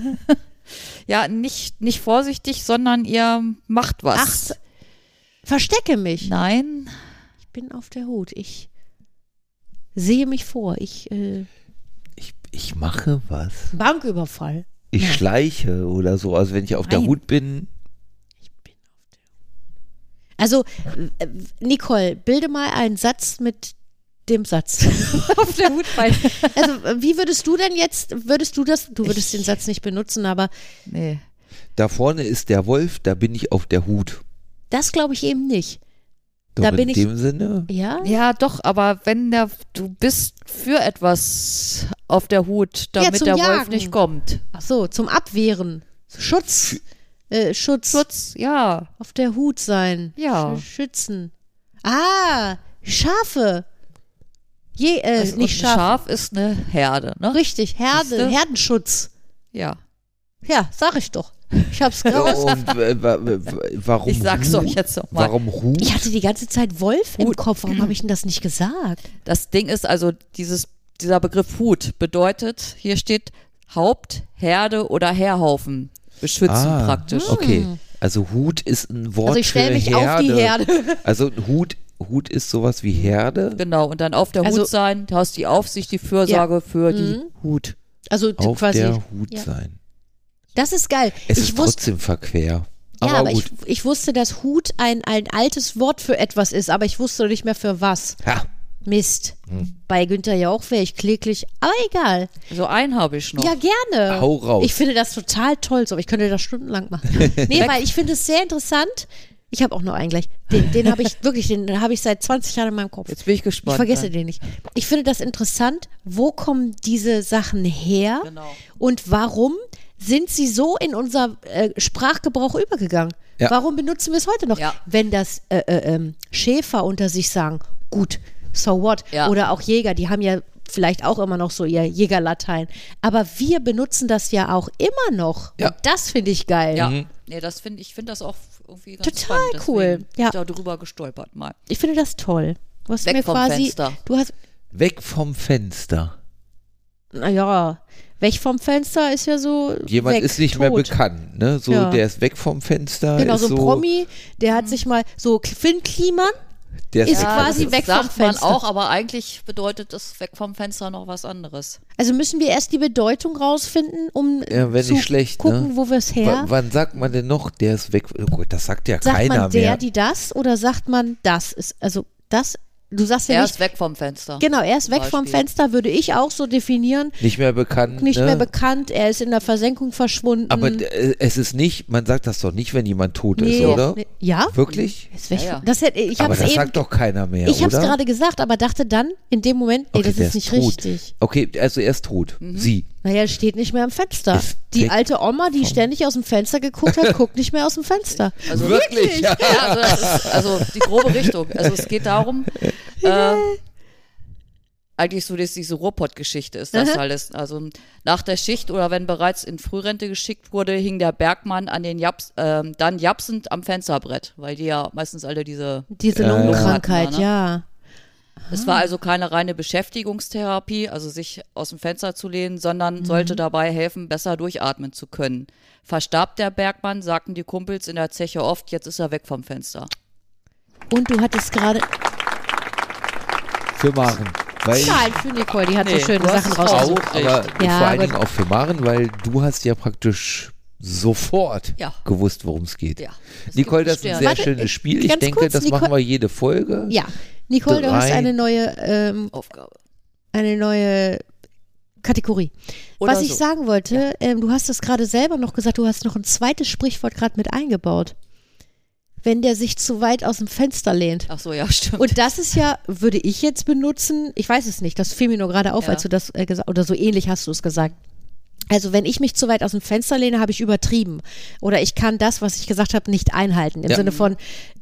[LAUGHS] ja, nicht, nicht vorsichtig, sondern ihr macht was. Acht- verstecke mich. [LAUGHS] Nein. Ich bin auf der Hut. Ich sehe mich vor. Ich, äh, Ich, ich mache was. Banküberfall. Ich Ja. schleiche oder so. Also wenn ich auf der Nein. Hut bin, Also, äh, Nicole, bilde mal einen Satz mit dem Satz auf der Hutfall. Also, äh, wie würdest du denn jetzt, würdest du das, du würdest den Satz nicht benutzen, aber Nee. da vorne ist der Wolf, da bin ich auf der Hut. das glaube ich eben nicht. Doch Da in bin ich- dem Sinne, Ja? Ja, doch, aber wenn der, du bist für etwas auf der Hut, Ja, damit zum der Wolf Jagen. nicht kommt. Ach so, zum Abwehren. Schutz. Äh, Schutz. Schutz, ja. Auf der Hut sein. Ja. Sch schützen. Ah, Schafe. Je, äh, nicht Also, und ein Schafe. Schaf ist eine Herde, ne? Richtig, Herde, Siehste? Herdenschutz. Ja. Ja, sag ich doch. Ich hab's Ja, gerade. und äh, wa- wa- wa- warum Ich sag's Hut? euch jetzt noch mal. Warum Hut? Ich hatte die ganze Zeit Wolf im Kopf. Warum habe ich denn das nicht gesagt? Das Ding ist also, dieses, dieser Begriff Hut bedeutet, hier steht Haupt, Herde oder Heerhaufen. Beschützen ah, praktisch. Okay. Also Hut ist ein Wort Hm. Also ich für stelle mich auf die Herde. [LAUGHS] Also ein Hut Hut ist sowas wie Herde. Genau, und dann auf der Also- Hut sein, du hast die Aufsicht, die Fürsorge für die Hut. Also Auf quasi. der Hut Ja. sein. Das ist geil. Es ich ist wusste, trotzdem verquer. ja, aber aber gut. ich, ich wusste, dass Hut ein, ein altes Wort für etwas ist, aber ich wusste nicht mehr für was. ha, Mist. Hm. Bei Günther Jauch wäre ich kläglich, aber egal. So einen habe ich noch. Ja, gerne. Oh. Hau raus. Ich finde das total toll, so. Ich könnte das stundenlang [LAUGHS] machen. nee, weil ich finde es sehr interessant. Ich habe auch nur einen gleich. Den, den habe ich wirklich, den habe ich seit 20 Jahren in meinem Kopf. Jetzt bin ich Ich gespannt. vergesse ne? den nicht. Ich finde das interessant, wo kommen diese Sachen her Genau. und warum sind sie so in unser äh, Sprachgebrauch übergegangen? Ja. Warum benutzen wir es heute noch? Ja. Wenn das äh, äh, ähm, Schäfer unter sich sagen, gut, so what? Ja. Oder auch Jäger, die haben ja vielleicht auch immer noch so ihr Jägerlatein. Aber wir benutzen das ja auch immer noch. Ja. Mhm. Und das finde ich geil. Ja, nee, das find, ich finde das auch irgendwie ganz Total spannend. deswegen cool, bin ja. Ich da drüber gestolpert mal. Ich finde das toll. Du hast Weg mir vom quasi, Fenster. du hast, weg vom Fenster. naja, weg vom Fenster ist ja so. Jemand weg, ist nicht mehr tot. bekannt. Ne? So, Ja. Der ist weg vom Fenster. Genau, ist so ein Promi, der Mhm. hat sich mal so K- Finn Kliman, Der ist weg. quasi Also das weg vom sagt man Fenster. auch, aber eigentlich bedeutet das weg vom Fenster noch was anderes. also müssen wir erst die Bedeutung rausfinden, um Ja, wär zu nicht schlecht, gucken, ne? wo wir es her. W wann sagt man denn noch, der ist weg? Oh Gott, das sagt ja sagt keiner man der, mehr. die das oder sagt man das ist also das du sagst ja er nicht ist weg vom Fenster. genau, er ist zum weg vom Beispiel. Fenster würde ich auch so definieren, nicht mehr bekannt. nicht ne? mehr bekannt, er ist in der Versenkung verschwunden. Aber äh, es ist nicht, man sagt das doch nicht, wenn jemand tot nee, ist, oder? nee, ja? Wirklich? Ist weg Ja, ja. vom- Das hätte ich Aber hab's das eben sagt doch keiner mehr, ich hab's oder? gerade gesagt, aber dachte dann in dem Moment, nee, okay, das der ist nicht tot. richtig. Mhm. Okay, also er ist tot. Sie. Naja, steht nicht mehr am Fenster. Ist Die weg alte Oma, die ständig aus dem Fenster [LAUGHS] geguckt hat, guckt nicht mehr aus dem Fenster. Also Wirklich? Ja. Ja, also, das ist, also die grobe Richtung. Also es geht darum, äh, eigentlich so dass diese Ruhrpott-Geschichte ist das alles. Also nach der Schicht oder wenn bereits in Frührente geschickt wurde, hing der Bergmann an den Japs, ähm, dann japsend am Fensterbrett, weil die ja meistens alle diese Diese ja. Lungenkrankheit, Hatten wir, ne? ja. Es war also keine reine Beschäftigungstherapie, also sich aus dem Fenster zu lehnen, sondern sollte dabei helfen, besser durchatmen zu können. Verstarb der Bergmann, sagten die Kumpels in der Zeche oft, jetzt ist er weg vom Fenster. Und du hattest gerade. Für Maren. Weil Nein, für Nicole, die hat Nee, so schöne du hast Sachen es raus. rausgesucht. auch, Also Richtig. aber Ja, vor aber- allen Dingen auch für Maren, weil du hast ja praktisch sofort Ja. gewusst, worum es geht. Ja. Es Nicole, gibt das ist ein Sterne. sehr Warte, schönes ich- Spiel. Ich ganz denke, kurz, das Nicole- machen wir jede Folge. Ja. Nicole, du hast Drei. eine neue, ähm, Aufgabe. eine neue Kategorie. Oder Was ich so. sagen wollte, ähm, du hast das gerade selber noch gesagt, du hast noch ein zweites Sprichwort gerade mit eingebaut. Wenn der sich zu weit aus dem Fenster lehnt. Ach so, ja, stimmt. Und das ist ja, würde ich jetzt benutzen, ich weiß es nicht, das fiel mir nur gerade auf, Ja. als du das äh, gesagt oder so ähnlich hast du es gesagt. Also wenn ich mich zu weit aus dem Fenster lehne, habe ich übertrieben. Oder ich kann das, was ich gesagt habe, nicht einhalten. Im Ja. Sinne von,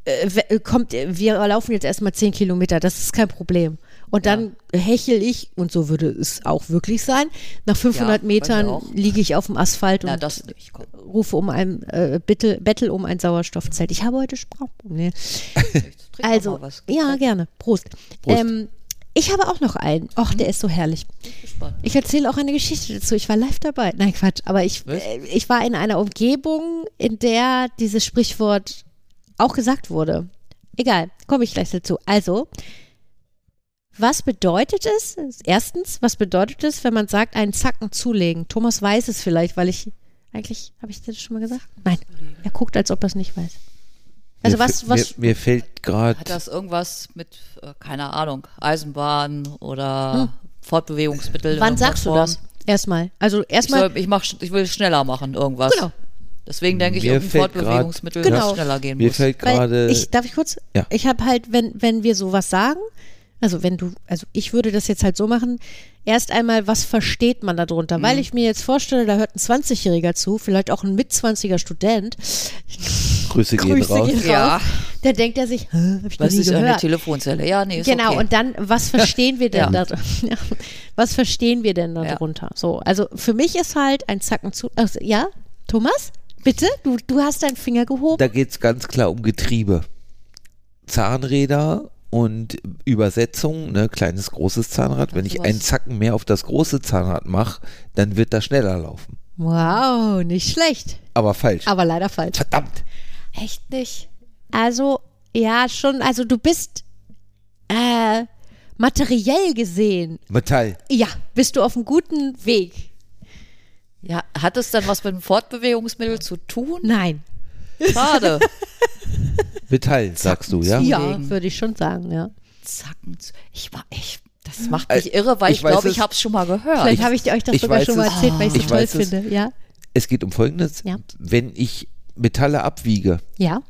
äh, we- äh, kommt, äh, wir laufen jetzt erstmal zehn Kilometer, das ist kein Problem. Und dann hechel ich, und so würde es auch wirklich sein, nach 500 Ja, bei mir Metern auch. liege ich auf dem Asphalt Na, und das nicht. Komm, rufe um ein, äh, bitte, bettel um ein Sauerstoffzelt. Ich habe heute Sprachprobleme. jetzt trink doch Also, mal was. ja, gerne. Prost. Prost. Ähm, ich habe auch noch einen. Och, der ist so herrlich. Mhm. Gespannt. Ich erzähle auch eine Geschichte dazu. Ich war live dabei. Nein, Quatsch. Aber ich, äh, ich war in einer Umgebung, in der dieses Sprichwort auch gesagt wurde. Egal, komme ich gleich dazu. Also, was bedeutet es? Erstens, was bedeutet es, wenn man sagt, einen Zacken zulegen? Thomas weiß es vielleicht, weil ich eigentlich, habe ich dir das schon mal gesagt? Nein, er guckt, als ob er es nicht weiß. Also mir, was, fä- was, mir, mir fällt gerade Hat das irgendwas mit, äh, keine Ahnung, Eisenbahn oder Fortbewegungsmittel? in Wann irgendeiner sagst du Form? das? Erstmal. Also Ich, erstmal. soll, ich, mach, sch- ich will schneller machen, irgendwas. Genau. Deswegen denke ich, Mir irgendein fällt grad- Fortbewegungsmittel, Genau. das schneller gehen mir muss. fällt Weil gerade ich, darf ich kurz? Ja. Ich habe halt, wenn, wenn wir sowas sagen, also wenn du, also ich würde das jetzt halt so machen, erst einmal, was versteht man darunter? Mhm. Weil ich mir jetzt vorstelle, da hört ein 20-Jähriger zu, vielleicht auch ein mit 20er Student. Grüße gehen Grüße raus. gehen Ja. raus. Da denkt er sich, "Hä, hab ich noch Was nie ist eine gehört. Telefonzelle? Ja, nee, ist Genau, okay. und dann, was verstehen wir denn Ja. da, [LAUGHS] ja, was verstehen wir denn Ja. darunter? So, also für mich ist halt ein Zacken zu, also, ja, Thomas, bitte, du, du hast deinen Finger gehoben. Da geht es ganz klar um Getriebe. Zahnräder und Übersetzung, ne, kleines, großes Zahnrad. Wenn ich sowas. einen Zacken mehr auf das große Zahnrad mache, dann wird das schneller laufen. Wow, nicht schlecht, Aber falsch. aber leider falsch. Verdammt. Echt nicht? Also, ja, schon, also du bist äh, materiell gesehen, Metall. ja, bist du auf einem guten Weg. Ja, hat es dann was mit dem Fortbewegungsmittel zu [LAUGHS] tun? Nein. Schade. [LAUGHS] Metall, sagst du, ja? Ja, würde ich schon sagen, ja. Zacken. zu- Ich war echt. Das macht mich irre, weil Äh, ich ich weiß glaube, ich, es- habe es schon mal gehört. Vielleicht habe ich dir euch das ich sogar weiß schon mal es. erzählt, weil ich es Ich so toll weiß es. finde. Ja, Es geht um Folgendes. Ja. Wenn ich Metalle abwiege, ja.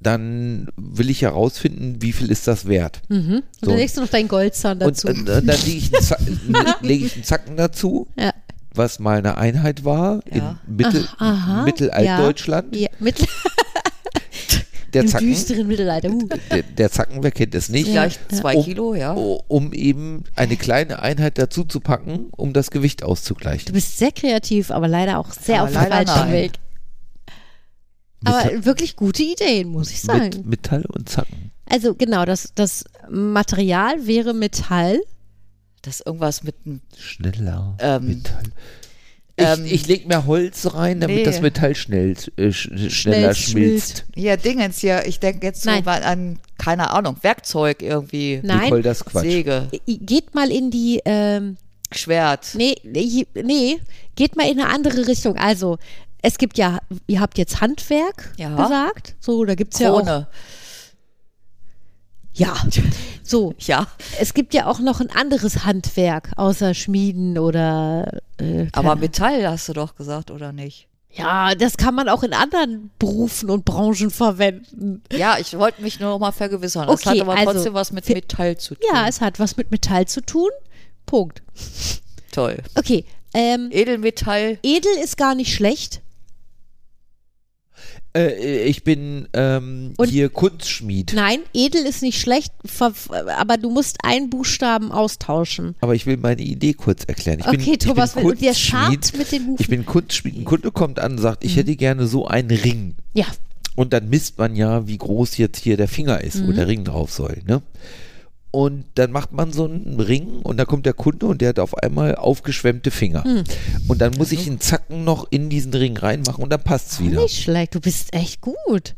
dann will ich herausfinden, wie viel ist das wert. Und So. dann legst du noch deinen Goldzahn Und, dazu. äh, dann lege ich, einen Zacken- ne- [LAUGHS] leg ich einen Zacken dazu, ja. was mal eine Einheit war Ja. in Mittel, Aha. Mittelaltdeutschland. Ja. Ja. Mittel [LAUGHS] Der, [LAUGHS] Im Zacken, düsteren Mittelalter. Uh. der, der Zacken, wer kennt es nicht? Vielleicht zwei um, Kilo, ja. Um eben eine kleine Einheit dazu zu packen, um das Gewicht Du auszugleichen. bist sehr kreativ, aber leider auch sehr Aber auf dem leider falschen nein. Weg. Aber wirklich gute Ideen, muss ich sagen. Mit Metall und Zacken. Also genau, das, das Material wäre Metall. Das ist irgendwas mit einem. Schneller. Ähm, Metall. ähm, ich ich lege mehr Holz rein, damit nee. das Metall schnell, äh, sch, schneller schmilzt. schmilzt. Ja, Dingens hier. Ich denke jetzt so Nein. mal an, keine Ahnung, Werkzeug irgendwie. Nein, Nicole, das ist Quatsch. Säge, I- geht mal in die, ähm, Schwert. nee, nee, nee, geht mal in eine andere Richtung. Also es gibt ja, ihr habt jetzt Handwerk Ja. gesagt, so, da gibt's ja auch, Krone. ja, so, Ja, es gibt ja auch noch ein anderes Handwerk, außer Schmieden oder, äh, keine aber Metall hast du doch gesagt, oder nicht? Ja, das kann man auch in anderen Berufen und Branchen verwenden. Ja, ich wollte mich nur noch mal vergewissern. Das Okay, hat aber also- trotzdem was mit Fe- Metall zu tun. Ja, es hat was mit Metall zu tun. Punkt. Toll. Okay, ähm, Edelmetall. edel ist gar nicht schlecht. Äh, ich bin ähm, Und- hier Kunstschmied, Nein, edel ist nicht schlecht, ver- aber du musst einen Buchstaben austauschen. aber ich will meine Idee kurz erklären. Ich bin, Okay, ich bin Thomas will- und der Kunstschmied. scharrt mit den Hufen. Mhm. Ich bin Kunstschmied. Ein Kunde kommt an und sagt, ich hätte gerne so einen Ring. Ja, Und dann misst man ja, wie groß jetzt hier der Finger ist, Mhm. wo der Ring drauf soll. Ne? Und dann macht man so einen Ring und da kommt der Kunde und der hat auf einmal aufgeschwemmte Finger. Hm. Und dann muss ich einen Zacken noch in diesen Ring reinmachen und dann passt es wieder. nicht schlecht. Du bist echt gut.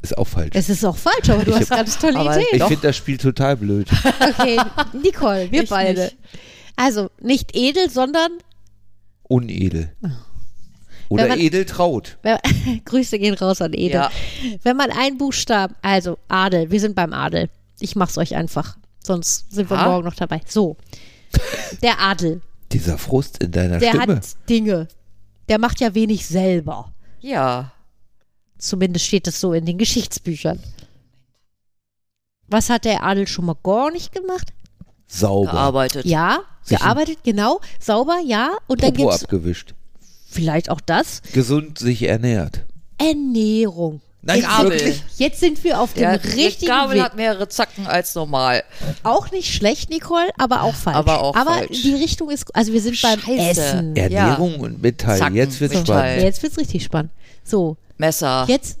Ist auch falsch. Es ist auch falsch, aber du hast ganz tolle aber- [LAUGHS] Ideen. ich finde das Spiel total [LAUGHS] blöd. Okay, Nicole, wir Ich beide. nicht. Also nicht edel, sondern Unedel. Wenn Oder man- edel traut. Wenn- [LAUGHS] Grüße gehen raus an Edel. Ja. Wenn man einen Buchstaben, also Adel, wir sind beim Adel. Ich mach's euch einfach. Sonst sind wir Ha? morgen noch dabei. So. Der Adel, Dieser Frust in deiner der Stimme. hat Dinge. Der macht ja wenig selber. Ja. Zumindest steht es so in den Geschichtsbüchern. Was hat der Adel schon mal gar nicht gemacht? Sauber. Gearbeitet. Ja, Sich ein- gearbeitet, genau, sauber, ja. Und dann Popo gibt's abgewischt. vielleicht auch das. Gesund sich ernährt. Ernährung. Nein, jetzt, Gabel. wirklich- jetzt sind wir auf dem Der, richtigen der Gabel Weg. hat mehrere Zacken als normal. Auch nicht schlecht, Nicole, aber auch falsch. Aber auch falsch. die Richtung ist, also wir sind beim Scheiße. Essen. Ja. Ernährung und Metall. Zacken, Jetzt wird's Metall. spannend. Jetzt wird's richtig spannend. So, Messer. jetzt,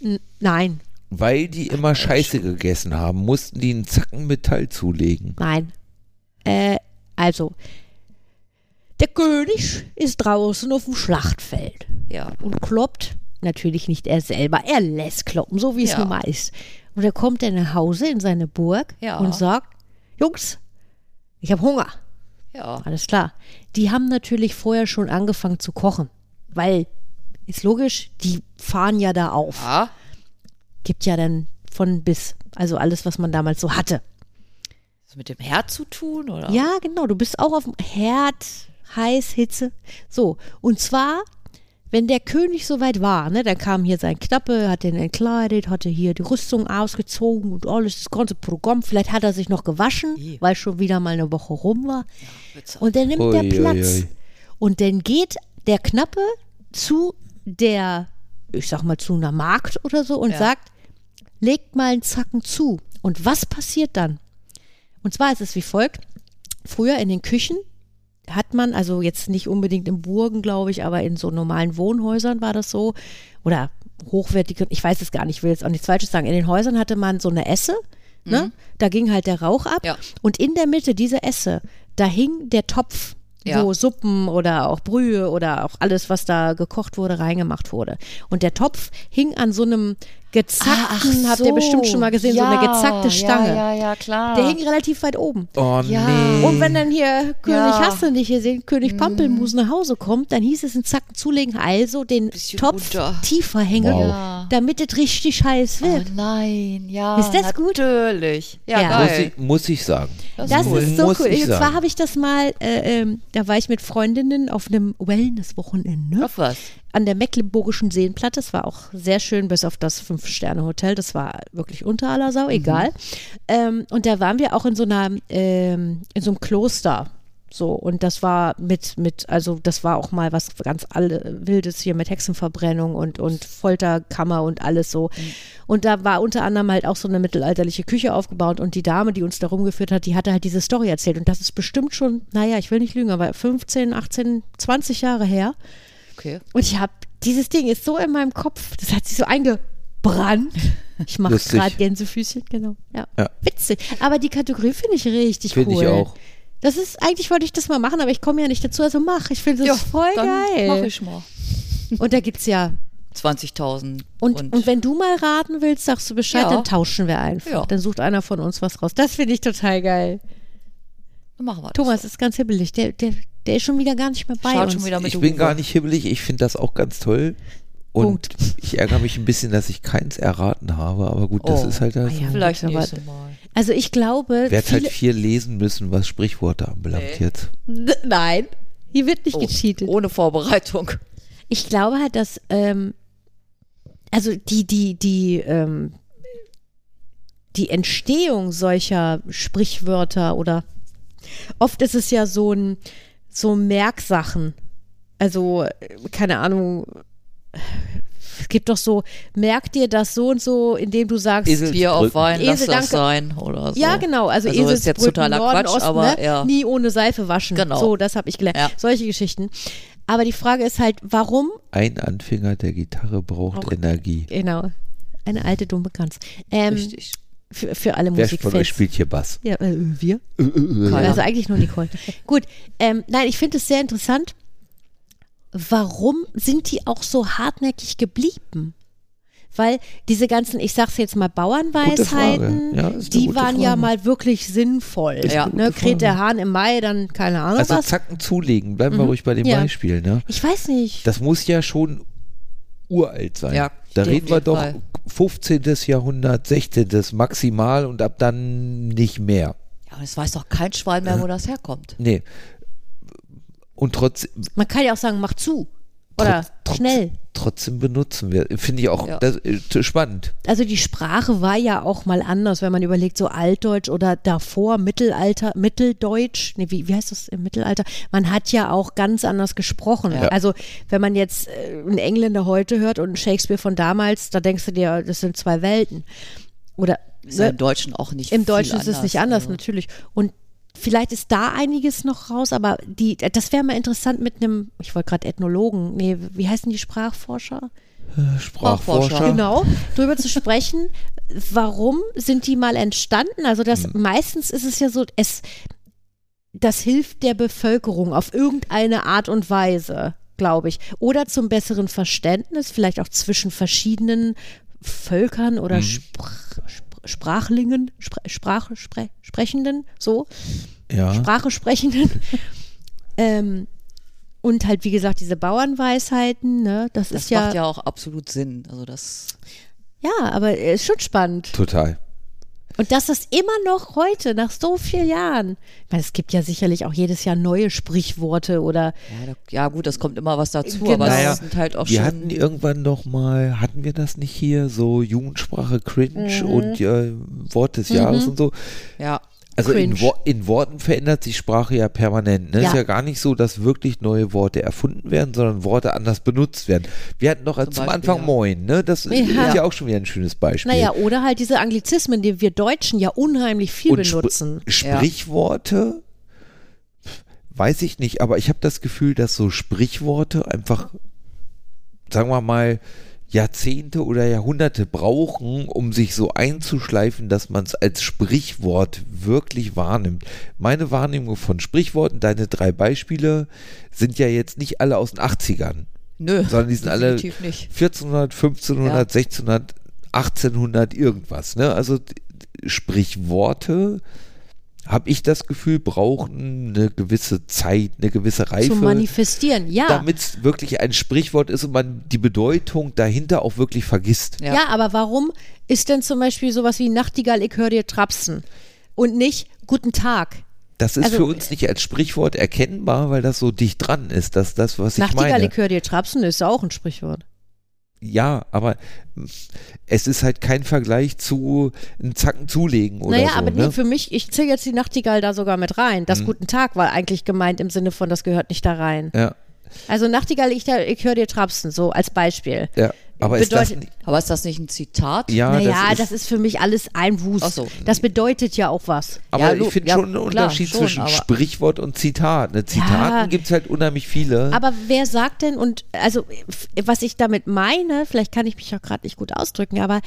n- nein, Weil die immer Scheiße gegessen haben, mussten die einen Zacken Metall zulegen. nein. Äh, also, der König ist draußen auf dem Schlachtfeld Ja. und kloppt, natürlich nicht er selber, er lässt kloppen, so wie es Ja. nun mal ist. Und er kommt dann nach Hause in seine Burg Ja. und sagt, Jungs, ich habe Hunger. Ja. Alles klar. Die haben natürlich vorher schon angefangen zu kochen, weil ist logisch, die fahren ja da auf. ja. Gibt ja dann von bis, also alles, was man damals so hatte. Das mit dem Herd zu tun, oder? Ja, genau, du bist auch auf dem Herd, heiß, Hitze. So, und zwar, wenn der König soweit war, ne, dann kam hier sein Knappe, hat den entkleidet, hatte hier die Rüstung ausgezogen und alles, das ganze Programm. Vielleicht hat er sich noch gewaschen, weil schon wieder mal eine Woche rum war. Und dann nimmt der Ui, ui, Platz. ui. Und dann geht der Knappe zu der, ich sag mal, zu einer Markt oder so und sagt, legt mal einen Zacken zu. Und was passiert dann? Und zwar ist es wie folgt. Früher in den Küchen hat man, also jetzt nicht unbedingt in Burgen, glaube ich, aber in so normalen Wohnhäusern war das so. Oder hochwertige, ich weiß es gar nicht, ich will jetzt auch nichts Falsches sagen. In den Häusern hatte man so eine Esse, ne? da ging halt der Rauch ab. Mhm. Ja. Und in der Mitte dieser Esse, da hing der Topf Ja. wo Suppen oder auch Brühe oder auch alles, was da gekocht wurde, reingemacht wurde. Und der Topf hing an so einem Ah, gezackten, habt ihr bestimmt schon mal gesehen, so eine gezackte Stange. Ja, ja, ja, klar. Der hing relativ weit oben. Oh Ja. nee. Und wenn dann hier König Ja. Mhm. Hasse nicht gesehen, König Pampelmus nach Hause kommt, dann hieß es einen Zacken zulegen, also den Bisschen Topf runter. tiefer hängen, Wow. Ja. damit es richtig heiß oh wird. nein, ja. Ist das gut? Natürlich. Ja, Ja. muss, geil. ich, muss ich sagen. Das Das cool. ist so Muss cool. ich Und zwar sagen. habe ich das mal, äh, ähm, da war ich mit Freundinnen auf einem Wellness-Wochenende Auf was? an der Mecklenburgischen Seenplatte. Das war auch sehr schön, bis auf das Fünf-Sterne-Hotel. Das war wirklich unter aller Sau, egal. Ähm, und da waren wir auch in so einer, ähm, in so einem Kloster. So, und das war mit, mit, also das war auch mal was ganz alle, Wildes hier mit Hexenverbrennung und, und Folterkammer und alles so. Und da war unter anderem halt auch so eine mittelalterliche Küche aufgebaut und die Dame, die uns da rumgeführt hat, die hatte halt diese Story erzählt. Und das ist bestimmt schon, naja, ich will nicht lügen, aber 15, 18, 20 Jahre her. Okay. Und ich habe, dieses Ding ist so in meinem Kopf, das hat sich so eingebrannt. Ich mache Lustig. gerade Gänsefüßchen, genau. Ja. Ja. Witzig. Aber die Kategorie finde ich richtig Finde ich cool. auch. Das ist, eigentlich wollte ich das mal machen, aber ich komme ja nicht dazu, also mach. Ich finde das voll dann Mach geil. ich mal. Und da gibt's ja. 20.000. Und, und, wenn du mal raten willst, sagst du Bescheid, Ja. dann tauschen wir einfach. Ja. Dann sucht einer von uns was raus. Das finde ich total geil. dann machen wir das. Thomas ist ganz hibbelig. Der, der, der ist schon wieder gar nicht mehr bei Schaut uns. schon wieder mit Ich bin Huwe. gar nicht hibbelig, ich finde das auch ganz toll. Und Punkt. ich ärgere mich ein bisschen, dass ich keins erraten habe, aber gut, das Oh. ist halt das. Ah ja. Vielleicht Aber- nächstes Mal. Also ich glaube, Werd halt viele, viel lesen müssen, was Sprichworte anbelangt Nee. jetzt. nein, hier wird nicht gecheatet. Oh, ohne Vorbereitung. Ich glaube halt, dass ähm, also die die die ähm, die Entstehung solcher Sprichwörter oder oft ist es ja so ein so Merksachen. Also äh, keine Ahnung. Es gibt doch so, merk dir das so und so, indem du sagst, Esel- Bier auf Drücken. Wein, lass Esel, das danke. sein oder so. ja, genau. Also, Also ist jetzt Eselsbrücken, totaler Norden, Quatsch, Osten, aber ne? ja. nie ohne Seife waschen. Genau. So, das habe ich gelernt. Ja. Solche Geschichten. Aber die Frage ist halt, warum? Ein Anfänger der Gitarre braucht Auch- Energie. Genau. Eine alte dumme Gans. Ähm, Richtig. für, für alle Wer von euch Musikfans. spielt hier Bass? Ja, äh, wir. Keiner. Also eigentlich [LAUGHS] nur Nicole. Gut, ähm, nein, ich finde es sehr interessant. Warum sind die auch so hartnäckig geblieben? Weil diese ganzen, ich sag's jetzt mal, Gute Frage. Bauernweisheiten, Ja, ist eine die gute waren ja Frage. mal wirklich sinnvoll. Ist eine gute ne, Frage. kräht der Hahn im Mai, dann keine Ahnung Also was. Zacken zulegen, bleiben wir ruhig bei dem Mhm. Ja. Beispiel. Ne? Ich weiß nicht. Das muss ja schon uralt sein. Ja, da auf reden wir jeden doch Fall. 15. Jahrhundert, 16. maximal und ab dann nicht mehr. Ja, und es weiß doch kein Schwein mehr, wo das herkommt. Nee. Und trotz, Man kann ja auch sagen, mach zu. Oder trotz, schnell. Trotzdem benutzen wir. Finde ich auch Ja. das, äh, t- spannend. Also die Sprache war ja auch mal anders, wenn man überlegt, so Altdeutsch oder davor Mittelalter, Mitteldeutsch, nee, wie, wie heißt das im Mittelalter? Man hat ja auch ganz anders gesprochen. Also wenn man jetzt äh, einen Engländer heute hört und einen Shakespeare von damals, da denkst du dir, das sind zwei Welten. Oder Ist ja ne, im Deutschen auch nicht im viel Deutschen ist es nicht anders, also. natürlich. Und vielleicht ist da einiges noch raus, aber die, das wäre mal interessant mit einem, ich wollte gerade Ethnologen, nee, wie heißen die Sprachforscher? Sprachforscher. Sprachforscher. genau, darüber zu sprechen, warum sind die mal entstanden? Also das Hm. meistens ist es ja so, es das hilft der Bevölkerung auf irgendeine Art und Weise, glaube ich, oder zum besseren Verständnis, vielleicht auch zwischen verschiedenen Völkern Hm. oder Spr Spr Sprachlingen, Spr Sprache Spre Sprechenden, so. Hm. Ja. Sprache [LAUGHS] sprechenden. ähm, und halt, wie gesagt, diese Bauernweisheiten, ne, das, Das ist ja, macht ja auch absolut Sinn. Also das ja, aber äh, ist schon spannend. Total. Und dass das immer noch heute, nach so vielen Jahren, ich meine, es gibt ja sicherlich auch jedes Jahr neue Sprichworte oder Ja, da, ja gut, das kommt immer was dazu, Genau. aber Naja, es sind halt auch Wir schon. hatten irgendwann noch mal, hatten wir das nicht hier, so Jugendsprache Mhm. cringe und äh, Wort des Jahres und so. ja, Also in, Cringe. Wo in Worten verändert sich Sprache ja permanent. Ne? Ja. Ist ja gar nicht so, dass wirklich neue Worte erfunden werden, sondern Worte anders benutzt werden. Wir hatten noch äh, zum, Beispiel, Anfang ja. Moin, ne? Das ist- Ja. ist ja auch schon wieder ein schönes Beispiel. naja, oder halt diese Anglizismen, die wir Deutschen ja unheimlich viel Spr- benutzen. Sprichworte weiß ich nicht, aber ich habe das Gefühl, dass so Sprichworte einfach, sagen wir mal, Jahrzehnte oder Jahrhunderte brauchen, um sich so einzuschleifen, dass man es als Sprichwort wirklich wahrnimmt. Meine Wahrnehmung von Sprichworten, deine drei Beispiele, sind ja jetzt nicht alle aus den 80ern, Nö, sondern die sind alle definitiv nicht. 1400, 1500, 1600, 1800 irgendwas. Ne? Also d- Sprichworte, habe ich das Gefühl, brauchen eine gewisse Zeit, eine gewisse Reife Zu manifestieren, ja. damit es wirklich ein Sprichwort ist und man die Bedeutung dahinter auch wirklich vergisst. ja. aber warum ist denn zum Beispiel sowas wie Nachtigall, ich höre dir trapsen und nicht Guten Tag? Das ist Also- für uns nicht als Sprichwort erkennbar, weil das so dicht dran ist. Das ist das, was ich Nachtigall, meine. ich höre dir trapsen ist auch ein Sprichwort. Ja, aber es ist halt kein Vergleich zu einem Zacken zulegen oder naja, so. aber nee, ne? Mhm. für mich, ich zähle jetzt die Nachtigall da sogar mit rein. Das Guten Tag war eigentlich gemeint im Sinne von, das gehört nicht da rein. ja, Also Nachtigall, ich, ich höre dir trapsen, so als Beispiel. ja. Aber ist das Bedeutet- nicht, Aber ist das nicht ein Zitat? ja, naja, das ist, für mich alles ein Wust. Ach so. Das bedeutet ja auch was. Ja, aber lo- ich finde ja, schon einen klar, Unterschied schon, zwischen aber- Sprichwort und Zitat. Ne, Zitaten Ja. gibt es halt unheimlich viele. Aber wer sagt denn, und also f- was ich damit meine, vielleicht kann ich mich auch gerade nicht gut ausdrücken, aber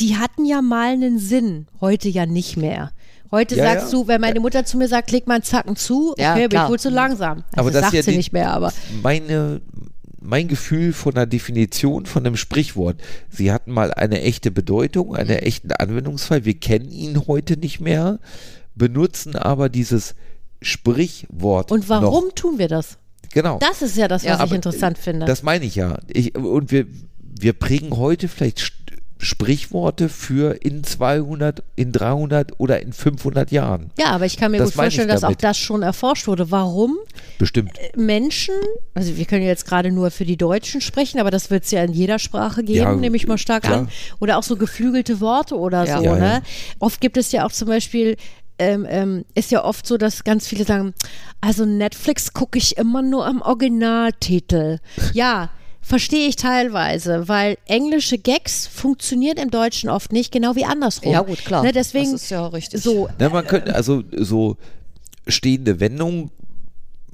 die hatten ja mal einen Sinn, heute ja nicht mehr. Heute Ja, ja. sagst du, wenn meine Mutter zu mir sagt, leg mal einen Zacken zu, okay, Ja, bin ich klar. wohl zu langsam. Also Aber das sagt ja sie die- nicht mehr, aber meine, mein Gefühl von einer Definition von einem Sprichwort. Sie hatten mal eine echte Bedeutung, einen Mhm. echten Anwendungsfall. Wir kennen ihn heute nicht mehr, benutzen aber dieses Sprichwort. und warum Noch. tun wir das? Genau. Das ist ja das, was Ja, ich aber, interessant finde. Das meine ich ja. Ich, und wir, wir prägen heute vielleicht St- Sprichworte für in 200, in 300 oder in 500 Jahren. ja, aber ich kann mir das gut meine ich vorstellen, dass auch damit. das schon erforscht wurde. Warum Bestimmt. Äh, Menschen, also wir können jetzt gerade nur für die Deutschen sprechen, aber das wird es ja in jeder Sprache geben, Ja, nehme ich mal stark klar. an. Oder auch so geflügelte Worte oder Ja. so. Ja, ne? ja. Oft gibt es ja auch zum Beispiel, ähm, ähm, ist ja oft so, dass ganz viele sagen, also Netflix gucke ich immer nur am Originaltitel. Ja. Verstehe ich teilweise, weil englische Gags funktionieren im Deutschen oft nicht, genau wie andersrum. Ja, gut, klar. Ne, deswegen, Das ist ja richtig. so, Na, man könnte also so stehende Wendungen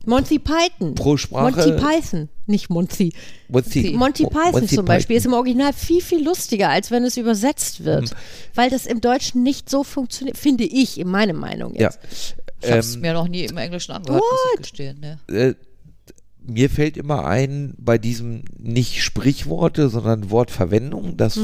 Monty Python. Pro Sprache- Monty Python, nicht Monty. Monty, Monty Mo- Python Monty zum Beispiel ist im Original viel, viel lustiger, als wenn es übersetzt wird. Mhm. Weil das im Deutschen nicht so funktioniert, finde ich, in meiner Meinung Ja. jetzt. Ich habe es ähm, mir noch nie im Englischen angehört, muss ich gestehen. Ne? äh, mir fällt immer ein, bei diesem nicht Sprichworte, sondern Wortverwendung, das,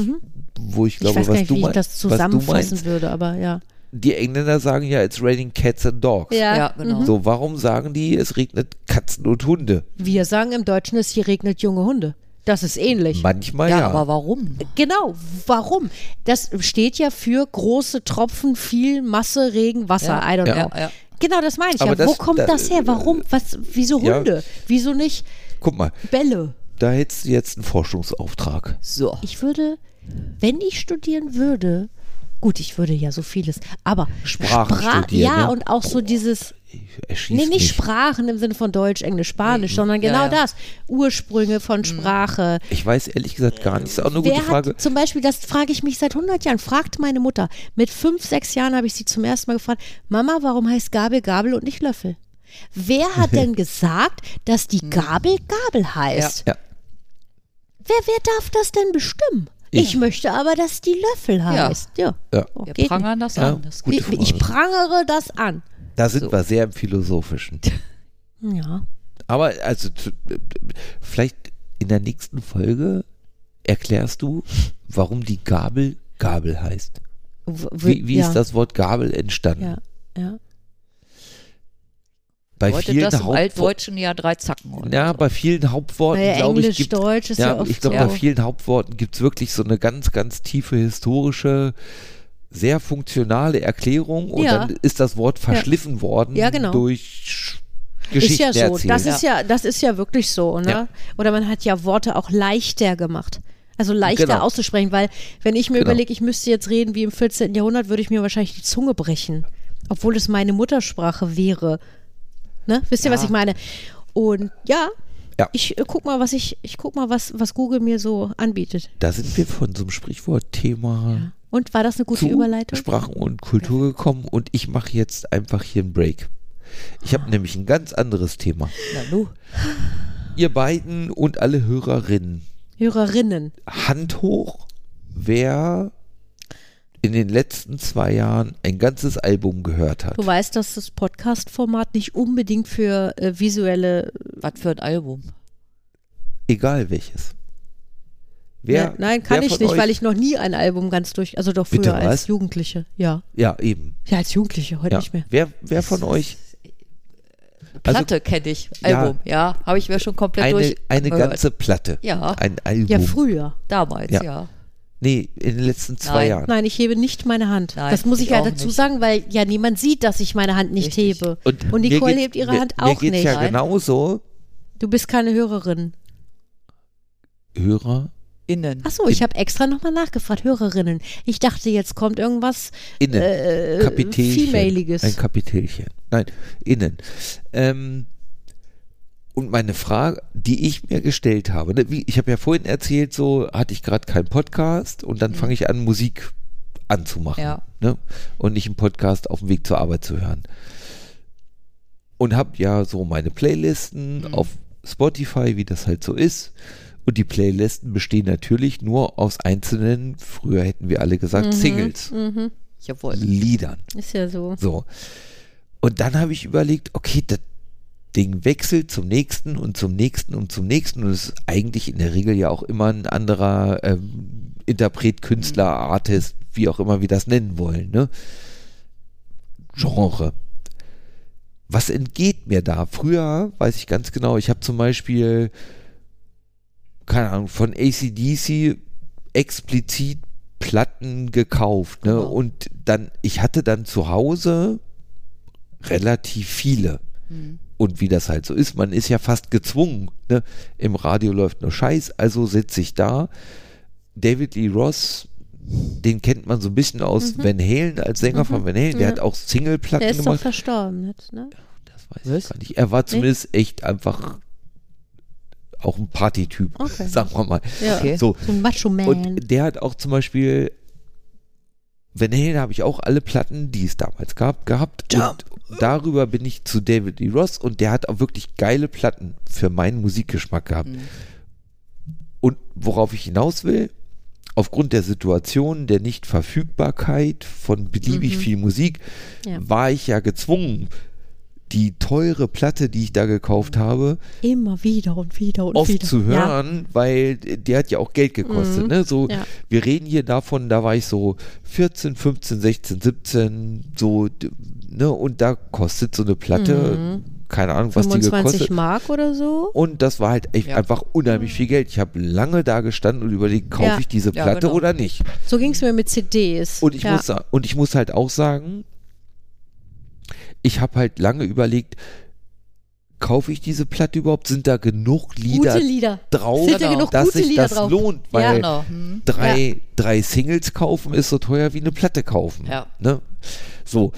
wo ich Mhm. Ich glaube, weiß gar was, nicht, du wie ich mein, das was du zusammenfassen meinst, würde, aber ja. die Engländer sagen ja, it's raining cats and dogs. Ja, genau. Mhm. So, warum sagen die, es regnet Katzen und Hunde? Wir sagen im Deutschen, es hier regnet junge Hunde. Das ist ähnlich. Manchmal Ja, ja. aber warum? Genau, warum? Das steht ja für große Tropfen, viel Masse, Regen, Wasser, Ja, I don't ja, know. ja. Genau, das meine ich Aber ja. Wo das- kommt da- das her? Warum? Was, wieso Ja. Hunde? Wieso nicht Guck mal, Bälle? da hättest du jetzt einen Forschungsauftrag. So. Ich würde, wenn ich studieren würde, gut, ich würde ja so vieles, aber Sprachen studieren, ne? ja, ja. und auch so dieses, Ich erschieß nee, nicht mich. Sprachen im Sinne von Deutsch, Englisch, Spanisch, Mhm. sondern Ja, genau ja. das, Ursprünge von Sprache. Ich weiß ehrlich gesagt gar nicht. Ist auch eine Wer gute Frage. hat zum Beispiel, das frage ich mich seit 100 Jahren, fragt meine Mutter. Mit fünf, sechs Jahren habe ich sie zum ersten Mal gefragt, Mama, warum heißt Gabel Gabel und nicht Löffel? Wer [LAUGHS] hat denn gesagt, dass die Gabel Gabel heißt? Ja. Wer, wer darf das denn bestimmen? Ich, möchte aber, dass die Löffel heißt. Ja. Ja. Wir Geht prangern das Ja, an. Das gut. geht. Ich, ich prangere das an. Da sind wir sehr im Philosophischen. Ja. Aber also zu- vielleicht in der nächsten Folge erklärst du, warum die Gabel Gabel heißt. W- w- Wie, wie ja. ist das Wort Gabel entstanden? Ja, ja. Bei Bedeutet vielen das im Hauptworten. Altdeutschen ja drei Zacken. Oder? Ja, bei vielen Hauptworten, Naja, glaube ich, Englisch, gibt, Deutsch ist ja oft ich glaube, so. bei vielen Hauptworten gibt es wirklich so eine ganz, ganz tiefe historische, sehr funktionale Erklärung und Ja. dann ist das Wort verschliffen worden Ja, genau. durch Sch- Ist Geschichten ja so. erzählen. Das ist ja, das ist ja wirklich so, ne? Ja. Oder man hat ja Worte auch leichter gemacht. Also leichter Genau. auszusprechen, weil wenn ich mir Genau. überlege, ich müsste jetzt reden wie im 14. Jahrhundert, würde ich mir wahrscheinlich die Zunge brechen. Obwohl es meine Muttersprache wäre. Ne? Wisst ihr, was ich meine? Und ja, Ja. ich äh, guck mal, was ich, ich guck mal, was, was Google mir so anbietet. da sind wir von so einem Sprichwort-Thema. Und war das eine gute zu Überleitung? Sprachen und Kultur gekommen und ich mache jetzt einfach hier einen Break. Ich Ah. habe nämlich ein ganz anderes Thema. Na, nu. Ihr beiden und alle Hörerinnen Hörerinnen. Hand hoch, wer in den letzten zwei Jahren ein ganzes Album gehört hat. Du weißt, dass das Podcast-Format nicht unbedingt für äh, visuelle. Was für ein Album. Egal welches. Wer, Ne- Nein, kann wer ich von nicht, euch, weil ich noch nie ein Album ganz durch. Also doch früher Bitte als was? Jugendliche. Ja. Ja, eben. Ja, als Jugendliche, heute Ja. nicht mehr. Wer, wer von euch Also- Platte kenne ich. Ja. Album, ja. Habe ich mir schon komplett eine, durch. eine gehört. ganze Platte? Ja. Ein Album? Ja, früher. Damals, ja. Ja. nee, in den letzten zwei Nein. Jahren. Nein, ich hebe nicht meine Hand. Nein, das muss ich ich ja auch dazu nicht. sagen, weil ja niemand sieht, dass ich meine Hand nicht Richtig. hebe. Und, Und mir Nicole geht's- hebt ihre mir, Hand mir auch geht's nicht. ja Nein. genauso, Du bist keine Hörerin. Hörer, Innen. Achso, ich habe extra nochmal nachgefragt. Hörerinnen. Ich dachte, jetzt kommt irgendwas. innen, Äh, Kapitelchen, Femaliges. ein Kapitelchen, nein, innen. Ähm, und meine Frage, die ich mir gestellt habe, ne, wie, ich habe ja vorhin erzählt, so hatte ich gerade keinen Podcast und dann fange ich an, Musik anzumachen Ja. ne, und nicht einen Podcast auf dem Weg zur Arbeit zu hören. Und habe ja so meine Playlisten auf Spotify, wie das halt so ist. Und die Playlisten bestehen natürlich nur aus einzelnen, früher hätten wir alle gesagt, Singles, Jawohl. Liedern. Ist ja so. So. Und dann habe ich überlegt, okay, das Ding wechselt zum nächsten und zum nächsten und zum nächsten. Und es ist eigentlich in der Regel ja auch immer ein anderer ähm, Interpret, Künstler, Artist, wie auch immer wir das nennen wollen. Ne? Genre. Was entgeht mir da? Früher weiß ich ganz genau, ich habe zum Beispiel, keine Ahnung, von ACDC explizit Platten gekauft. Ne? Genau. Und dann, ich hatte dann zu Hause relativ viele. Mhm. Und wie das halt so ist, man ist ja fast gezwungen. Ne? Im Radio läuft nur Scheiß, also sitze ich da. David Lee Ross, den kennt man so ein bisschen aus Van Halen, als Sänger von Van Halen, der hat auch Mhm. Der Singleplatten ist doch gemacht. verstorben jetzt, ne? Das weiß ich gar nicht. Er war zumindest echt einfach auch ein Partytyp, Okay. [LAUGHS] sagen wir mal. Ja. Okay. So, So ein Macho-Man. und der hat auch zum Beispiel, Van Halen habe ich auch alle Platten, die es damals gab, gehabt. Und darüber bin ich zu David Lee Ross und der hat auch wirklich geile Platten für meinen Musikgeschmack gehabt. Und worauf ich hinaus will, aufgrund der Situation der Nichtverfügbarkeit von beliebig viel Musik, Ja. war ich ja gezwungen, die teure Platte, die ich da gekauft habe, Immer wieder und wieder und oft wieder. zu hören, weil die hat ja auch Geld gekostet. Ne? So, Mhm. Ja. Wir reden hier davon, da war ich so 14, 15, 16, 17, so, d- ne? und da kostet so eine Platte, Mhm. keine Ahnung, Ja. was die 25 gekostet. Mark oder so. Und das war halt echt Ja. einfach unheimlich viel Geld. Ich habe lange da gestanden und überlegt, kaufe Ja. ich diese Ja, Platte genau. oder nicht? So ging es mir mit CDs. Und ich, ja. muss, sa- und ich muss halt auch sagen, ich habe halt lange überlegt, kaufe ich diese Platte überhaupt? Sind da genug Lieder, Gute Lieder. drauf, Sind da genug dass gute sich Lieder das drauf? lohnt? Ja, Weil Genau. Hm. drei, drei Singles kaufen ist so teuer wie eine Platte kaufen. Ja. Ne? So.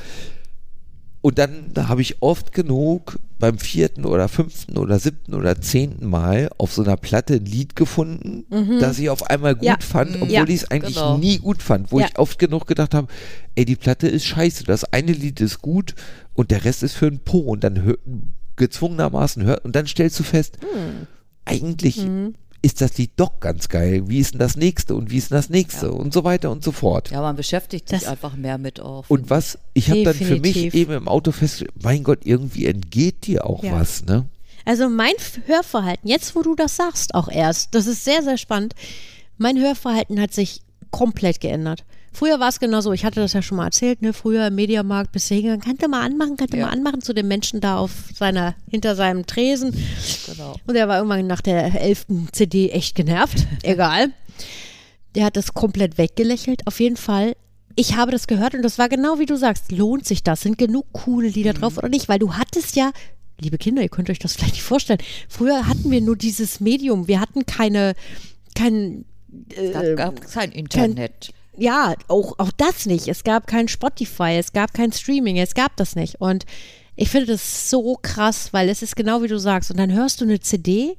Und dann habe ich oft genug beim vierten oder fünften oder siebten oder zehnten Mal auf so einer Platte ein Lied gefunden, das ich auf einmal gut Mhm. Ja. Mhm. fand, obwohl Ja. ich es eigentlich Genau. nie gut fand, wo Ja. ich oft genug gedacht habe, ey, die Platte ist scheiße, das eine Lied ist gut und der Rest ist für ein Po und dann hö- gezwungenermaßen hört und dann stellst du fest, Hm. eigentlich Mhm. ist das Lied doch ganz geil. Wie ist denn das nächste und wie ist denn das nächste und so weiter und so fort. Ja, man beschäftigt sich Das- einfach mehr mit auf. Und was, ich habe dann für mich Definitiv. eben im Auto festgestellt, mein Gott, irgendwie entgeht dir auch Ja. was, ne? Also mein F- Hörverhalten, jetzt wo du das sagst auch erst, das ist sehr, sehr spannend. Mein Hörverhalten hat sich komplett geändert. Früher war es genau so, ich hatte das ja schon mal erzählt, ne? früher im Mediamarkt bist du hingegangen, kannst du mal anmachen, kannst du Ja. mal anmachen zu dem Menschen da auf seiner, hinter seinem Tresen. genau. Und er war irgendwann nach der elften CD echt genervt. Egal. Der hat das komplett weggelächelt. Auf jeden Fall. Ich habe das gehört und das war genau wie du sagst. Lohnt sich das? Sind genug coole Lieder drauf oder nicht? Weil du hattest ja, liebe Kinder, ihr könnt euch das vielleicht nicht vorstellen. Früher hatten wir nur dieses Medium. Wir hatten keine, kein, Äh, Da gab es kein Internet. ja, auch, auch das nicht. Es gab kein Spotify, es gab kein Streaming, es gab das nicht. Und ich finde das so krass, weil es ist genau wie du sagst. Und dann hörst du eine CD.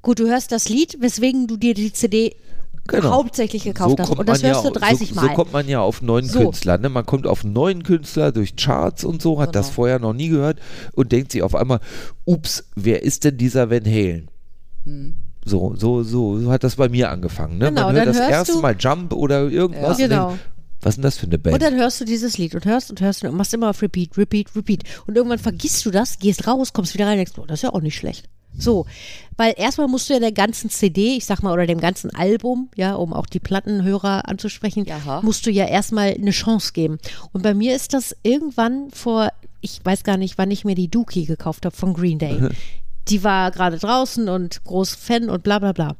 Gut, du hörst das Lied, weswegen du dir die CD hauptsächlich gekauft hast. Und das Genau. man hörst ja, du 30 so, Mal. So kommt man ja auf neuen So. Künstler. Ne? Man kommt auf einen neuen Künstler durch Charts und so, hat Genau. das vorher noch nie gehört und denkt sich auf einmal, ups, wer ist denn dieser Van Halen? So, so, so, so hat das bei mir angefangen. Ne? Hm. Genau, Man dann hört das hörst erste du- Mal Jump oder irgendwas. Ja. und Genau. denkt, Was ist denn das für eine Band? Und dann hörst du dieses Lied und hörst und hörst und machst immer auf Repeat, Repeat, Repeat. Und irgendwann vergisst du das, gehst raus, kommst wieder rein und denkst, oh, das ist ja auch nicht schlecht. So, weil erstmal musst du ja der ganzen CD, ich sag mal, oder dem ganzen Album, ja, um auch die Plattenhörer anzusprechen, Jaha. musst du ja erstmal eine Chance geben. Und bei mir ist das irgendwann vor, ich weiß gar nicht, wann ich mir die Dookie gekauft habe von Green Day. Die war gerade draußen und groß Fan und bla bla bla.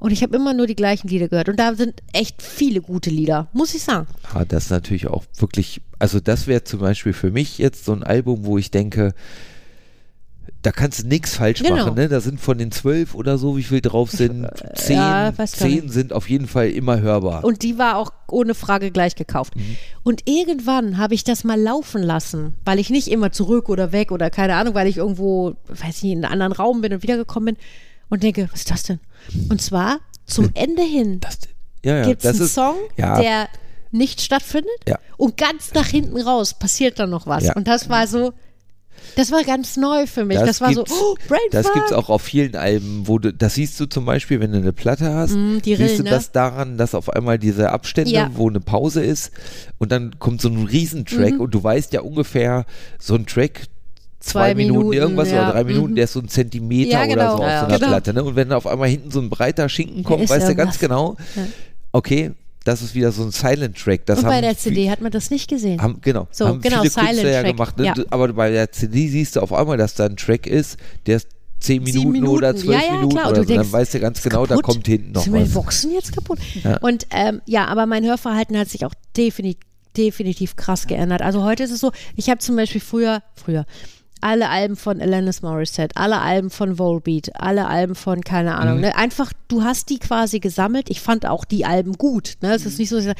Und ich habe immer nur die gleichen Lieder gehört. Und da sind echt viele gute Lieder, muss ich sagen. Ah, das ist natürlich auch wirklich, also das wäre zum Beispiel für mich jetzt so ein Album, wo ich denke, da kannst du nichts falsch Genau. Äh, machen. Ne? Da sind von den zwölf oder so, wie viel drauf sind, zehn, ja, weiß gar zehn sind auf jeden Fall immer hörbar. Und die war auch ohne Frage gleich gekauft. Mhm. Und irgendwann habe ich das mal laufen lassen, weil ich nicht immer zurück oder weg oder keine Ahnung, weil ich irgendwo, weiß nicht, in einem anderen Raum bin und wiedergekommen bin und denke, was ist das denn? Und zwar zum Ende hin das, Hm. ja, ja, gibt es das einen ist, Song, ja, der nicht stattfindet Ja. und ganz nach hinten raus passiert dann noch was. Ja. Und das war so, das war ganz neu für mich. Das, war so, gibt's- oh, Brainfuck. Das gibt es auch auf vielen Alben, wo du, das siehst du zum Beispiel, wenn du eine Platte hast, Mm, die siehst Rillen, du ne? das daran, dass auf einmal diese Abstände, Ja. wo eine Pause ist und dann kommt so ein Mhm. Riesentrack und du weißt ja ungefähr, so ein Track, zwei, Zwei Minuten, Minuten, irgendwas ja, oder drei Minuten, mhm. der ist so ein Zentimeter Ja, genau, oder so auf ja, so einer genau. Platte. Ne? Und wenn auf einmal hinten so ein breiter Schinken kommt, ist weißt du ganz irgendwas. genau, okay, das ist wieder so ein Silent-Track. Das Und bei haben der vi- CD hat man das nicht gesehen. haben, genau, So, haben genau, viele Silent Künstler ja Track, gemacht. Ne? ja. Du- Aber bei der CD siehst du auf einmal, dass da ein Track ist, der ist 10 Minuten, Sieben oder Minuten. 12 Ja, ja, Minuten klar. Und oder so. du Dann denkst, weißt du ganz genau, da kaputt? kommt hinten noch Sind meine was. Boxen jetzt kaputt? Ja. Und ähm, ja, aber mein Hörverhalten hat sich auch definitiv, definitiv krass geändert. Also heute ist es so, ich habe zum Beispiel früher, früher, alle Alben von Alanis Morissette, alle Alben von Volbeat, alle Alben von, keine Mhm. Ahnung, ne? einfach, du hast die quasi gesammelt. Ich fand auch die Alben gut. Ne? Es Mhm. ist nicht so, dass ich sag,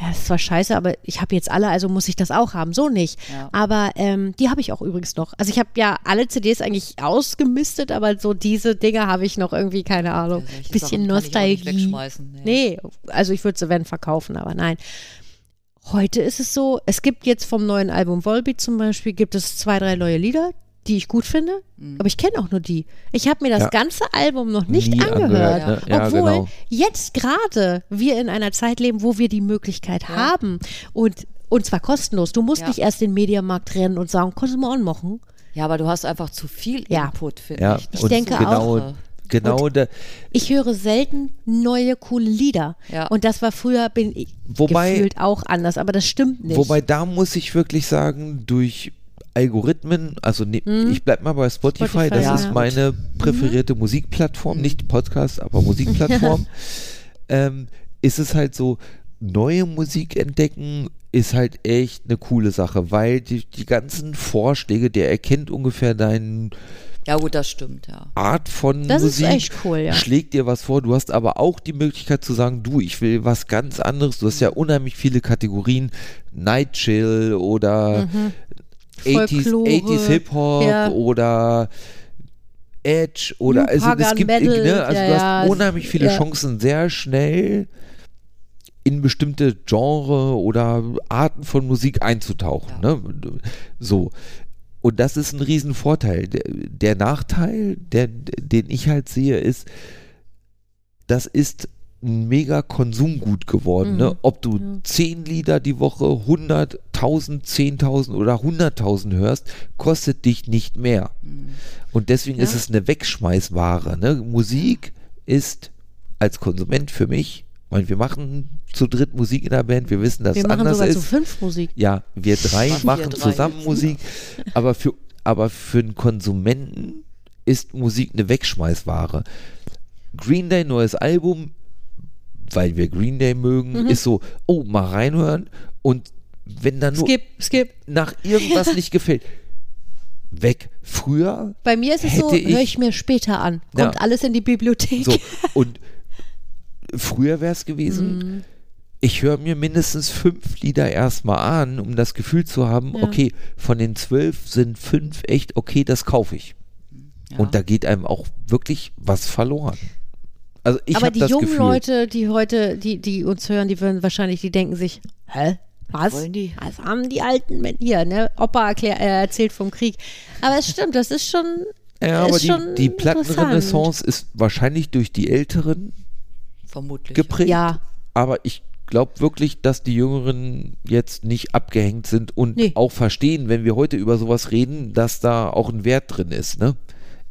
ja, es war scheiße, aber ich habe jetzt alle, also muss ich das auch haben. So nicht. Ja. Aber ähm, die habe ich auch übrigens noch. Also ich habe ja alle CDs eigentlich ausgemistet, aber so diese Dinger habe ich noch irgendwie, keine Ahnung. Ja, solche bisschen Sachen kann ich auch Nostalgie. nicht wegschmeißen, nee. nee, also ich würde sie wenn verkaufen, aber nein. Heute ist es so, es gibt jetzt vom neuen Album Volbeat zum Beispiel, gibt es zwei, drei neue Lieder, die ich gut finde, Mhm. aber ich kenne auch nur die. Ich habe mir das Ja. ganze Album noch nicht Nie angehört, angehört, ne? Ja, obwohl genau. jetzt gerade wir in einer Zeit leben, wo wir die Möglichkeit haben und und zwar kostenlos. Du musst Ja. nicht erst in den Mediamarkt rennen und sagen, kannst du mal anmachen? Ja, aber du hast einfach zu viel Ja. Input, finde Ja, ich. Ich und denke genau, auch. Genau, da, Ich höre selten neue coole Lieder. Ja. Und das war früher bin ich Wobei- gefühlt auch anders, aber das stimmt nicht. wobei da muss ich wirklich sagen, durch Algorithmen, also ne, ich bleib mal bei Spotify, Mhm. Spotify, Mhm. das ja. ist meine präferierte Musikplattform, nicht Podcast, aber [LAUGHS] Musikplattform, ähm, ist es halt so, neue Musik entdecken ist halt echt eine coole Sache, weil die, die ganzen Vorschläge, der erkennt ungefähr deinen Ja, gut, das stimmt, ja. Art von Das ist Musik echt cool, ja. schlägt dir was vor. Du hast aber auch die Möglichkeit zu sagen, du, ich will was ganz anderes. Du hast ja unheimlich viele Kategorien, Night Chill oder 80s, Mhm. Folklore. 80s Hip Hop Ja. oder Edge oder New also es Pagan gibt Metal, irgendwie, ne, also ja, du ja, hast es- unheimlich viele ja. Chancen sehr schnell in bestimmte Genre oder Arten von Musik einzutauchen. Ne? So. Und das ist ein Riesenvorteil. Der, der Nachteil, der, den ich halt sehe, ist, das ist ein mega Konsumgut geworden. Mhm. Ne? Ob du zehn Lieder die Woche, 100, 1000, 10.000 oder 100.000 hörst, kostet dich nicht mehr. Mhm. Und deswegen ist es eine Wegschmeißware. Ne? Musik ist als Konsument für mich, ich meine, wir machen zu dritt Musik in der Band, wir wissen, dass wir es machen anders sogar zu ist. fünf Musik. Ja, wir drei Machen wir machen drei zusammen jetzt, Musik, aber für, aber für einen Konsumenten ist Musik eine Wegschmeißware. Green Day, neues Album, weil wir Green Day mögen, Mhm. ist so, oh, mal reinhören und wenn dann nur Skip, skip. nach [LAUGHS] irgendwas nicht gefällt, weg. Früher Bei mir ist es so, Hätte ich- höre ich mir später an. Kommt Ja. alles in die Bibliothek. So, und früher wäre es gewesen, Mhm. ich höre mir mindestens fünf Lieder erstmal an, um das Gefühl zu haben, okay, von den zwölf sind fünf echt okay, das kaufe ich. ja. Und da geht einem auch wirklich was verloren. Also ich [LAUGHS] Aber habe die das jungen Gefühl, Leute, die heute, die, die uns hören, die würden wahrscheinlich, die denken sich, hä? Was? wollen die? Was haben die Alten mit hier, ne? Opa erklär, äh, erzählt vom Krieg. Aber es stimmt, das ist schon, Ja, Ist aber die, schon die interessant. Plattenrenaissance ist wahrscheinlich durch die Älteren Vermutlich. geprägt. Ja. Aber ich glaube wirklich, dass die Jüngeren jetzt nicht abgehängt sind und Nee. auch verstehen, wenn wir heute über sowas reden, dass da auch ein Wert drin ist. Ne?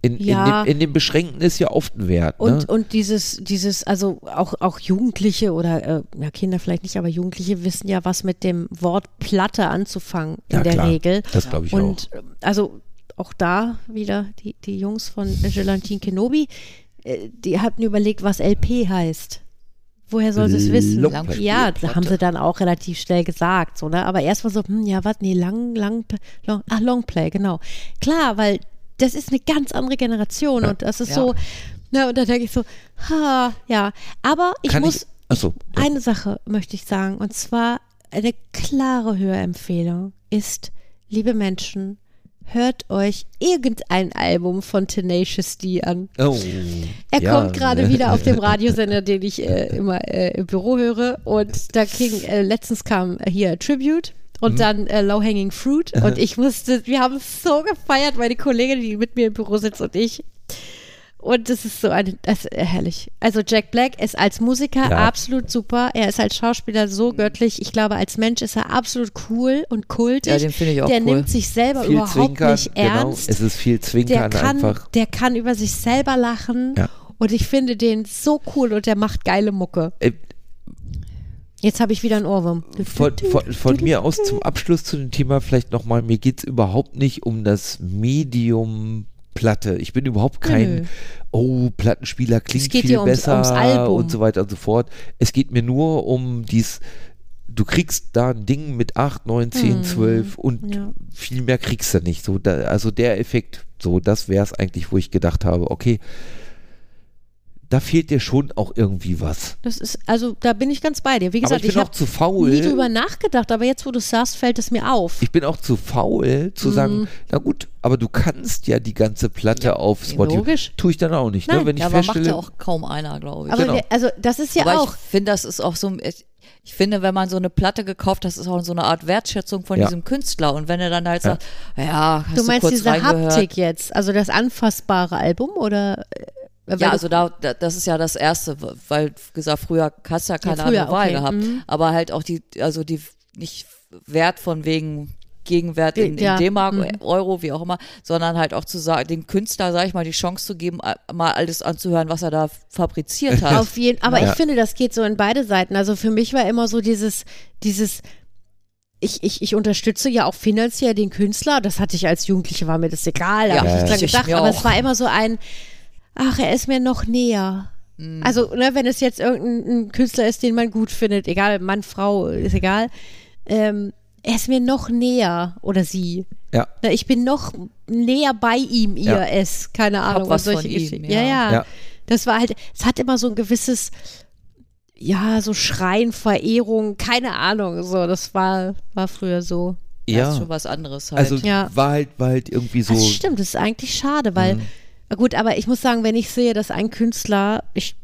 In, Ja. in, dem, in dem Beschränkten ist ja oft ein Wert. Und, ne? und dieses, dieses, also auch, auch Jugendliche oder äh, ja, Kinder vielleicht nicht, aber Jugendliche wissen ja, was mit dem Wort Platte anzufangen in Ja, der klar. Regel. Das glaube ich und äh, also auch da wieder die, die Jungs von äh, Gelatine Kenobi, äh, die hatten überlegt, was LP heißt. Woher soll sie es wissen? Langplatte. Ja, da haben sie dann auch relativ schnell gesagt, so, ne? Aber erst mal so, hm, ja, was, nee, lang, lang, long, ach, Longplay, genau. Klar, weil das ist eine ganz andere Generation und das ist Ja. so, ne, und da denke ich so, ha, ja. Aber ich Kann muss, ich, achso, ja. eine Sache möchte ich sagen, und zwar eine klare Hörempfehlung ist, liebe Menschen, hört euch irgendein Album von Tenacious D an. Oh, Er ja, kommt gerade ne? wieder [LAUGHS] auf dem Radiosender, den ich äh, immer äh, im Büro höre. Und da kriegen, äh, letztens kam äh, hier Tribute und Mhm. dann äh, Low Hanging Fruit. Und ich musste, wir haben so gefeiert, meine Kollegin, die mit mir im Büro sitzt und ich. Und das ist so ein, das ist herrlich. Also Jack Black ist als Musiker Ja. Mhm. absolut super. Er ist als Schauspieler so göttlich. Ich glaube, als Mensch ist er absolut cool und kultig. Ja, den finde ich auch Der cool. nimmt sich selber Viel überhaupt Zwinkern, nicht genau. ernst Es ist viel der Zwinkern kann, einfach. der kann über sich selber lachen. Ja. Und ich finde den so cool und der macht geile Mucke. Äh, Jetzt habe ich wieder einen Ohrwurm. Von, von, von mir aus zum Abschluss zu dem Thema vielleicht nochmal, mir geht es überhaupt nicht um das Medium Platte. Ich bin überhaupt kein, Nö. oh, Plattenspieler klingt Es geht viel dir ums- besser ums Album. und so weiter und so fort. Es geht mir nur um dies, du kriegst da ein Ding mit 8, 9, 10, 12 und Mhm. ja. viel mehr kriegst du nicht. So, da, also der Effekt, so das wäre es eigentlich, wo ich gedacht habe, okay, da fehlt dir schon auch irgendwie was. Das ist, also da bin ich ganz bei dir. Wie Aber gesagt, ich ich, bin auch habe zu faul. nie drüber nachgedacht, aber jetzt, wo du es sagst, fällt es mir auf. ich bin auch zu faul zu sagen, na gut, aber du kannst ja die ganze Platte auf Spotify. logisch. Tue ich dann auch nicht, ne? Nein, wenn ich Ja, aber macht feststelle. ja auch kaum einer, glaube ich. aber genau. der, also das ist ja aber auch. ich finde, das ist auch so, ein- ich, ich finde, wenn man so eine Platte gekauft, das ist auch so eine Art Wertschätzung von Ja. diesem Künstler. Und wenn er dann halt sagt, ja, hast du, Du meinst kurz diese reingehört. Haptik jetzt, also das anfassbare Album oder? äh, weil Ja, du- also da, da, das ist ja das Erste, weil gesagt, früher hast du ja keine Ja, früher, andere Wahl okay, gehabt. mhm. Aber halt auch die, also die nicht Wert von wegen Gegenwert in, Ja, in D-Mark, äh, mhm. Euro, wie auch immer, sondern halt auch zu sagen, dem Künstler, sag ich mal, die Chance zu geben, a- mal alles anzuhören, was er da fabriziert hat. Auf jeden, aber Ja. ich finde, das geht so in beide Seiten. Also für mich war immer so dieses, dieses, ich, ich, ich unterstütze ja auch finanziell den Künstler. Das hatte ich als Jugendliche, war mir das egal, da Ja, habe ich ja, nicht dran ja. Ich gedacht. mir Aber auch. es war immer so ein, ach, er ist mir noch näher. Mhm. Also, ne, wenn es jetzt irgendein ein Künstler ist, den man gut findet, egal, Mann, Frau, ist egal, ähm, er ist mir noch näher oder sie. ja, Na, Ich bin noch näher bei ihm, ihr Ja. es, keine Ahnung, was und solche von ihm, Geschichten. ja. Ja. Ja, Ja. Das war halt, es hat immer so ein gewisses, ja, so Schreien, Verehrung, keine Ahnung, so, das war, war früher so. Das ist ja. schon was anderes halt. Also Ja. war halt, war halt irgendwie so. Das stimmt, das ist eigentlich schade, Mhm. weil, na gut, aber ich muss sagen, wenn ich sehe, dass ein Künstler, ich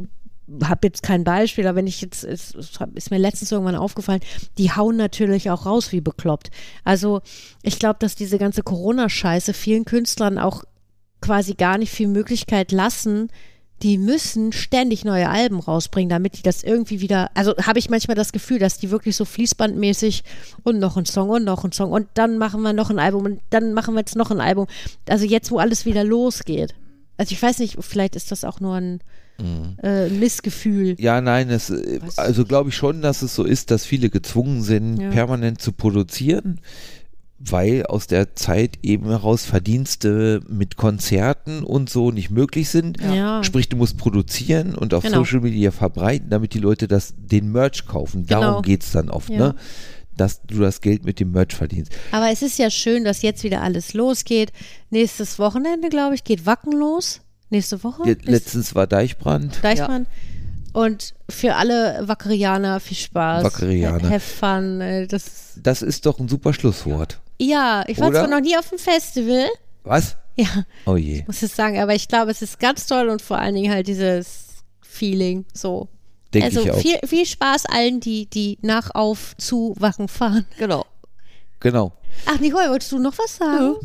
habe jetzt kein Beispiel, aber wenn ich jetzt, es, es hab- ist mir letztens irgendwann aufgefallen, die hauen natürlich auch raus wie bekloppt. Also ich glaube, dass diese ganze Corona-Scheiße vielen Künstlern auch quasi gar nicht viel Möglichkeit lassen, die müssen ständig neue Alben rausbringen, damit die das irgendwie wieder. Also habe ich manchmal das Gefühl, dass die wirklich so fließbandmäßig und noch ein Song und noch ein Song und dann machen wir noch ein Album und dann machen wir jetzt noch ein Album. Also jetzt, wo alles wieder losgeht. Also ich weiß nicht, vielleicht ist das auch nur ein äh, Missgefühl. Ja, nein, es, äh, also glaube ich schon, dass es so ist, dass viele gezwungen sind, Ja. permanent zu produzieren, weil aus der Zeit eben heraus Verdienste mit Konzerten und so nicht möglich sind. Ja. Sprich, du musst produzieren und auf Genau. Social Media verbreiten, damit die Leute das, den Merch kaufen. Darum Genau. geht es dann oft, Ja. ne? Dass du das Geld mit dem Merch verdienst. Aber es ist ja schön, dass jetzt wieder alles losgeht. Nächstes Wochenende, glaube ich, geht Wacken los. Nächste Woche? Le- Nächste- Letztens war Deichbrand. Deichmann. Und für alle Wackerianer viel Spaß. Wackerianer. Have fun. äh, Das ist Das ist doch ein super Schlusswort. ja, ich war Oder? zwar noch nie auf dem Festival. Was? Ja, Oh je. muss ich sagen, aber ich glaube, es ist ganz toll und vor allen Dingen halt dieses Feeling so. Denk also ich auch. Viel, viel Spaß allen, die, die nach auf zu Wacken fahren. genau. Genau. Ach, Nicole, wolltest du noch was sagen?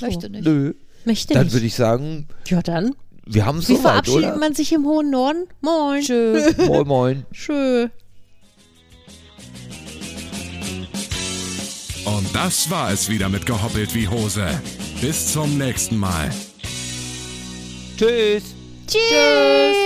Möchte nicht. Nö. Möchte Dann nicht. würde ich sagen, ja, dann. wir haben es Wie soweit, verabschiedet oder? man sich im hohen Norden? Moin. Tschö. Moin, moin. [LAUGHS] Tschö. Und das war es wieder mit Gehoppelt wie Hose. Bis zum nächsten Mal. Tschüss. Tschüss.